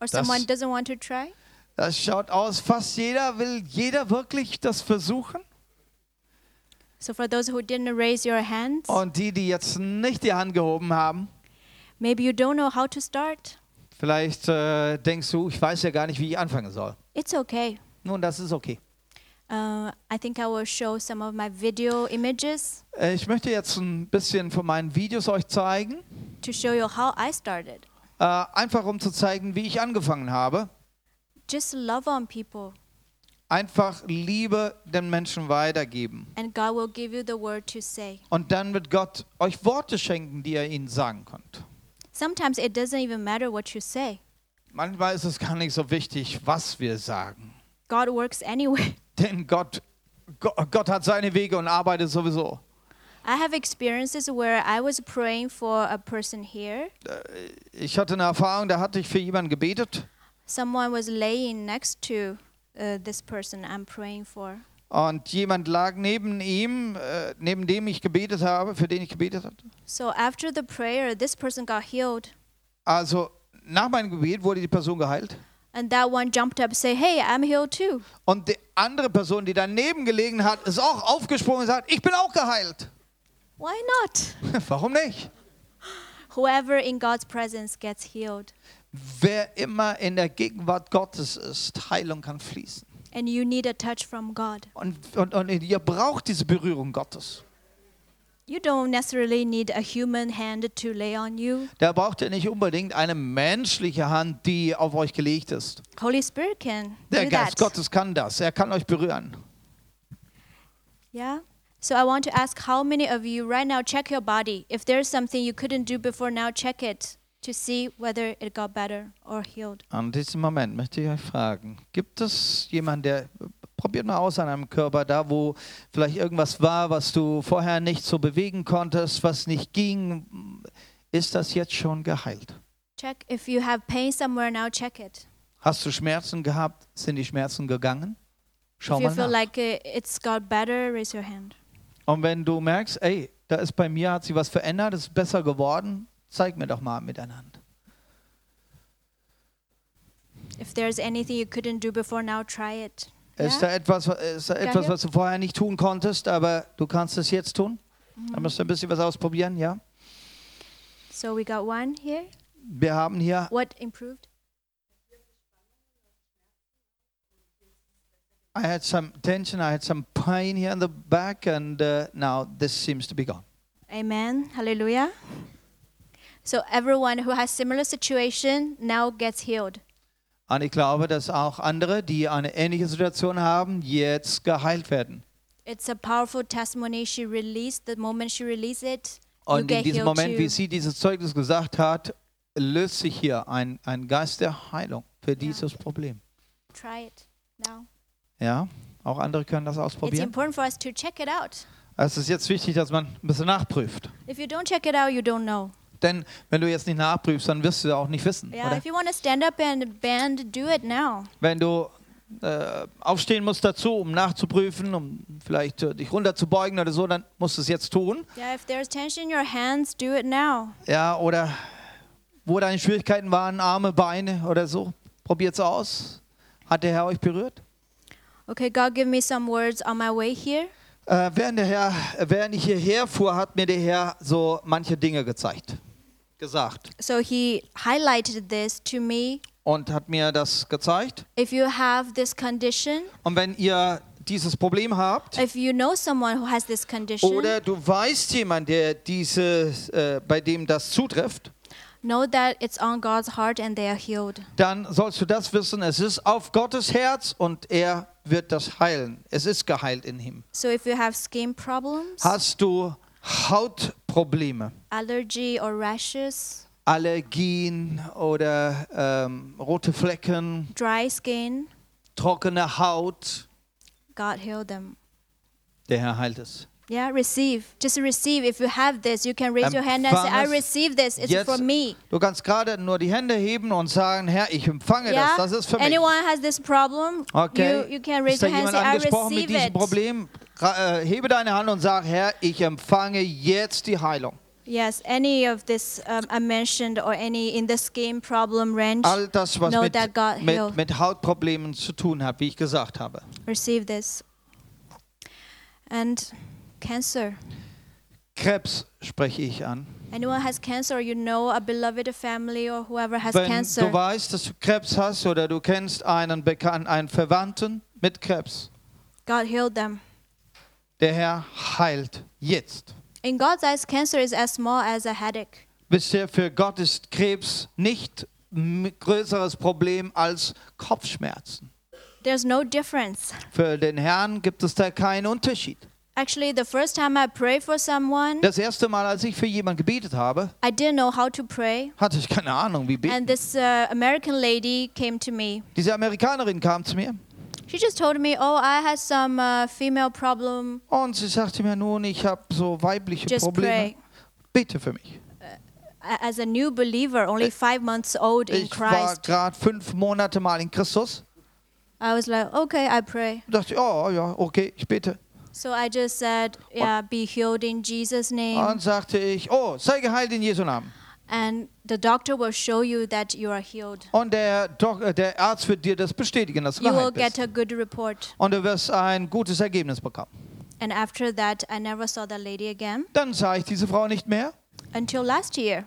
S2: Or someone
S3: That's-
S2: doesn't want to try?
S3: Das schaut aus, fast jeder will jeder wirklich das versuchen.
S2: So, for those who didn't raise your hands,
S3: Und die, die jetzt nicht die Hand gehoben haben,
S2: maybe you don't know how to start.
S3: vielleicht äh, denkst du, ich weiß ja gar nicht, wie ich anfangen soll.
S2: It's okay.
S3: Nun, das ist okay.
S2: Uh, I think I will show some of my video images
S3: Äh, ich möchte jetzt ein bisschen von meinen Videos euch zeigen,
S2: to show you how I started.
S3: äh, einfach um zu zeigen, wie ich angefangen habe.
S2: Just love on people,
S3: Einfach Liebe den Menschen weitergeben.
S2: and God will give you the word to say.
S3: Und dann wird Gott euch Worte schenken, die ihr ihnen sagen könnt.
S2: Sometimes it doesn't even matter what you say,
S3: Manchmal ist es gar nicht so wichtig, was wir sagen.
S2: God works [laughs] anyway.
S3: Denn Gott, Go- Gott hat seine Wege und arbeitet sowieso.
S2: I have experiences where I was praying for a person here.
S3: Ich hatte eine Erfahrung, da hatte ich für jemanden gebetet.
S2: Someone was laying next to uh, this person I'm praying for.
S3: Und jemand lag neben ihm, äh, neben dem ich gebetet habe, für den ich gebetet hatte.
S2: So after the prayer, this person got healed,
S3: Also nach meinem Gebet wurde die Person geheilt.
S2: and that one jumped up, say, "Hey, I'm healed too."
S3: Und die andere Person, die daneben gelegen hat, ist auch aufgesprungen und sagt, ich bin auch geheilt. [laughs]
S2: Why not?
S3: Warum nicht?
S2: Whoever in God's presence gets healed.
S3: Wer immer in der Gegenwart Gottes ist, Heilung kann fließen.
S2: And you need a touch from God.
S3: Und, und, und ihr braucht diese Berührung Gottes.
S2: You don't necessarily need a human hand to lay on you.
S3: Da braucht ihr nicht unbedingt eine menschliche Hand, die auf euch gelegt ist.
S2: Holy Spirit can
S3: Der
S2: do
S3: Geist
S2: that.
S3: Gottes kann das. Er kann euch berühren.
S2: Yeah. So I want to ask how many of you right now check your body. If there's something you couldn't do before now, check it to see whether it got better or healed.
S3: An diesem Moment möchte ich euch fragen, gibt es jemanden, der, probiert mal aus an einem Körper, da wo vielleicht irgendwas war, was du vorher nicht so bewegen konntest, was nicht ging, ist das jetzt schon geheilt?
S2: Check if you have pain somewhere now, check it.
S3: Hast du Schmerzen gehabt? Sind die Schmerzen gegangen? Schau
S2: if you
S3: mal
S2: feel
S3: nach.
S2: like uh, it's got better, raise your hand.
S3: Und wenn du merkst, ey, da ist bei mir, hat sich was verändert, ist besser geworden, zeig mir doch mal miteinander.
S2: If there's anything you couldn't do before now, try it.
S3: Ist da etwas, ist da etwas
S2: ja.
S3: was du vorher nicht tun konntest, aber du kannst es jetzt tun? Da
S2: Mhm.
S3: musst du ein bisschen was ausprobieren, ja?
S2: So we got one here.
S3: Wir haben hier
S2: What improved?
S3: I had some tension, I had some pain here in the back, and uh, now this seems to be gone.
S2: Amen. Hallelujah. So everyone who has similar situation now gets healed.
S3: Und ich glaube, dass auch andere, die eine ähnliche Situation haben, jetzt geheilt werden.
S2: It's a powerful testimony she released. The moment she released it, you
S3: Und in
S2: get
S3: diesem
S2: healed
S3: Moment,
S2: too.
S3: wie sie dieses Zeugnis gesagt hat, löst sich hier ein, ein Geist der Heilung für dieses Problem.
S2: Try it now.
S3: Ja, auch andere können das
S2: It's
S3: ausprobieren.
S2: important for us to check it out.
S3: Es ist jetzt wichtig, dass man ein bisschen nachprüft.
S2: If you don't check it out, you don't know.
S3: Denn wenn du jetzt nicht nachprüfst, dann wirst du ja auch nicht wissen.
S2: Yeah.
S3: Oder?
S2: If you want to stand up and bend, do it now.
S3: Wenn du äh, aufstehen musst dazu, um nachzuprüfen, um vielleicht äh, dich runterzubeugen oder so, dann musst du es jetzt tun.
S2: Yeah. If there's tension in your hands, do it now.
S3: Ja, oder wo deine Schwierigkeiten waren, Arme, Beine oder so, probiert's aus. Hat der Herr euch berührt?
S2: Okay. God, give me some words on my way here.
S3: Äh, während, der Herr, äh, während ich hierher fuhr, hat mir der Herr so manche Dinge gezeigt, gesagt
S2: So He highlighted this to me.
S3: und hat mir das gezeigt.
S2: If you have this condition,
S3: Und wenn ihr dieses Problem habt,
S2: if you know someone who has this condition,
S3: Oder du weißt jemand, der dieses, äh, bei dem das zutrifft,
S2: know that it's on God's heart and they are healed.
S3: dann sollst du das wissen. Es ist auf Gottes Herz und er wird das heilen. Es ist geheilt in ihm.
S2: So if you have skin problems,
S3: Hast du Hautprobleme,
S2: allergy or rashes,
S3: Allergien oder ähm, rote Flecken,
S2: dry skin,
S3: trockene Haut,
S2: God healed them.
S3: der Herr heilt es.
S2: Yeah, receive. Just receive. If you have this, you can raise your hand and say, I
S3: Empfanges
S2: receive this. It's
S3: Jetzt,
S2: for me.
S3: du kannst gerade nur die Hände heben und sagen, Herr, ich empfange
S2: Yeah?
S3: das, das ist für mich.
S2: Anyone has this problem,
S3: Okay.
S2: you, you can
S3: Ist
S2: raise
S3: da
S2: your hand and
S3: jemand
S2: say, I
S3: angesprochen mit
S2: receive
S3: diesem
S2: it.
S3: Problem? Ra- äh, Hebe deine Hand und sag, Herr, ich empfange jetzt die Heilung.
S2: Yes, any of this um, I mentioned or any in the skin problem range,
S3: All das, was
S2: know
S3: mit,
S2: that God
S3: mit,
S2: healed.
S3: mit Hautproblemen zu tun hat, wie ich gesagt habe.
S2: receive this. And cancer.
S3: Krebs spreche ich an.
S2: Anyone has cancer, or you know a beloved family or whoever has
S3: Wenn
S2: cancer.
S3: du weißt, dass du Krebs hast oder du kennst einen, Bekan einen Verwandten mit Krebs,
S2: God healed them.
S3: der Herr heilt jetzt.
S2: In God's eyes, cancer is as small as a headache.
S3: Bisher für Gott ist Krebs nicht ein größeres Problem als Kopfschmerzen.
S2: There's no difference.
S3: Für den Herrn gibt es da keinen Unterschied.
S2: Actually, the first time I prayed for someone,
S3: Das erste Mal, als ich für jemanden gebetet habe,
S2: I didn't know how to pray.
S3: hatte ich keine Ahnung, wie beten.
S2: And this uh, American lady came to me.
S3: Diese Amerikanerin kam zu mir
S2: She just told me, Oh, I had some uh, female problem.
S3: und sie sagte mir nun, ich habe so weibliche
S2: Just
S3: Probleme.
S2: pray.
S3: Bete für mich.
S2: A- As a new believer, only five months old in
S3: Ich war
S2: Christ,
S3: gerade fünf Monate mal in Christus.
S2: I was like, Okay, I pray.
S3: Und dachte, oh ja, okay, ich bete.
S2: So I just said, Yeah, be healed in Jesus' name.
S3: Und sagte ich, oh, sei geheilt in Jesu Namen.
S2: And the doctor will show you that you are healed.
S3: Und der, Doc, äh, der Arzt wird dir das bestätigen, dass du
S2: You will get
S3: geheilt bist.
S2: a good report.
S3: Und du wirst ein gutes Ergebnis bekommen.
S2: And after that, I never saw that lady again
S3: Dann sah ich diese Frau nicht mehr.
S2: until last year.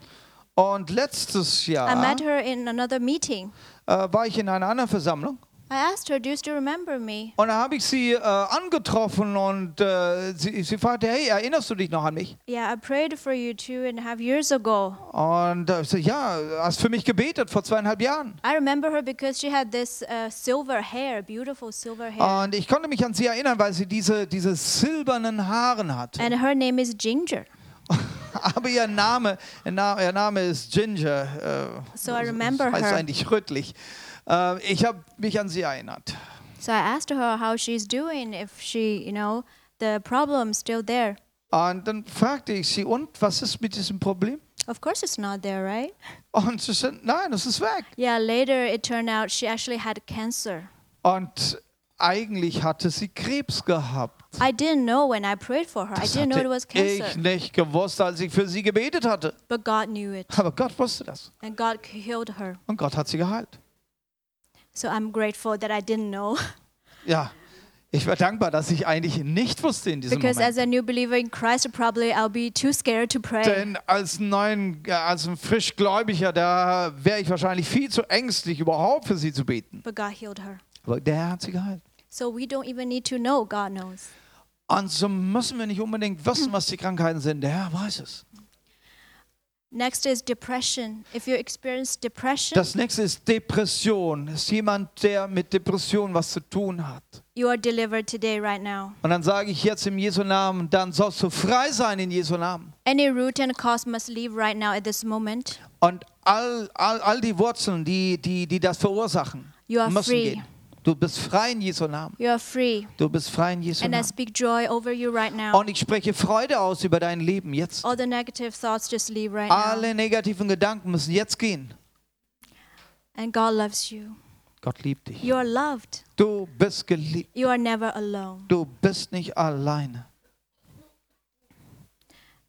S3: Und letztes Jahr
S2: I met her in another meeting.
S3: äh, war ich in einer anderen Versammlung.
S2: I asked her, Do you still remember me?
S3: Und da habe ich sie äh, angetroffen und äh, sie, sie fragte, hey, erinnerst du dich noch an mich?
S2: Yeah, I prayed for you two and a half years ago.
S3: Und äh, ich so, ja, hast für mich gebetet vor zweieinhalb Jahren.
S2: I remember her because she had this uh, silver hair, beautiful silver hair.
S3: Und ich konnte mich an sie erinnern, weil sie diese, diese silbernen Haaren hat.
S2: and her name is Ginger.
S3: [laughs] Aber ihr Name, ihr Na- ihr Name ist Ginger. Äh,
S2: So I remember
S3: heißt
S2: her.
S3: eigentlich rötlich. Äh, ich habe mich an sie erinnert.
S2: So I asked her how she's doing, if she, you know, the problem's still there.
S3: Und dann fragte ich sie, und was ist mit diesem Problem?
S2: Of course, it's not there, right?
S3: Und sie sagte, nein, es ist weg.
S2: Yeah, later it turned out she actually had cancer.
S3: Und eigentlich hatte sie Krebs gehabt.
S2: I didn't know when I prayed for her. I
S3: Das
S2: didn't know it was
S3: hatte ich
S2: cancer.
S3: nicht gewusst, als ich für sie gebetet hatte.
S2: But God knew it,
S3: Aber Gott wusste das.
S2: and God healed her.
S3: Und Gott hat sie geheilt.
S2: So I'm grateful that I didn't know.
S3: Ja, ich war dankbar, dass ich eigentlich nicht wusste in diesem
S2: Because as
S3: Moment.
S2: a new believer in Christ, probably I'll be too scared to pray.
S3: Denn als, neuen, äh, als ein Frischgläubiger, da wäre ich wahrscheinlich viel zu ängstlich, überhaupt für sie zu beten.
S2: But God healed her.
S3: Aber der Herr hat sie geheilt.
S2: So we don't even need to know, God knows.
S3: Und so Also müssen wir nicht unbedingt wissen, was die Krankheiten sind. Der Herr weiß es.
S2: Next is depression. If you experience depression,
S3: Das nächste ist Depression. Ist jemand, der mit Depression was zu tun hat.
S2: you are delivered today, right now.
S3: Und dann sage ich jetzt im Jesu Namen, dann sollst du frei sein in Jesu Namen.
S2: Any root and cause must leave right now at this moment.
S3: Und all, all, all die Wurzeln, die, die, die das verursachen,
S2: You are
S3: müssen
S2: free.
S3: gehen. Du bist frei in Jesu Namen.
S2: You are free.
S3: Du bist frei in Jesu
S2: And I
S3: Namen.
S2: speak joy over you right now.
S3: Und ich spreche Freude aus über dein Leben jetzt.
S2: All the negative thoughts just leave right now.
S3: Alle negativen Gedanken müssen jetzt gehen.
S2: And God loves you.
S3: Gott liebt dich.
S2: You are loved.
S3: Du bist geliebt.
S2: You are never alone.
S3: Du bist nicht alleine.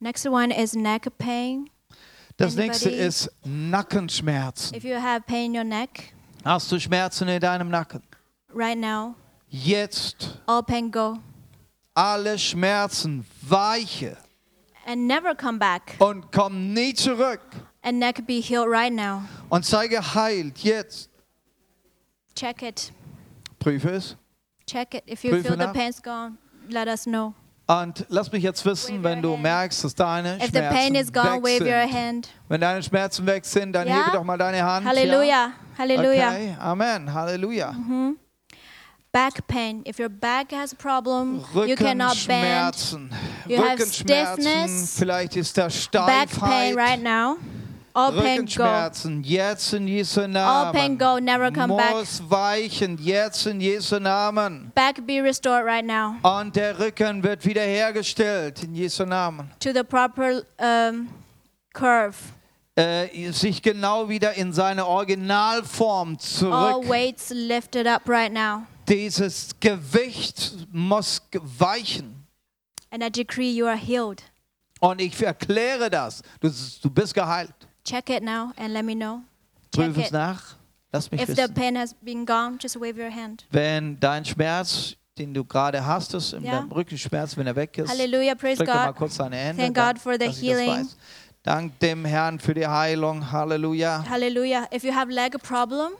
S2: Next one is neck pain.
S3: Das nächste
S2: Anybody?
S3: ist Nackenschmerzen.
S2: If you have pain in your neck
S3: Hast du Schmerzen in deinem Nacken?
S2: right now,
S3: Jetzt
S2: all pain go
S3: alle Schmerzen weiche
S2: and never come back.
S3: und komm nie zurück
S2: And neck be healed right now.
S3: und sei geheilt jetzt.
S2: Check it.
S3: Prüfe es.
S2: Check it. If you
S3: Prüfe
S2: feel the
S3: nach.
S2: pain's gone, let us know.
S3: Und lass mich jetzt wissen,
S2: Wave
S3: wenn
S2: your
S3: du
S2: hand.
S3: merkst, dass deine
S2: If the
S3: Schmerzen
S2: pain is gone,
S3: weg
S2: wave
S3: sind.
S2: your hand.
S3: Wenn deine Schmerzen weg sind, dann
S2: Ja?
S3: hebe doch mal deine Hand. Ja?
S2: Hallelujah. Hallelujah.
S3: Okay. Amen. Halleluja.
S2: Mhm. Back pain. If your back has a problem, you cannot bend.
S3: Rückenschmerzen.
S2: You have
S3: Rückenschmerzen.
S2: stiffness.
S3: Vielleicht ist da
S2: Back pain
S3: Steifheit.
S2: right now. All pain go.
S3: Rückenschmerzen. Jetzt in Jesu Namen.
S2: All pain go. Never come back.
S3: Muss weichen. Jetzt in Jesu Namen.
S2: Back be restored right now
S3: Und der Rücken wird wiederhergestellt in Jesu Namen.
S2: to the proper um, curve.
S3: Äh, sich genau wieder in seine
S2: Oh,
S3: Originalform
S2: All
S3: zurück.
S2: weights lifted up right now.
S3: Dieses Gewicht muss ge- weichen.
S2: And I decree you are healed.
S3: Und ich erkläre das. Du, du bist geheilt.
S2: Check it now and let me know. Check
S3: Prüfe es
S2: it.
S3: nach. Lass mich
S2: If the
S3: wissen.
S2: pain has been gone, just wave your hand.
S3: Wenn dein Schmerz, den du gerade hast, ist, in
S2: Ja.
S3: deinem Rückenschmerz, wenn er weg ist,
S2: Hallelujah. Praise
S3: Strecke mal
S2: God.
S3: kurz deine Hände.
S2: Thank
S3: dann-
S2: God for the
S3: dass ich das
S2: healing.
S3: weiß. Dank dem Herrn für die Heilung. Halleluja.
S2: Hallelujah. If you have leg problem,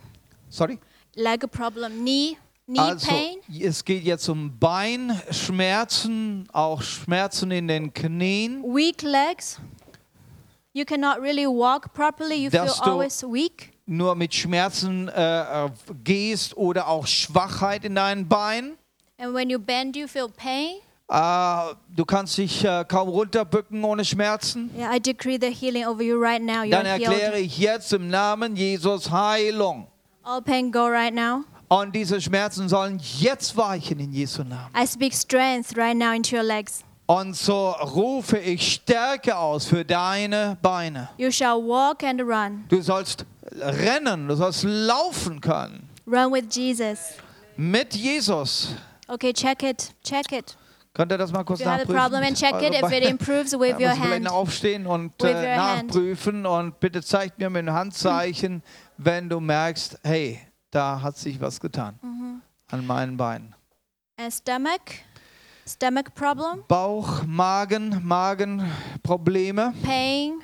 S3: Sorry.
S2: leg problem, knee, knee
S3: Also,
S2: pain,
S3: es geht jetzt um Beinschmerzen, auch Schmerzen in den Knien,
S2: weak legs, you cannot really walk properly, you feel
S3: Dass du-
S2: always weak.
S3: nur mit Schmerzen äh, äh, gehst oder auch Schwachheit in deinen Beinen.
S2: And when you bend, you feel pain.
S3: Äh, du kannst dich äh, kaum runterbücken ohne Schmerzen.
S2: Yeah, I decree the healing over you right now. You
S3: Dann
S2: are
S3: erkläre
S2: healed.
S3: ich jetzt im Namen Jesus Heilung.
S2: All pain go right now.
S3: Und diese Schmerzen sollen jetzt weichen in Jesu Namen.
S2: I speak strength right now into your legs.
S3: Und so rufe ich Stärke aus für deine Beine.
S2: You shall walk and run.
S3: Du sollst rennen, du sollst laufen können.
S2: Run with Jesus.
S3: Mit Jesus.
S2: Okay, check it. Check it.
S3: Könnt ihr das mal kurz
S2: If you have a
S3: nachprüfen?
S2: problem and check it, if it
S3: Beine-
S2: improves,
S3: Ja,
S2: wave your
S3: müssen vielleicht
S2: hand.
S3: noch aufstehen und
S2: Wave
S3: äh,
S2: your hand.
S3: nachprüfen und bitte zeigt mir mit dem Handzeichen, wenn du merkst, hey, da hat sich was getan
S2: Mhm.
S3: an meinen Beinen.
S2: And stomach, stomach problem,
S3: Bauch, Magen, Magenprobleme,
S2: pain,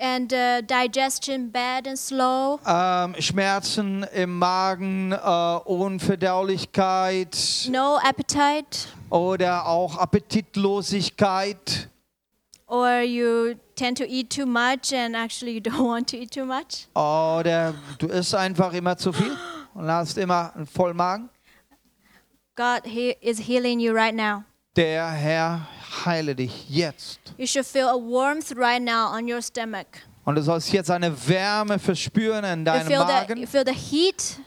S2: and uh, digestion bad and slow.
S3: ähm, Schmerzen im Magen, äh, Unverdaulichkeit
S2: No appetite,
S3: oder auch Appetitlosigkeit.
S2: or you tend to eat too much and actually you [laughs] don't want to eat too much.
S3: Oder du isst einfach immer zu viel und hast immer einen vollen Magen.
S2: God he is healing you right now.
S3: Der Herr heile dich jetzt.
S2: You should feel a warmth right now on your stomach.
S3: Und du sollst jetzt eine Wärme verspüren in
S2: You
S3: deinem
S2: feel, the, you
S3: Magen,
S2: feel the heat,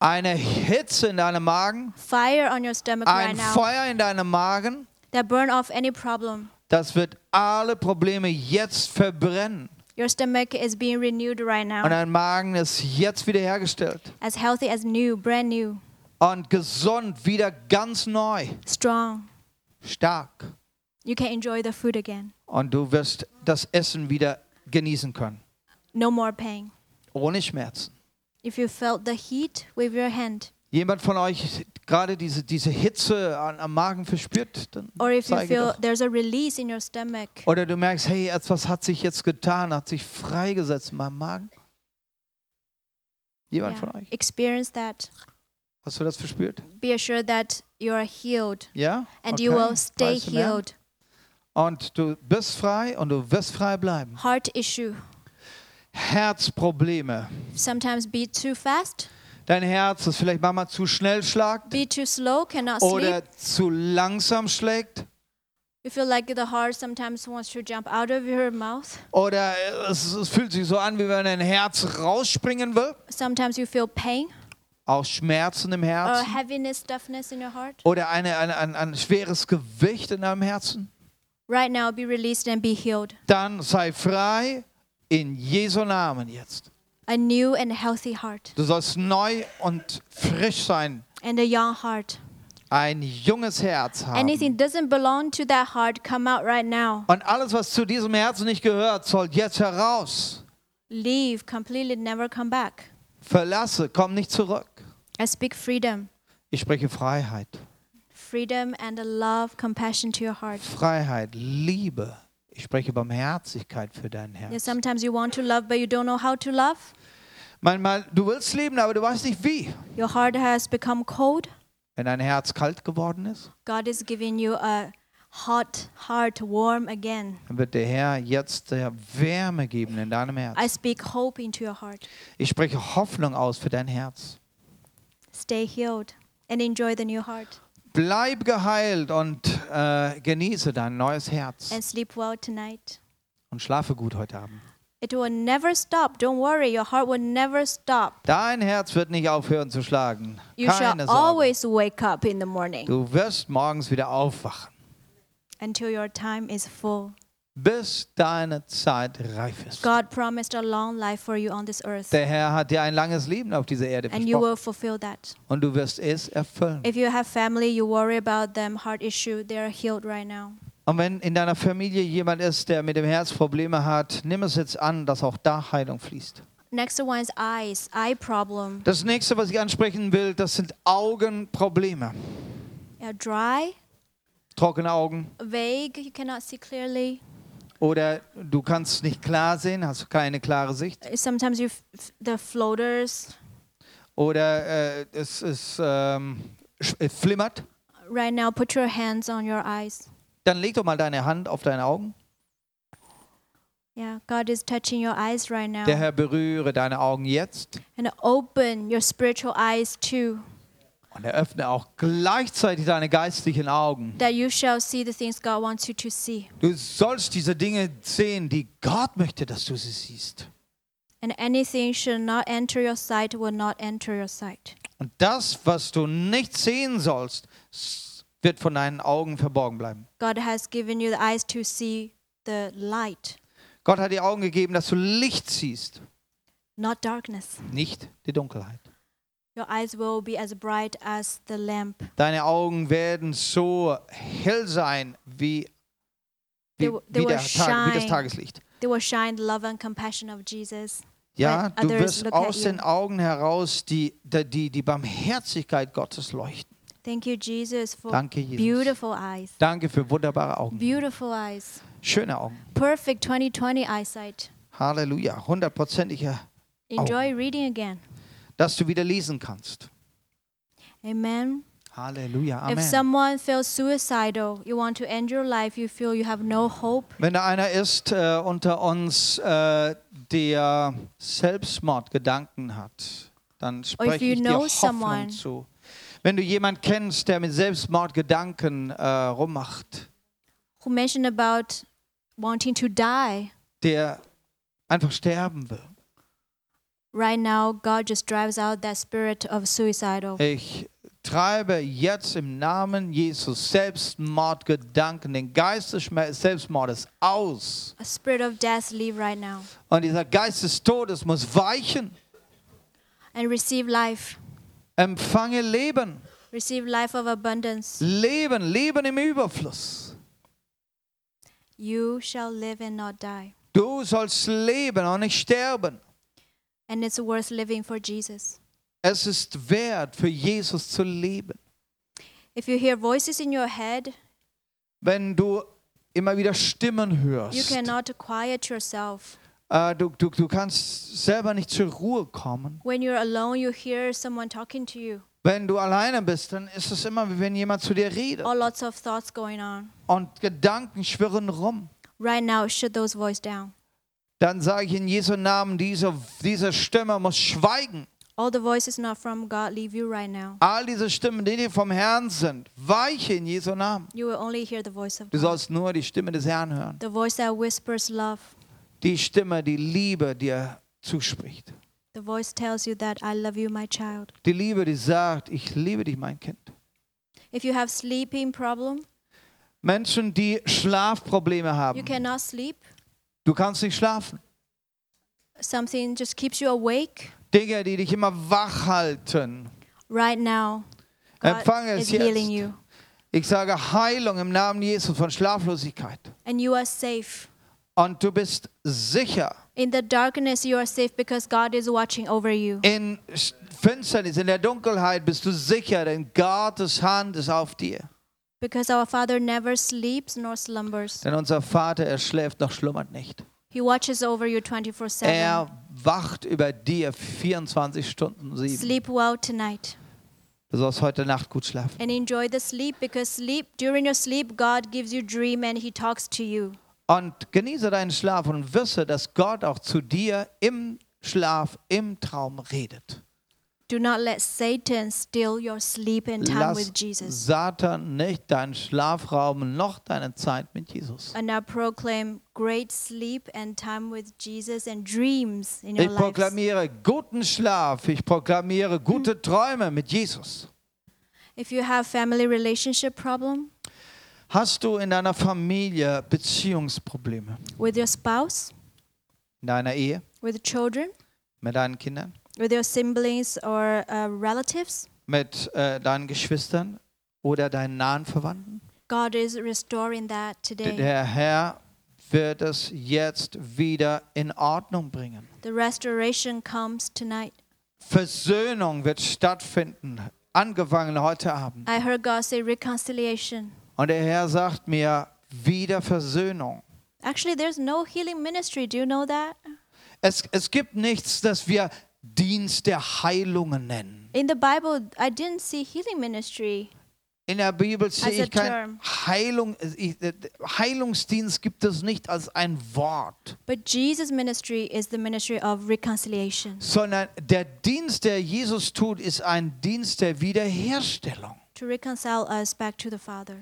S3: eine Hitze in deinem Magen,
S2: fire on your stomach right
S3: ein
S2: now
S3: Feuer in deinem Magen.
S2: that burn off any problem.
S3: Das wird alle Probleme jetzt verbrennen.
S2: Your stomach is being renewed right now.
S3: Und dein Magen ist jetzt wiederhergestellt
S2: as healthy as new, brand new,
S3: und gesund, wieder ganz neu,
S2: strong.
S3: stark.
S2: You can enjoy the food again.
S3: Und du wirst das Essen wieder genießen können,
S2: No more pain.
S3: ohne Schmerzen.
S2: If you felt the heat, wave your hand.
S3: Jemand von euch gerade diese, diese Hitze an, am Magen verspürt, dann
S2: Or if you
S3: zeige
S2: feel
S3: doch.
S2: there's a release in your stomach,
S3: Oder du merkst, hey, etwas hat sich jetzt getan, hat sich freigesetzt in meinem Magen. Jemand
S2: yeah,
S3: von euch?
S2: experience that.
S3: Hast du das verspürt?
S2: Be assured that you are healed
S3: Ja?
S2: and you will stay
S3: Weißt du mehr?
S2: healed.
S3: Und du bist frei und du wirst frei bleiben.
S2: Heart issue.
S3: Herzprobleme.
S2: Sometimes be too fast,
S3: Dein Herz ist vielleicht manchmal zu schnell schlagt
S2: be too slow, cannot sleep.
S3: oder zu langsam schlägt
S2: You feel like the heart sometimes wants to jump out of your mouth.
S3: oder es, es fühlt sich so an, wie wenn dein Herz rausspringen will.
S2: Sometimes you feel pain
S3: Auch Schmerzen im
S2: or
S3: Herzen
S2: heaviness, stuffness in your heart.
S3: oder eine, eine, ein, ein schweres Gewicht in deinem Herzen.
S2: Right now, be released and be healed.
S3: Dann sei frei in Jesu Namen jetzt.
S2: A new and healthy heart
S3: Du sollst neu und frisch sein,
S2: and a young heart.
S3: ein junges Herz haben.
S2: Anything doesn't belong to that heart, come out right now.
S3: Und alles, was zu diesem Herzen nicht gehört, soll jetzt heraus.
S2: Leave completely, never come back.
S3: Verlasse, komm nicht zurück.
S2: I speak freedom,
S3: Ich spreche Freiheit.
S2: freedom and a love, compassion to your heart.
S3: Freiheit, Liebe. Ich spreche Barmherzigkeit für dein
S2: Yeah,
S3: Herz.
S2: sometimes you want to love, but you don't know how to love.
S3: Manchmal, du willst lieben, aber du weißt nicht wie.
S2: Your heart has become cold.
S3: Wenn dein Herz kalt geworden ist,
S2: God is giving you a hot heart, warm again.
S3: dann wird der Herr jetzt der Wärme geben in deinem Herz.
S2: I speak hope into your heart.
S3: Ich spreche Hoffnung aus für dein Herz.
S2: Stay healed and enjoy the new heart
S3: Bleib geheilt und äh, genieße dein neues Herz
S2: and sleep well tonight.
S3: und schlafe gut heute Abend.
S2: It will never stop. Don't worry. Your heart will never stop.
S3: Dein Herz wird nicht aufhören zu schlagen.
S2: You
S3: Keine
S2: shall
S3: Sorge.
S2: always wake up in the morning
S3: Du wirst morgens wieder aufwachen,
S2: until your time is full.
S3: bis deine Zeit reif ist.
S2: God promised a long life for you on this earth,
S3: Der Herr hat dir ein langes Leben auf dieser Erde
S2: and you
S3: versprochen
S2: will fulfill that.
S3: und du wirst es erfüllen.
S2: If you have family, you worry about them, heart issue, they are healed right now.
S3: Und wenn in deiner Familie jemand ist, der mit dem Herz Probleme hat, nimm es jetzt an, dass auch da Heilung fließt.
S2: Next one is eyes, eye problem.
S3: Das nächste, was ich ansprechen will, das sind Augenprobleme.
S2: Yeah, dry,
S3: Trockene Augen
S2: vague, you cannot see clearly.
S3: oder du kannst nicht klar sehen, hast keine klare Sicht
S2: Uh, Sometimes you f- f- the floaters.
S3: oder äh, es ist ähm, sch- äh, flimmert.
S2: Right now, put your hands on your eyes.
S3: Dann leg doch mal deine Hand auf deine Augen.
S2: Yeah, God is touching your eyes right now.
S3: Der Herr berühre deine Augen jetzt
S2: and open your spiritual eyes too,
S3: und eröffne auch gleichzeitig deine geistlichen Augen.
S2: that you shall see the things God wants you to see.
S3: Du sollst diese Dinge sehen, die Gott möchte, dass du sie siehst.
S2: And anything should not enter your sight will not enter your sight.
S3: Und das, was du nicht sehen sollst, s- wird von deinen Augen verborgen bleiben.
S2: God has given you the eyes to see the light,
S3: Gott hat dir Augen gegeben, dass du Licht siehst,
S2: not darkness.
S3: nicht die Dunkelheit.
S2: Your eyes will be as bright as the lamp.
S3: Deine Augen werden so hell sein wie,
S2: They
S3: wie,
S2: will- they
S3: wie, der
S2: will
S3: Tag, wie das
S2: shine.
S3: Tageslicht.
S2: They will shine the love and compassion of Jesus.
S3: Ja,
S2: When
S3: du
S2: others
S3: wirst
S2: look at
S3: aus
S2: you.
S3: den Augen heraus die, die, die, die Barmherzigkeit Gottes leuchten.
S2: Thank you, Jesus, for
S3: Danke, Jesus.
S2: beautiful eyes.
S3: Danke für wunderbare Augen,
S2: Beautiful eyes.
S3: schöne Augen.
S2: Perfect 2020 eyesight.
S3: Halleluja, hundertprozentig, Oh.
S2: Enjoy reading again.
S3: dass du wieder lesen kannst.
S2: Amen.
S3: Halleluja,
S2: If
S3: Amen.
S2: someone feels suicidal, you want to end your life, you feel you have no hope,
S3: Wenn da einer ist äh, unter uns, äh, der Selbstmordgedanken hat, dann
S2: if
S3: spreche
S2: you
S3: ich dir
S2: know
S3: Hoffnung
S2: someone-
S3: zu. Wenn du jemanden kennst, der mit Selbstmordgedanken äh, rummacht,
S2: who mentioned about wanting to die,
S3: der einfach sterben will.
S2: right now God just drives out that spirit of suicidal.
S3: Ich treibe jetzt im Namen Jesus Selbstmordgedanken, den Geist des Schmer- Selbstmordes aus.
S2: A spirit of death leave right now
S3: Und dieser Geist des Todes muss weichen.
S2: and receive life.
S3: Empfange Leben.
S2: Receive life of abundance.
S3: Leben, Leben im Überfluss.
S2: You shall live and not die.
S3: Du sollst leben und nicht sterben.
S2: And it's worth living for Jesus.
S3: Es ist wert, für Jesus zu leben.
S2: If you hear voices in your head,
S3: Wenn du immer wieder Stimmen
S2: you
S3: hörst,
S2: cannot quiet yourself.
S3: äh, du, du, du kannst selber nicht zur Ruhe kommen.
S2: When you're alone, you hear someone talking to you.
S3: Wenn du alleine bist, dann ist es immer, wie wenn jemand zu dir redet.
S2: or lots of thoughts going on.
S3: Und Gedanken schwirren rum.
S2: Right now, shut those voices down.
S3: Dann sage ich in Jesu Namen, diese, diese Stimme muss schweigen.
S2: All the voices not from God leave you right now.
S3: All diese Stimmen, die dir vom Herrn sind, weiche in Jesu Namen.
S2: You will only hear the voice of
S3: Du
S2: God,
S3: sollst nur die Stimme des Herrn hören.
S2: the voice that whispers love,
S3: Die Stimme, die Liebe dir zuspricht.
S2: the voice tells you that I love you, my child.
S3: Die Liebe, die sagt, ich liebe dich, mein Kind.
S2: If you have sleeping problem,
S3: Menschen, die Schlafprobleme
S2: you
S3: haben.
S2: cannot sleep.
S3: Du kannst nicht schlafen.
S2: Something just keeps you awake.
S3: Dinge, die dich immer wach halten.
S2: Right now, God
S3: Empfange
S2: is
S3: es
S2: healing
S3: jetzt.
S2: you,
S3: Ich sage Heilung im Namen Jesu von Schlaflosigkeit.
S2: and you are safe.
S3: Und du bist sicher
S2: In the darkness, you are safe because God is watching over you.
S3: in S- Finsternis, in der Dunkelheit bist du sicher, denn Gottes Hand ist auf dir.
S2: Because our Father never sleeps nor slumbers.
S3: Denn unser Vater, er schläft noch schlummert nicht.
S2: He watches over you 24 7.
S3: Er wacht über dir 24 Stunden sieben.
S2: Sleep well tonight
S3: Du sollst heute Nacht gut schlafen.
S2: and enjoy the sleep because sleep during your sleep God gives you dream and he talks to you.
S3: Und genieße deinen Schlaf und wisse, dass Gott auch zu dir im Schlaf, im Traum redet.
S2: Do not let Satan steal your sleep and time
S3: Lass
S2: with Jesus.
S3: Satan nicht deinen Schlafraum noch deine Zeit mit Jesus.
S2: And I proclaim great sleep and time with Jesus and dreams in your
S3: Ich
S2: life.
S3: proklamiere guten Schlaf, ich proklamiere gute Träume mit Jesus.
S2: If you have family relationship problem
S3: Hast du in deiner Familie Beziehungsprobleme?
S2: with your spouse,
S3: In deiner Ehe?
S2: with children,
S3: Mit deinen Kindern?
S2: with your siblings or uh, relatives,
S3: Mit äh, deinen Geschwistern? Oder deinen nahen Verwandten?
S2: God is restoring that
S3: D-
S2: today.
S3: Der Herr wird es jetzt wieder in Ordnung bringen.
S2: The restoration comes tonight.
S3: Versöhnung wird stattfinden, angefangen heute Abend.
S2: I heard God say reconciliation.
S3: Und der Herr sagt mir, wieder Versöhnung.
S2: Actually, there's no healing ministry. Do you know that?
S3: Es, es gibt nichts, das wir Dienst der Heilungen nennen.
S2: In the Bible, I didn't see healing ministry.
S3: In der Bibel
S2: As a
S3: sehe ich kein
S2: term.
S3: Heilung, ich- äh, Heilungsdienst gibt es nicht als ein Wort,
S2: But Jesus' ministry is the ministry of reconciliation.
S3: sondern der Dienst, der Jesus tut, ist ein Dienst der Wiederherstellung.
S2: To reconcile us back to the Father.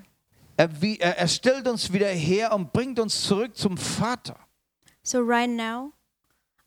S3: Er, wie, er, er stellt uns wieder her und bringt uns zurück zum Vater.
S2: So right now,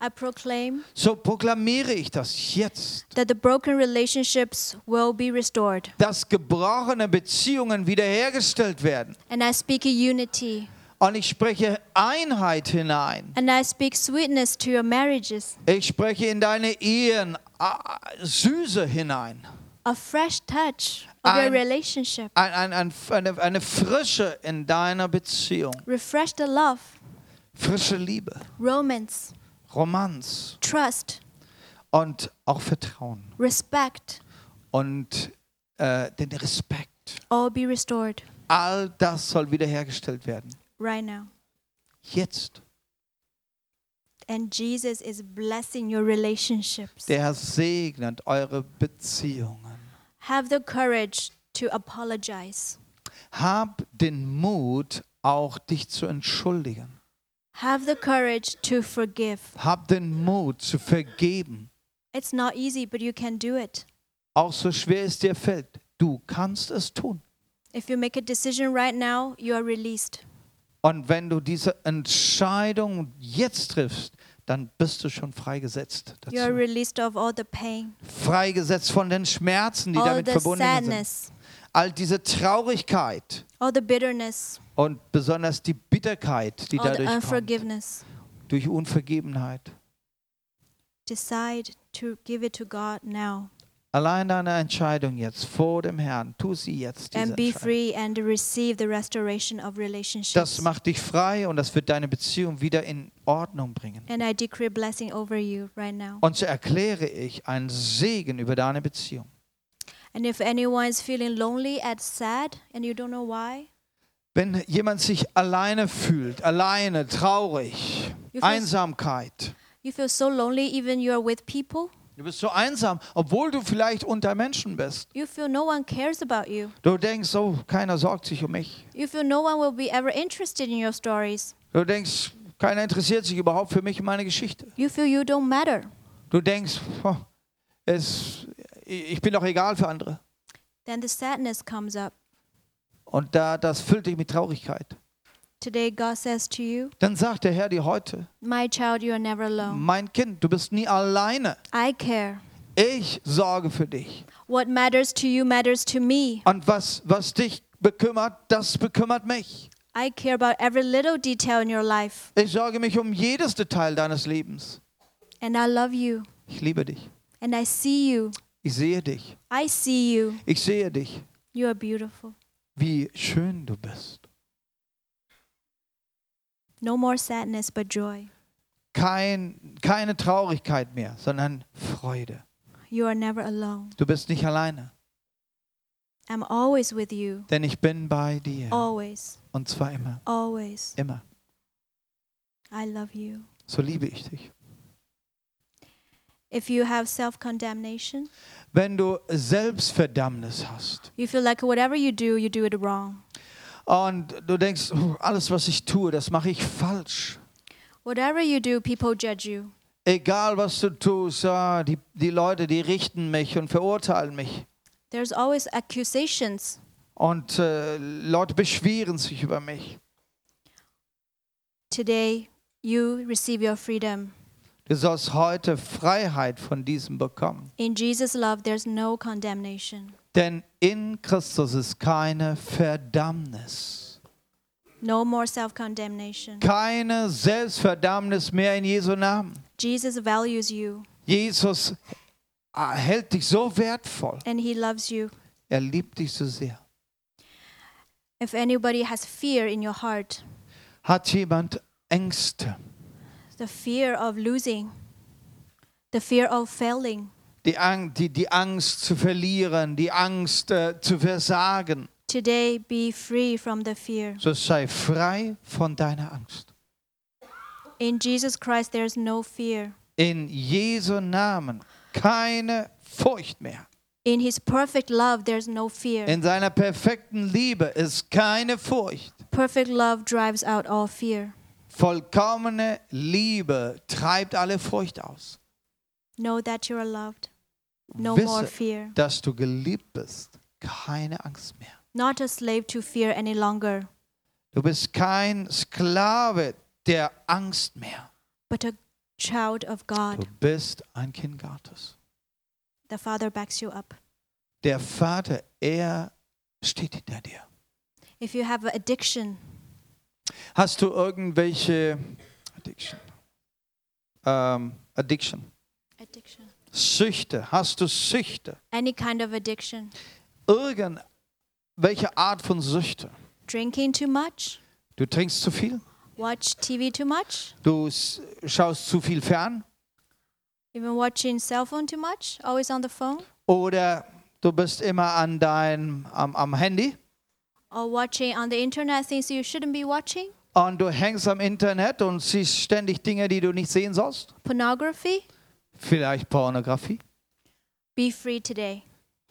S2: I proclaim
S3: So proklamiere ich das jetzt,
S2: that the broken relationships will be restored.
S3: dass gebrochene Beziehungen wiederhergestellt werden.
S2: And I speak unity.
S3: Und ich spreche Einheit hinein.
S2: And I speak sweetness to your marriages.
S3: Ich spreche in deine Ehen ah, Süße hinein.
S2: A fresh touch of your
S3: Ein-
S2: relationship.
S3: Ein, ein, ein, eine, eine Frische in deiner Beziehung.
S2: Refresh the love,
S3: Frische Liebe,
S2: romance,
S3: Romanz
S2: trust,
S3: und auch Vertrauen.
S2: respect,
S3: Und äh, den Respekt.
S2: all be restored
S3: All das soll wiederhergestellt werden.
S2: right now.
S3: Jetzt.
S2: And Jesus is blessing your relationships.
S3: Der Herr segnet eure Beziehungen.
S2: Have the courage to apologize.
S3: Hab den Mut, auch dich zu entschuldigen.
S2: Have the courage to forgive.
S3: Hab den Mut zu vergeben.
S2: It's not easy, but you can do it.
S3: Auch so schwer es dir fällt. Du kannst es tun.
S2: If you make a decision right now, you are released.
S3: Und wenn du diese Entscheidung jetzt triffst, dann bist du schon freigesetzt
S2: You are
S3: dazu.
S2: released of all the pain,
S3: Freigesetzt von den Schmerzen, die
S2: all
S3: damit
S2: the
S3: verbunden sind.
S2: sadness,
S3: All diese Traurigkeit
S2: all the bitterness,
S3: und besonders die Bitterkeit, die
S2: all the
S3: dadurch kommt.
S2: unforgiveness.
S3: Durch Unvergebenheit.
S2: Decide to give it to God now.
S3: Allein deine Entscheidung jetzt vor dem Herrn, tu sie jetzt. Diese
S2: and be
S3: Entscheidung.
S2: free and receive the restoration of
S3: Das
S2: relationships.
S3: macht dich frei und das wird deine Beziehung wieder in Ordnung bringen.
S2: And I decree blessing over you right now.
S3: Und so erkläre ich einen Segen über deine Beziehung.
S2: And if anyone is feeling lonely and sad and you don't know why,
S3: Wenn jemand sich alleine fühlt, alleine, traurig,
S2: You feel-
S3: Einsamkeit,
S2: you feel so lonely even you are with people,
S3: Du bist so einsam, obwohl du vielleicht unter Menschen bist.
S2: You feel no one cares about you.
S3: Du denkst, oh, keiner sorgt sich um mich.
S2: You feel no one will be ever interested in your stories.
S3: Du denkst, keiner interessiert sich überhaupt für mich und meine Geschichte.
S2: You feel you don't matter.
S3: Du denkst, oh, es, ich bin doch egal für andere.
S2: Then the sadness comes up.
S3: Und da, das füllt dich mit Traurigkeit.
S2: Today, God says to you,
S3: Dann sagt der Herr dir heute,
S2: My child, you are never alone.
S3: mein Kind, du bist nie alleine.
S2: I care.
S3: Ich sorge für dich.
S2: What matters to you matters to me.
S3: Und was, was dich bekümmert, das bekümmert mich.
S2: I care about every little detail in your life,
S3: Ich sorge mich um jedes Detail deines Lebens.
S2: and I love you,
S3: Ich liebe dich.
S2: and I see you.
S3: Ich sehe dich.
S2: I see you.
S3: Ich sehe dich.
S2: You are beautiful.
S3: Wie schön du bist.
S2: No more sadness, but joy.
S3: Kein, keine Traurigkeit mehr, sondern Freude.
S2: You are never alone.
S3: Du bist nicht alleine,
S2: I'm always with you.
S3: denn ich bin bei dir.
S2: Always.
S3: Und zwar immer,
S2: Always.
S3: immer.
S2: I love you.
S3: So liebe ich dich.
S2: If you have self condemnation,
S3: Wenn du Selbstverdammnis hast
S2: you feel like whatever you do, you do it wrong.
S3: und du denkst, "Oh, alles, was ich tue, das mache ich falsch.
S2: Whatever you do, people judge you.
S3: Egal, was du tust, ah, die, die Leute, die richten mich und verurteilen mich.
S2: There's always accusations.
S3: Und äh, Leute beschweren sich über mich.
S2: Today, you receive your freedom.
S3: Du sollst heute Freiheit von diesem bekommen.
S2: In Jesus' love, there's no condemnation,
S3: Denn in Christus ist keine Verdammnis.
S2: no more self condemnation.
S3: Keine Selbstverdammnis mehr in Jesu Namen.
S2: Jesus values you
S3: Jesus ah, hält dich so wertvoll.
S2: and he loves you.
S3: Er liebt dich so sehr.
S2: If anybody has fear in your heart,
S3: Hat jemand Ängste?
S2: the fear of losing, the fear of failing,
S3: Die, Ang die, die Angst zu verlieren, die Angst äh, zu versagen.
S2: today be free from the fear.
S3: So sei frei von deiner Angst.
S2: In Jesus Christ, there's no fear.
S3: In Jesu Namen keine Furcht mehr.
S2: In his perfect love, there's no fear.
S3: In seiner perfekten Liebe ist keine Furcht.
S2: Perfect love drives out all fear.
S3: Vollkommene Liebe treibt alle Furcht aus.
S2: Know that you are loved. No
S3: Wisse,
S2: more fear.
S3: dass du geliebt bist. Keine Angst mehr.
S2: Not a slave to fear any longer,
S3: Du bist kein Sklave der Angst mehr.
S2: but a child of
S3: Du
S2: God.
S3: bist ein Kind Gottes.
S2: The Father backs you up.
S3: Der Vater, er steht hinter dir.
S2: If you have an addiction,
S3: Hast du irgendwelche Addiction? Ähm, Addiction.
S2: addiction,
S3: Süchte. Hast du Süchte?
S2: any kind of addiction,
S3: Irgendwelche Art von Süchte.
S2: drinking too much,
S3: Du trinkst zu viel?
S2: watch TV too much,
S3: Du s- schaust zu viel fern?
S2: even watching cell phone too much, always on the phone,
S3: Oder du bist immer an dein, am, am Handy
S2: or watching on the internet things you shouldn't be watching,
S3: und du hängst am Internet und siehst ständig Dinge, die du nicht sehen sollst?
S2: pornography.
S3: Vielleicht Pornografie?
S2: Be free today.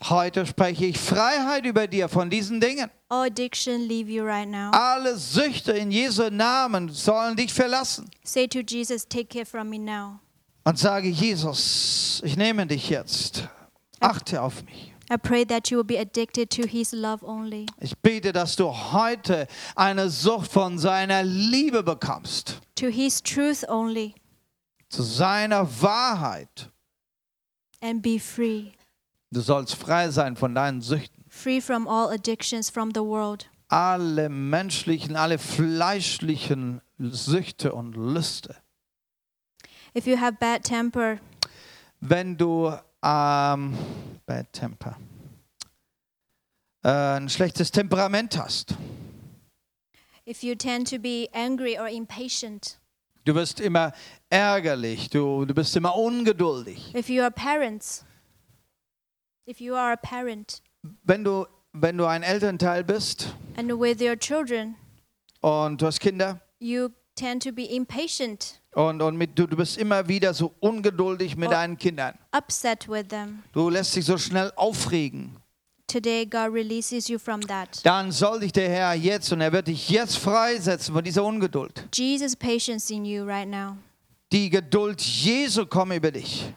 S3: Heute spreche ich Freiheit über dir von diesen Dingen.
S2: All addiction leave you right now.
S3: Alle Süchte in Jesu Namen sollen dich verlassen.
S2: Say to Jesus, take it from me now.
S3: Und sage, Jesus, ich nehme dich jetzt. Achte auf mich.
S2: I pray that you will be addicted to his love only.
S3: Ich bete, dass du heute eine Sucht von seiner Liebe bekommst.
S2: to his truth only
S3: Zu seiner Wahrheit.
S2: and be free
S3: Du sollst frei sein von deinen Süchten.
S2: free from all addictions from the world
S3: Alle menschlichen, alle fleischlichen Süchte und Lüste.
S2: if you have bad temper
S3: Wenn du ähm, bei Temper äh, ein schlechtes Temperament hast,
S2: if you tend to be angry or impatient
S3: du wirst immer ärgerlich, du, du bist immer ungeduldig.
S2: if you are parents if you are a parent
S3: Wenn du, wenn du ein Elternteil bist
S2: and with your children
S3: und du hast Kinder,
S2: you tend to be impatient
S3: Und, und mit, du, du bist immer wieder so ungeduldig mit
S2: Oh.
S3: deinen Kindern.
S2: upset with them.
S3: Du lässt dich so schnell aufregen.
S2: Today, God releases you from that.
S3: Dann soll dich der Herr jetzt und er wird dich jetzt freisetzen von dieser Ungeduld.
S2: Jesus' patience in you right now.
S3: Die Geduld Jesu komme über dich.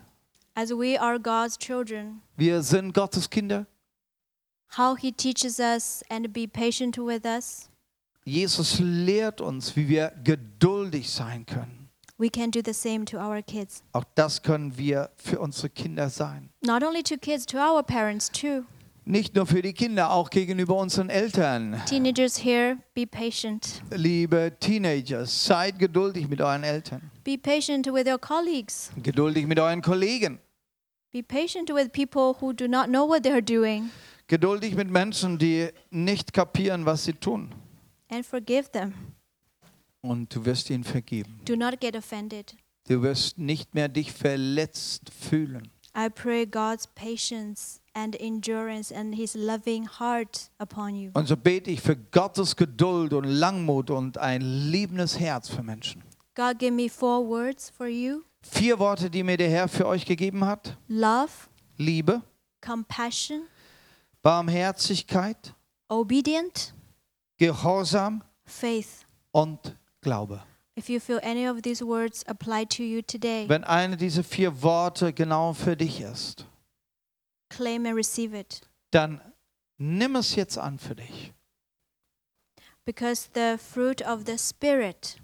S2: As we are God's children,
S3: Wir sind Gottes Kinder.
S2: how He teaches us and be patient with us,
S3: Jesus lehrt uns, wie wir geduldig sein können.
S2: we can do the same to our kids.
S3: Auch das können wir für unsere Kinder sein.
S2: Not only to kids, to our parents too.
S3: Nicht nur für die Kinder, auch gegenüber unseren Eltern.
S2: Teenagers here, be patient.
S3: Liebe Teenagers, seid geduldig mit euren Eltern,
S2: Be patient with your colleagues.
S3: geduldig mit euren Kollegen,
S2: Be patient with people who do not know what they are doing
S3: geduldig mit Menschen, die nicht kapieren, was sie tun.
S2: and forgive them.
S3: Und du wirst ihnen vergeben.
S2: Do not get offended.
S3: Du wirst nicht mehr dich verletzt fühlen.
S2: I pray God's patience and endurance and his loving heart upon you.
S3: Und so bete ich für Gottes Geduld und Langmut und ein liebendes Herz für Menschen.
S2: God give me four words for you.
S3: Vier Worte, die mir der Herr für euch gegeben hat.
S2: Love,
S3: Liebe,
S2: compassion,
S3: Barmherzigkeit,
S2: obedient,
S3: Gehorsam
S2: faith.
S3: und Glaube.
S2: If you feel any of these words apply to you today,
S3: Wenn eine dieser vier Worte genau für dich ist,
S2: claim and receive it
S3: dann nimm es jetzt an für dich.
S2: because the fruit of the spirit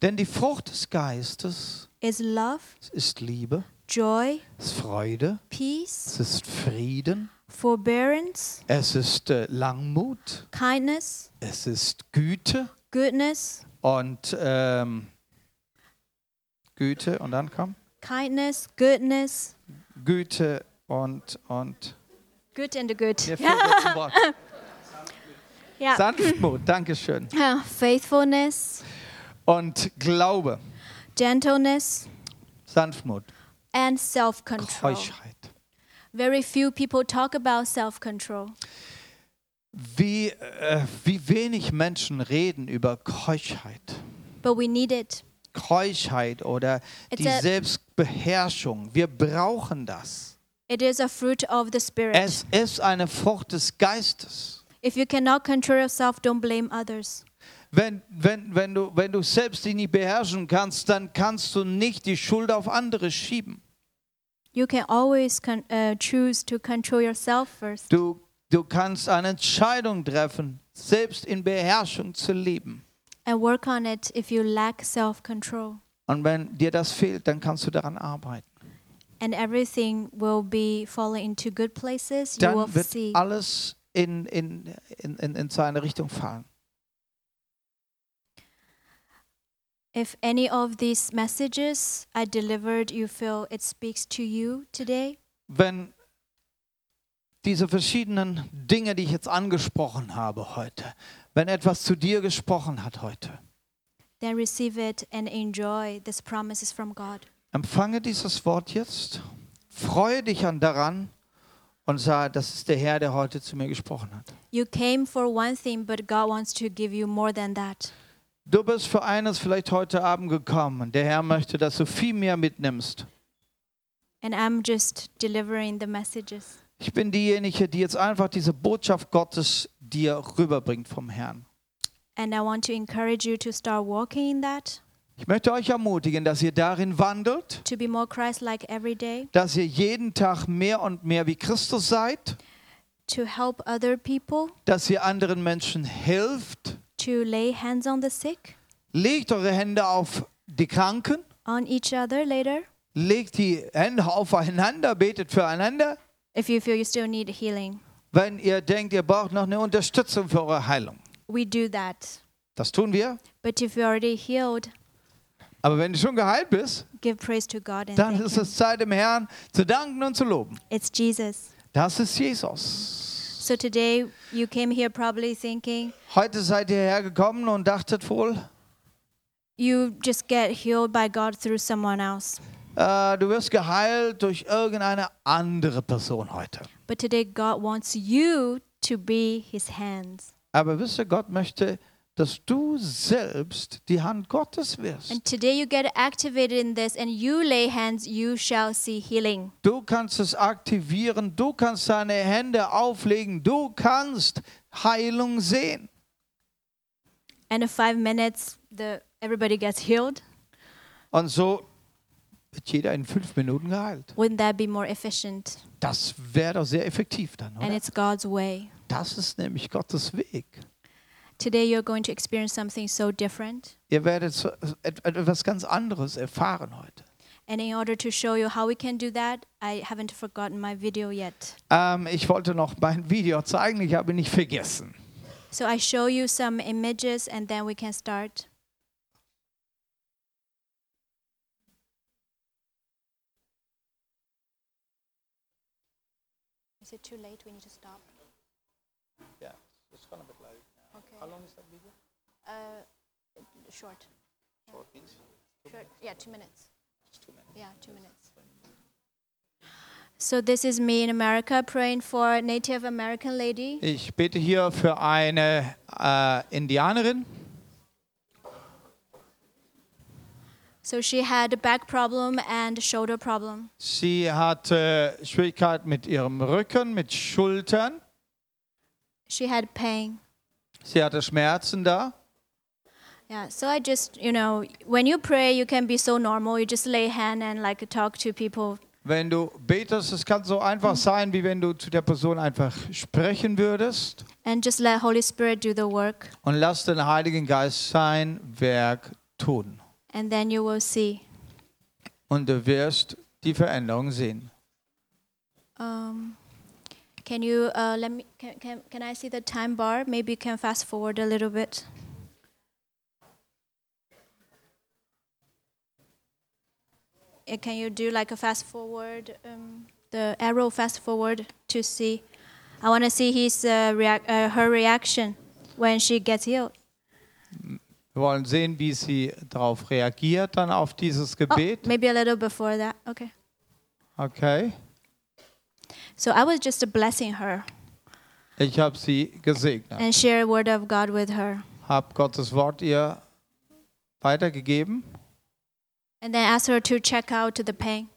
S3: Denn die Frucht des Geistes
S2: is love,
S3: ist Liebe,
S2: joy,
S3: ist Freude,
S2: peace,
S3: es ist Frieden,
S2: forbearance,
S3: es ist äh, Langmut,
S2: kindness,
S3: es ist Güte
S2: goodness,
S3: und ähm, Güte und dann kam
S2: kindness, goodness,
S3: Güte und und
S2: good and good.
S3: mir fehlt jetzt ein Wort.
S2: Yeah.
S3: Sanftmut, Dankeschön.
S2: Uh, faithfulness,
S3: Und Glaube,
S2: gentleness,
S3: Sanftmut,
S2: and self control.
S3: Keuschheit.
S2: Very few people talk about self control.
S3: Wie, äh, wie wenig Menschen reden über Keuschheit.
S2: But we need it.
S3: Keuschheit oder
S2: It's
S3: die
S2: a-
S3: Selbstbeherrschung. Wir brauchen das.
S2: It is a fruit of the Spirit.
S3: Es ist eine Frucht des Geistes.
S2: if you cannot control yourself, don't blame others.
S3: Wenn, wenn, wenn, du, wenn du selbst dich nicht beherrschen kannst, dann kannst du nicht die Schuld auf andere schieben.
S2: You can always con- uh, choose to control yourself first.
S3: Du, du kannst eine Entscheidung treffen, selbst in Beherrschung zu leben.
S2: and work on it if you lack self control.
S3: Und wenn dir das fehlt, dann kannst du daran arbeiten.
S2: And everything will be falling into good places. You will
S3: dann wird
S2: see.
S3: alles in, in, in, in, in seine Richtung fallen.
S2: If any of these messages I delivered you feel it speaks to you today,
S3: Wenn diese verschiedenen Dinge, die ich jetzt angesprochen habe heute, wenn etwas zu dir gesprochen hat heute,
S2: then receive it and enjoy this promises from God.
S3: empfange dieses Wort jetzt, freue dich an daran und sage, das ist der Herr, der heute zu mir gesprochen hat.
S2: You came for one thing, but God wants to give you more than that.
S3: Du bist für eines vielleicht heute Abend gekommen und der Herr möchte, dass du viel mehr mitnimmst.
S2: And I'm just delivering the messages.
S3: Ich bin diejenige, die jetzt einfach diese Botschaft Gottes dir rüberbringt vom Herrn.
S2: And I want to encourage you to start walking in that,
S3: Ich möchte euch ermutigen, dass ihr darin wandelt,
S2: to be more Christ like every day,
S3: dass ihr jeden Tag mehr und mehr wie Christus seid,
S2: to help other people,
S3: dass ihr anderen Menschen helft.
S2: to lay hands on the sick,
S3: Legt eure Hände auf die Kranken,
S2: on each other later.
S3: legt die Hände aufeinander, betet füreinander.
S2: If you feel you still need healing,
S3: Wenn ihr denkt, ihr braucht noch eine Unterstützung für eure Heilung,
S2: we do that.
S3: das tun wir.
S2: But if you're already healed,
S3: Aber wenn du schon geheilt bist,
S2: give praise to God and
S3: dann
S2: thank
S3: ist
S2: Him.
S3: es Zeit, dem Herrn zu danken und zu loben.
S2: It's Jesus.
S3: Das ist Jesus.
S2: So today you came here probably thinking
S3: Heute seid ihr hergekommen und dachtet wohl,
S2: you just get healed by God through someone else.
S3: Äh, du wirst geheilt durch irgendeine andere Person heute.
S2: But today God wants you to be his hands.
S3: Aber wisst ihr, Gott möchte dass du selbst die Hand Gottes wirst.
S2: And today you get activated in this and you lay hands, you shall see healing.
S3: Du kannst es aktivieren, du kannst deine Hände auflegen, du kannst Heilung sehen.
S2: And in five minutes, the, everybody gets healed.
S3: Und so wird jeder in fünf Minuten geheilt.
S2: Wouldn't that be more efficient?
S3: Das wäre doch sehr effektiv dann,
S2: And
S3: oder?
S2: it's God's way.
S3: Das ist nämlich Gottes Weg.
S2: Today you're going to experience something so different.
S3: Ihr werdet so- et- etwas ganz anderes erfahren heute.
S2: And in order to show you how we can do that, I haven't forgotten my video yet.
S3: Ähm, ich wollte noch mein [laughs] Video zeigen, ich habe ihn nicht vergessen.
S2: So I show you some images and then we can start. Is it too late? We need to stop. Okay. How long is that video? Uh, short. Short Short. Yeah, two minutes. Yeah, two minutes. So this is me in America praying for a Native American lady.
S3: Ich bete hier für eine äh, Indianerin.
S2: So she had a back problem and a shoulder problem.
S3: Sie hat äh, Schwierigkeiten mit ihrem Rücken, mit Schultern.
S2: She had pain.
S3: Sie hatte Schmerzen da.
S2: Yeah. So I just, you know, when you pray, you can be so normal. You just lay hand and like talk to people.
S3: Wenn du betest, es kann so einfach sein, wie wenn du zu der Person einfach sprechen würdest.
S2: And just let Holy Spirit do the work,
S3: Und lass den Heiligen Geist sein Werk tun.
S2: and then you will see.
S3: Und du wirst die Veränderung sehen.
S2: Um, can you uh, let me? Can, can can I see the time bar? Maybe you can fast forward a little bit. Uh, Can you do like a fast forward? Um, the arrow fast forward to see. I want to see his uh, reac- uh, her reaction when she gets healed.
S3: Wir wollen sehen, wie sie darauf reagiert, dann auf dieses
S2: Oh,
S3: Gebet.
S2: maybe a little before that. Okay.
S3: Okay,
S2: So I was just blessing her
S3: ich habe sie gesegnet.
S2: and share a word of God with her,
S3: Hab Gottes Wort ihr weitergegeben.
S2: and then asked her to check out the pain.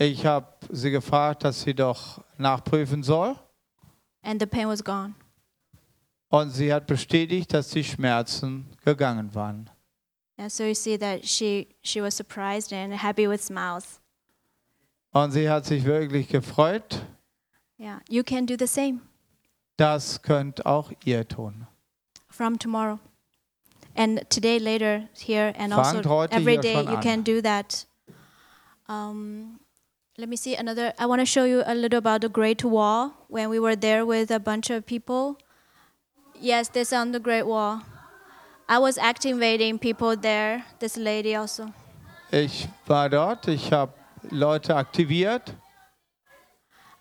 S3: Ich habe sie gefragt, dass sie doch nachprüfen soll.
S2: and the pain was gone.
S3: Und sie hat bestätigt, dass die Schmerzen gegangen waren.
S2: And so you see that she she was surprised and happy with smiles.
S3: Und sie hat sich wirklich gefreut.
S2: Yeah, you can do the same
S3: Das könnt auch ihr tun.
S2: from tomorrow, and today later here and
S3: Fangt
S2: also
S3: heute
S2: every
S3: hier
S2: day
S3: schon
S2: you
S3: an.
S2: can do that. Um, let me see another. I want to show you a little about the Great Wall when we were there with a bunch of people. Yes, this on the Great Wall. I was activating people there. This lady also.
S3: Ich war dort, ich habe Leute aktiviert.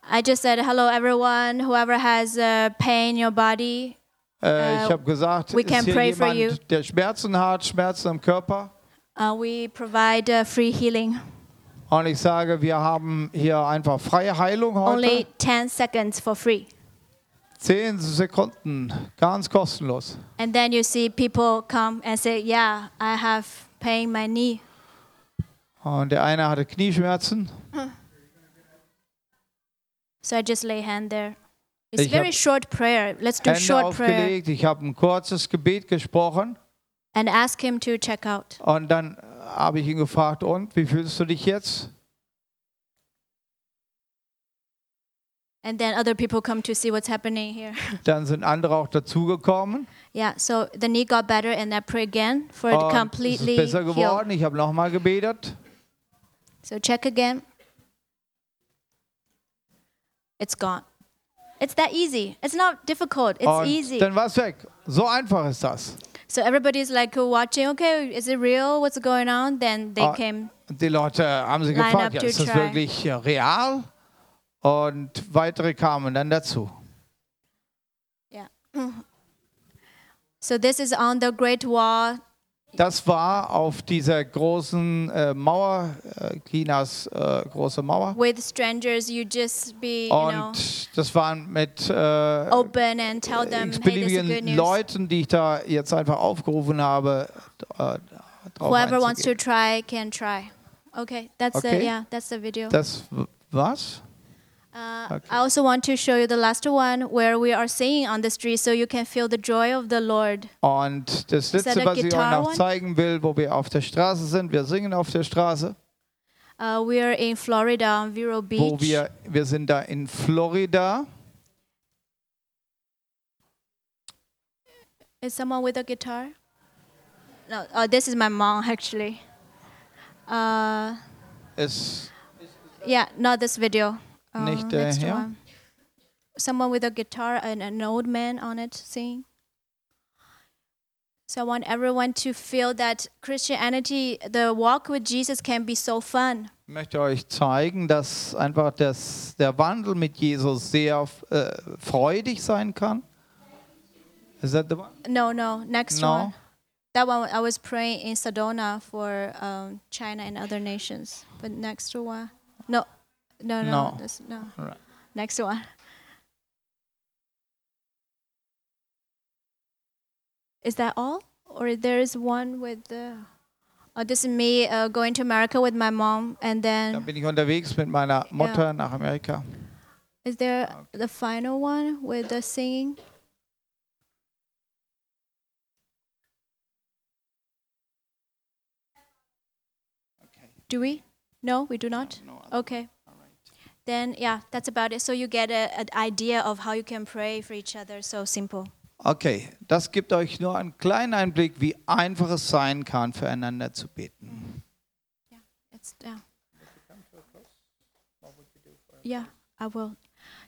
S2: I just said, hello, everyone, whoever has uh, pain in your body.
S3: Äh,
S2: Äh,
S3: ich habe gesagt,
S2: we
S3: ist
S2: can
S3: hier
S2: pray for you.
S3: jemand, der Schmerzen hat, Schmerzen am Körper.
S2: Uh, we provide uh, free healing.
S3: Und ich sage, wir haben hier einfach freie Heilung
S2: Only
S3: heute.
S2: 10 seconds for free.
S3: Zehn Sekunden, ganz kostenlos.
S2: And then you see people come and say, yeah, I have pain in my knee.
S3: Und der eine hatte Knieschmerzen.
S2: So I just lay hand there. It's
S3: Ich
S2: very
S3: hab
S2: short prayer. Let's do
S3: Hände
S2: short prayer
S3: aufgelegt, ich habe ein kurzes Gebet gesprochen
S2: and ask him to check out.
S3: und dann habe ich ihn gefragt, und wie fühlst du dich jetzt?
S2: And then other people come to see what's happening here. [laughs]
S3: Dann sind andere auch dazugekommen
S2: yeah, so the knee got better and I pray again for it
S3: und es ist
S2: completely
S3: besser
S2: healed.
S3: geworden. Ich habe nochmal gebetet.
S2: So check again. It's gone. It's that easy. It's not difficult. It's
S3: Und
S2: easy.
S3: dann war es weg. So einfach ist das.
S2: So everybody's like uh, watching, okay, is it real? What's going on? Then they
S3: Ah.
S2: came.
S3: Und die Leute haben sie
S2: Line
S3: gefragt,
S2: up
S3: ja,
S2: to
S3: ist das
S2: try.
S3: wirklich äh, real? Und weitere kamen dann dazu.
S2: Yeah. So this is on the Great Wall.
S3: Das war auf dieser großen äh, Mauer, äh, Chinas äh, große Mauer.
S2: With strangers, you just be, you know,
S3: Und das waren mit äh,
S2: open and tell them, hey, this is good
S3: x-beliebigen
S2: news.
S3: Leuten, die ich da jetzt einfach aufgerufen habe, äh, drauf
S2: Whoever wants to
S3: einzugehen.
S2: try can try. Okay, that's the
S3: Okay.
S2: yeah, that's the video.
S3: Das w- was?
S2: Uh, I also want to show you the last one where we are singing on the street, so you can feel the joy of the Lord.
S3: Und das
S2: that
S3: letzte,
S2: a
S3: was ich euch
S2: guitar
S3: noch
S2: one?
S3: zeigen will, wo wir auf der Straße sind, wir singen auf der Straße,
S2: Uh, we are in Florida on Vero
S3: wo
S2: Beach.
S3: wir, wir sind da in Florida.
S2: Is someone with a guitar? No, uh, this is my mom actually. Uh,
S3: Es,
S2: yeah, not this video. Uh,
S3: Nicht der
S2: next
S3: Herr?
S2: one. Someone with a guitar and an old man on it singing. So I want everyone to feel that Christianity, the walk with Jesus, can be so fun.
S3: Ich möchte euch zeigen, dass einfach das, der Wandel mit Jesus sehr äh, freudig sein kann. Is that the one?
S2: No, no, next
S3: No.
S2: one. That one I was praying in Sedona for um, China and other nations. But next one, no, no, no,
S3: No.
S2: This, no.
S3: Alright.
S2: Next one. Is that all, or there is one with the? Oh, this is me uh, going to America with my mom, and
S3: Dann
S2: then
S3: bin ich unterwegs mit meiner Mutter nach Amerika.
S2: is there the final one with the singing? Do we? No, we do not. okay. Then yeah, that's about it. So you get a, an idea of how you can pray for each other. So simple.
S3: Okay, das gibt euch nur einen kleinen Einblick, wie einfach es sein kann, füreinander zu beten.
S2: It's yeah. Yeah, I will.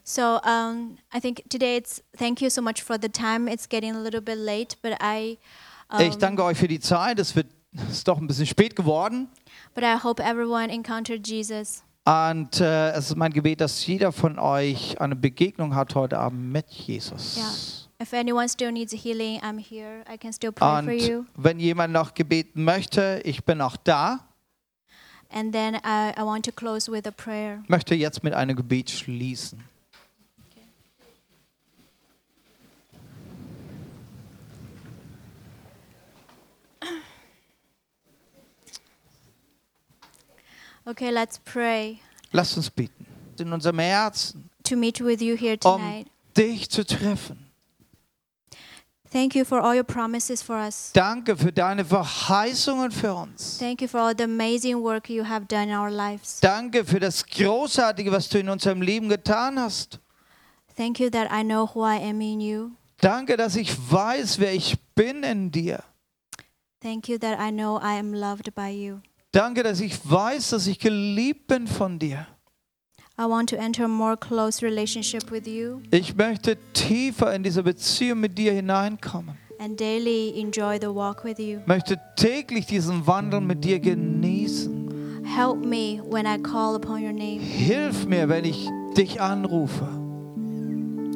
S2: So um, I think today it's thank you so much for the time. It's getting a little bit late, but I.
S3: ich
S2: Ähm.
S3: danke euch für die Zeit. Es wird, ist doch ein bisschen spät geworden.
S2: But I hope everyone encountered Jesus.
S3: Und äh, es ist mein Gebet, dass jeder von euch eine Begegnung hat heute Abend mit Jesus.
S2: Yeah. If anyone still needs healing, I'm here. I can still pray for you.
S3: Und wenn jemand noch gebeten möchte, ich bin auch da,
S2: And then I, I want to close with a prayer.
S3: möchte jetzt mit einem Gebet schließen.
S2: Okay, let's pray
S3: Lasst uns beten. In unserem Herzen,
S2: to meet with you here
S3: um
S2: tonight.
S3: dich zu treffen.
S2: Thank you for all your promises for us.
S3: Danke für deine Verheißungen für uns.
S2: Thank you for all the amazing work you have done in our lives.
S3: Danke für das Großartige, was du in unserem Leben getan hast.
S2: Thank you that I know who I am in you.
S3: Danke, dass ich weiß, wer ich bin in dir.
S2: Thank you that I know I am loved by you.
S3: Danke, dass ich weiß, dass ich geliebt bin von dir.
S2: I want to enter a more close relationship with you
S3: Ich möchte tiefer in diese Beziehung mit dir hineinkommen.
S2: and daily enjoy the walk with you.
S3: Möchte täglich diesen Wandel mit dir genießen.
S2: Help me when I call upon your name.
S3: Hilf mir, wenn ich dich anrufe.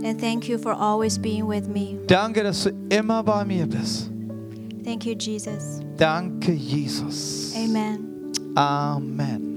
S2: And thank you for always being with me.
S3: Danke, dass du immer bei mir bist.
S2: Thank you, Jesus.
S3: Danke, Jesus.
S2: Amen.
S3: Amen.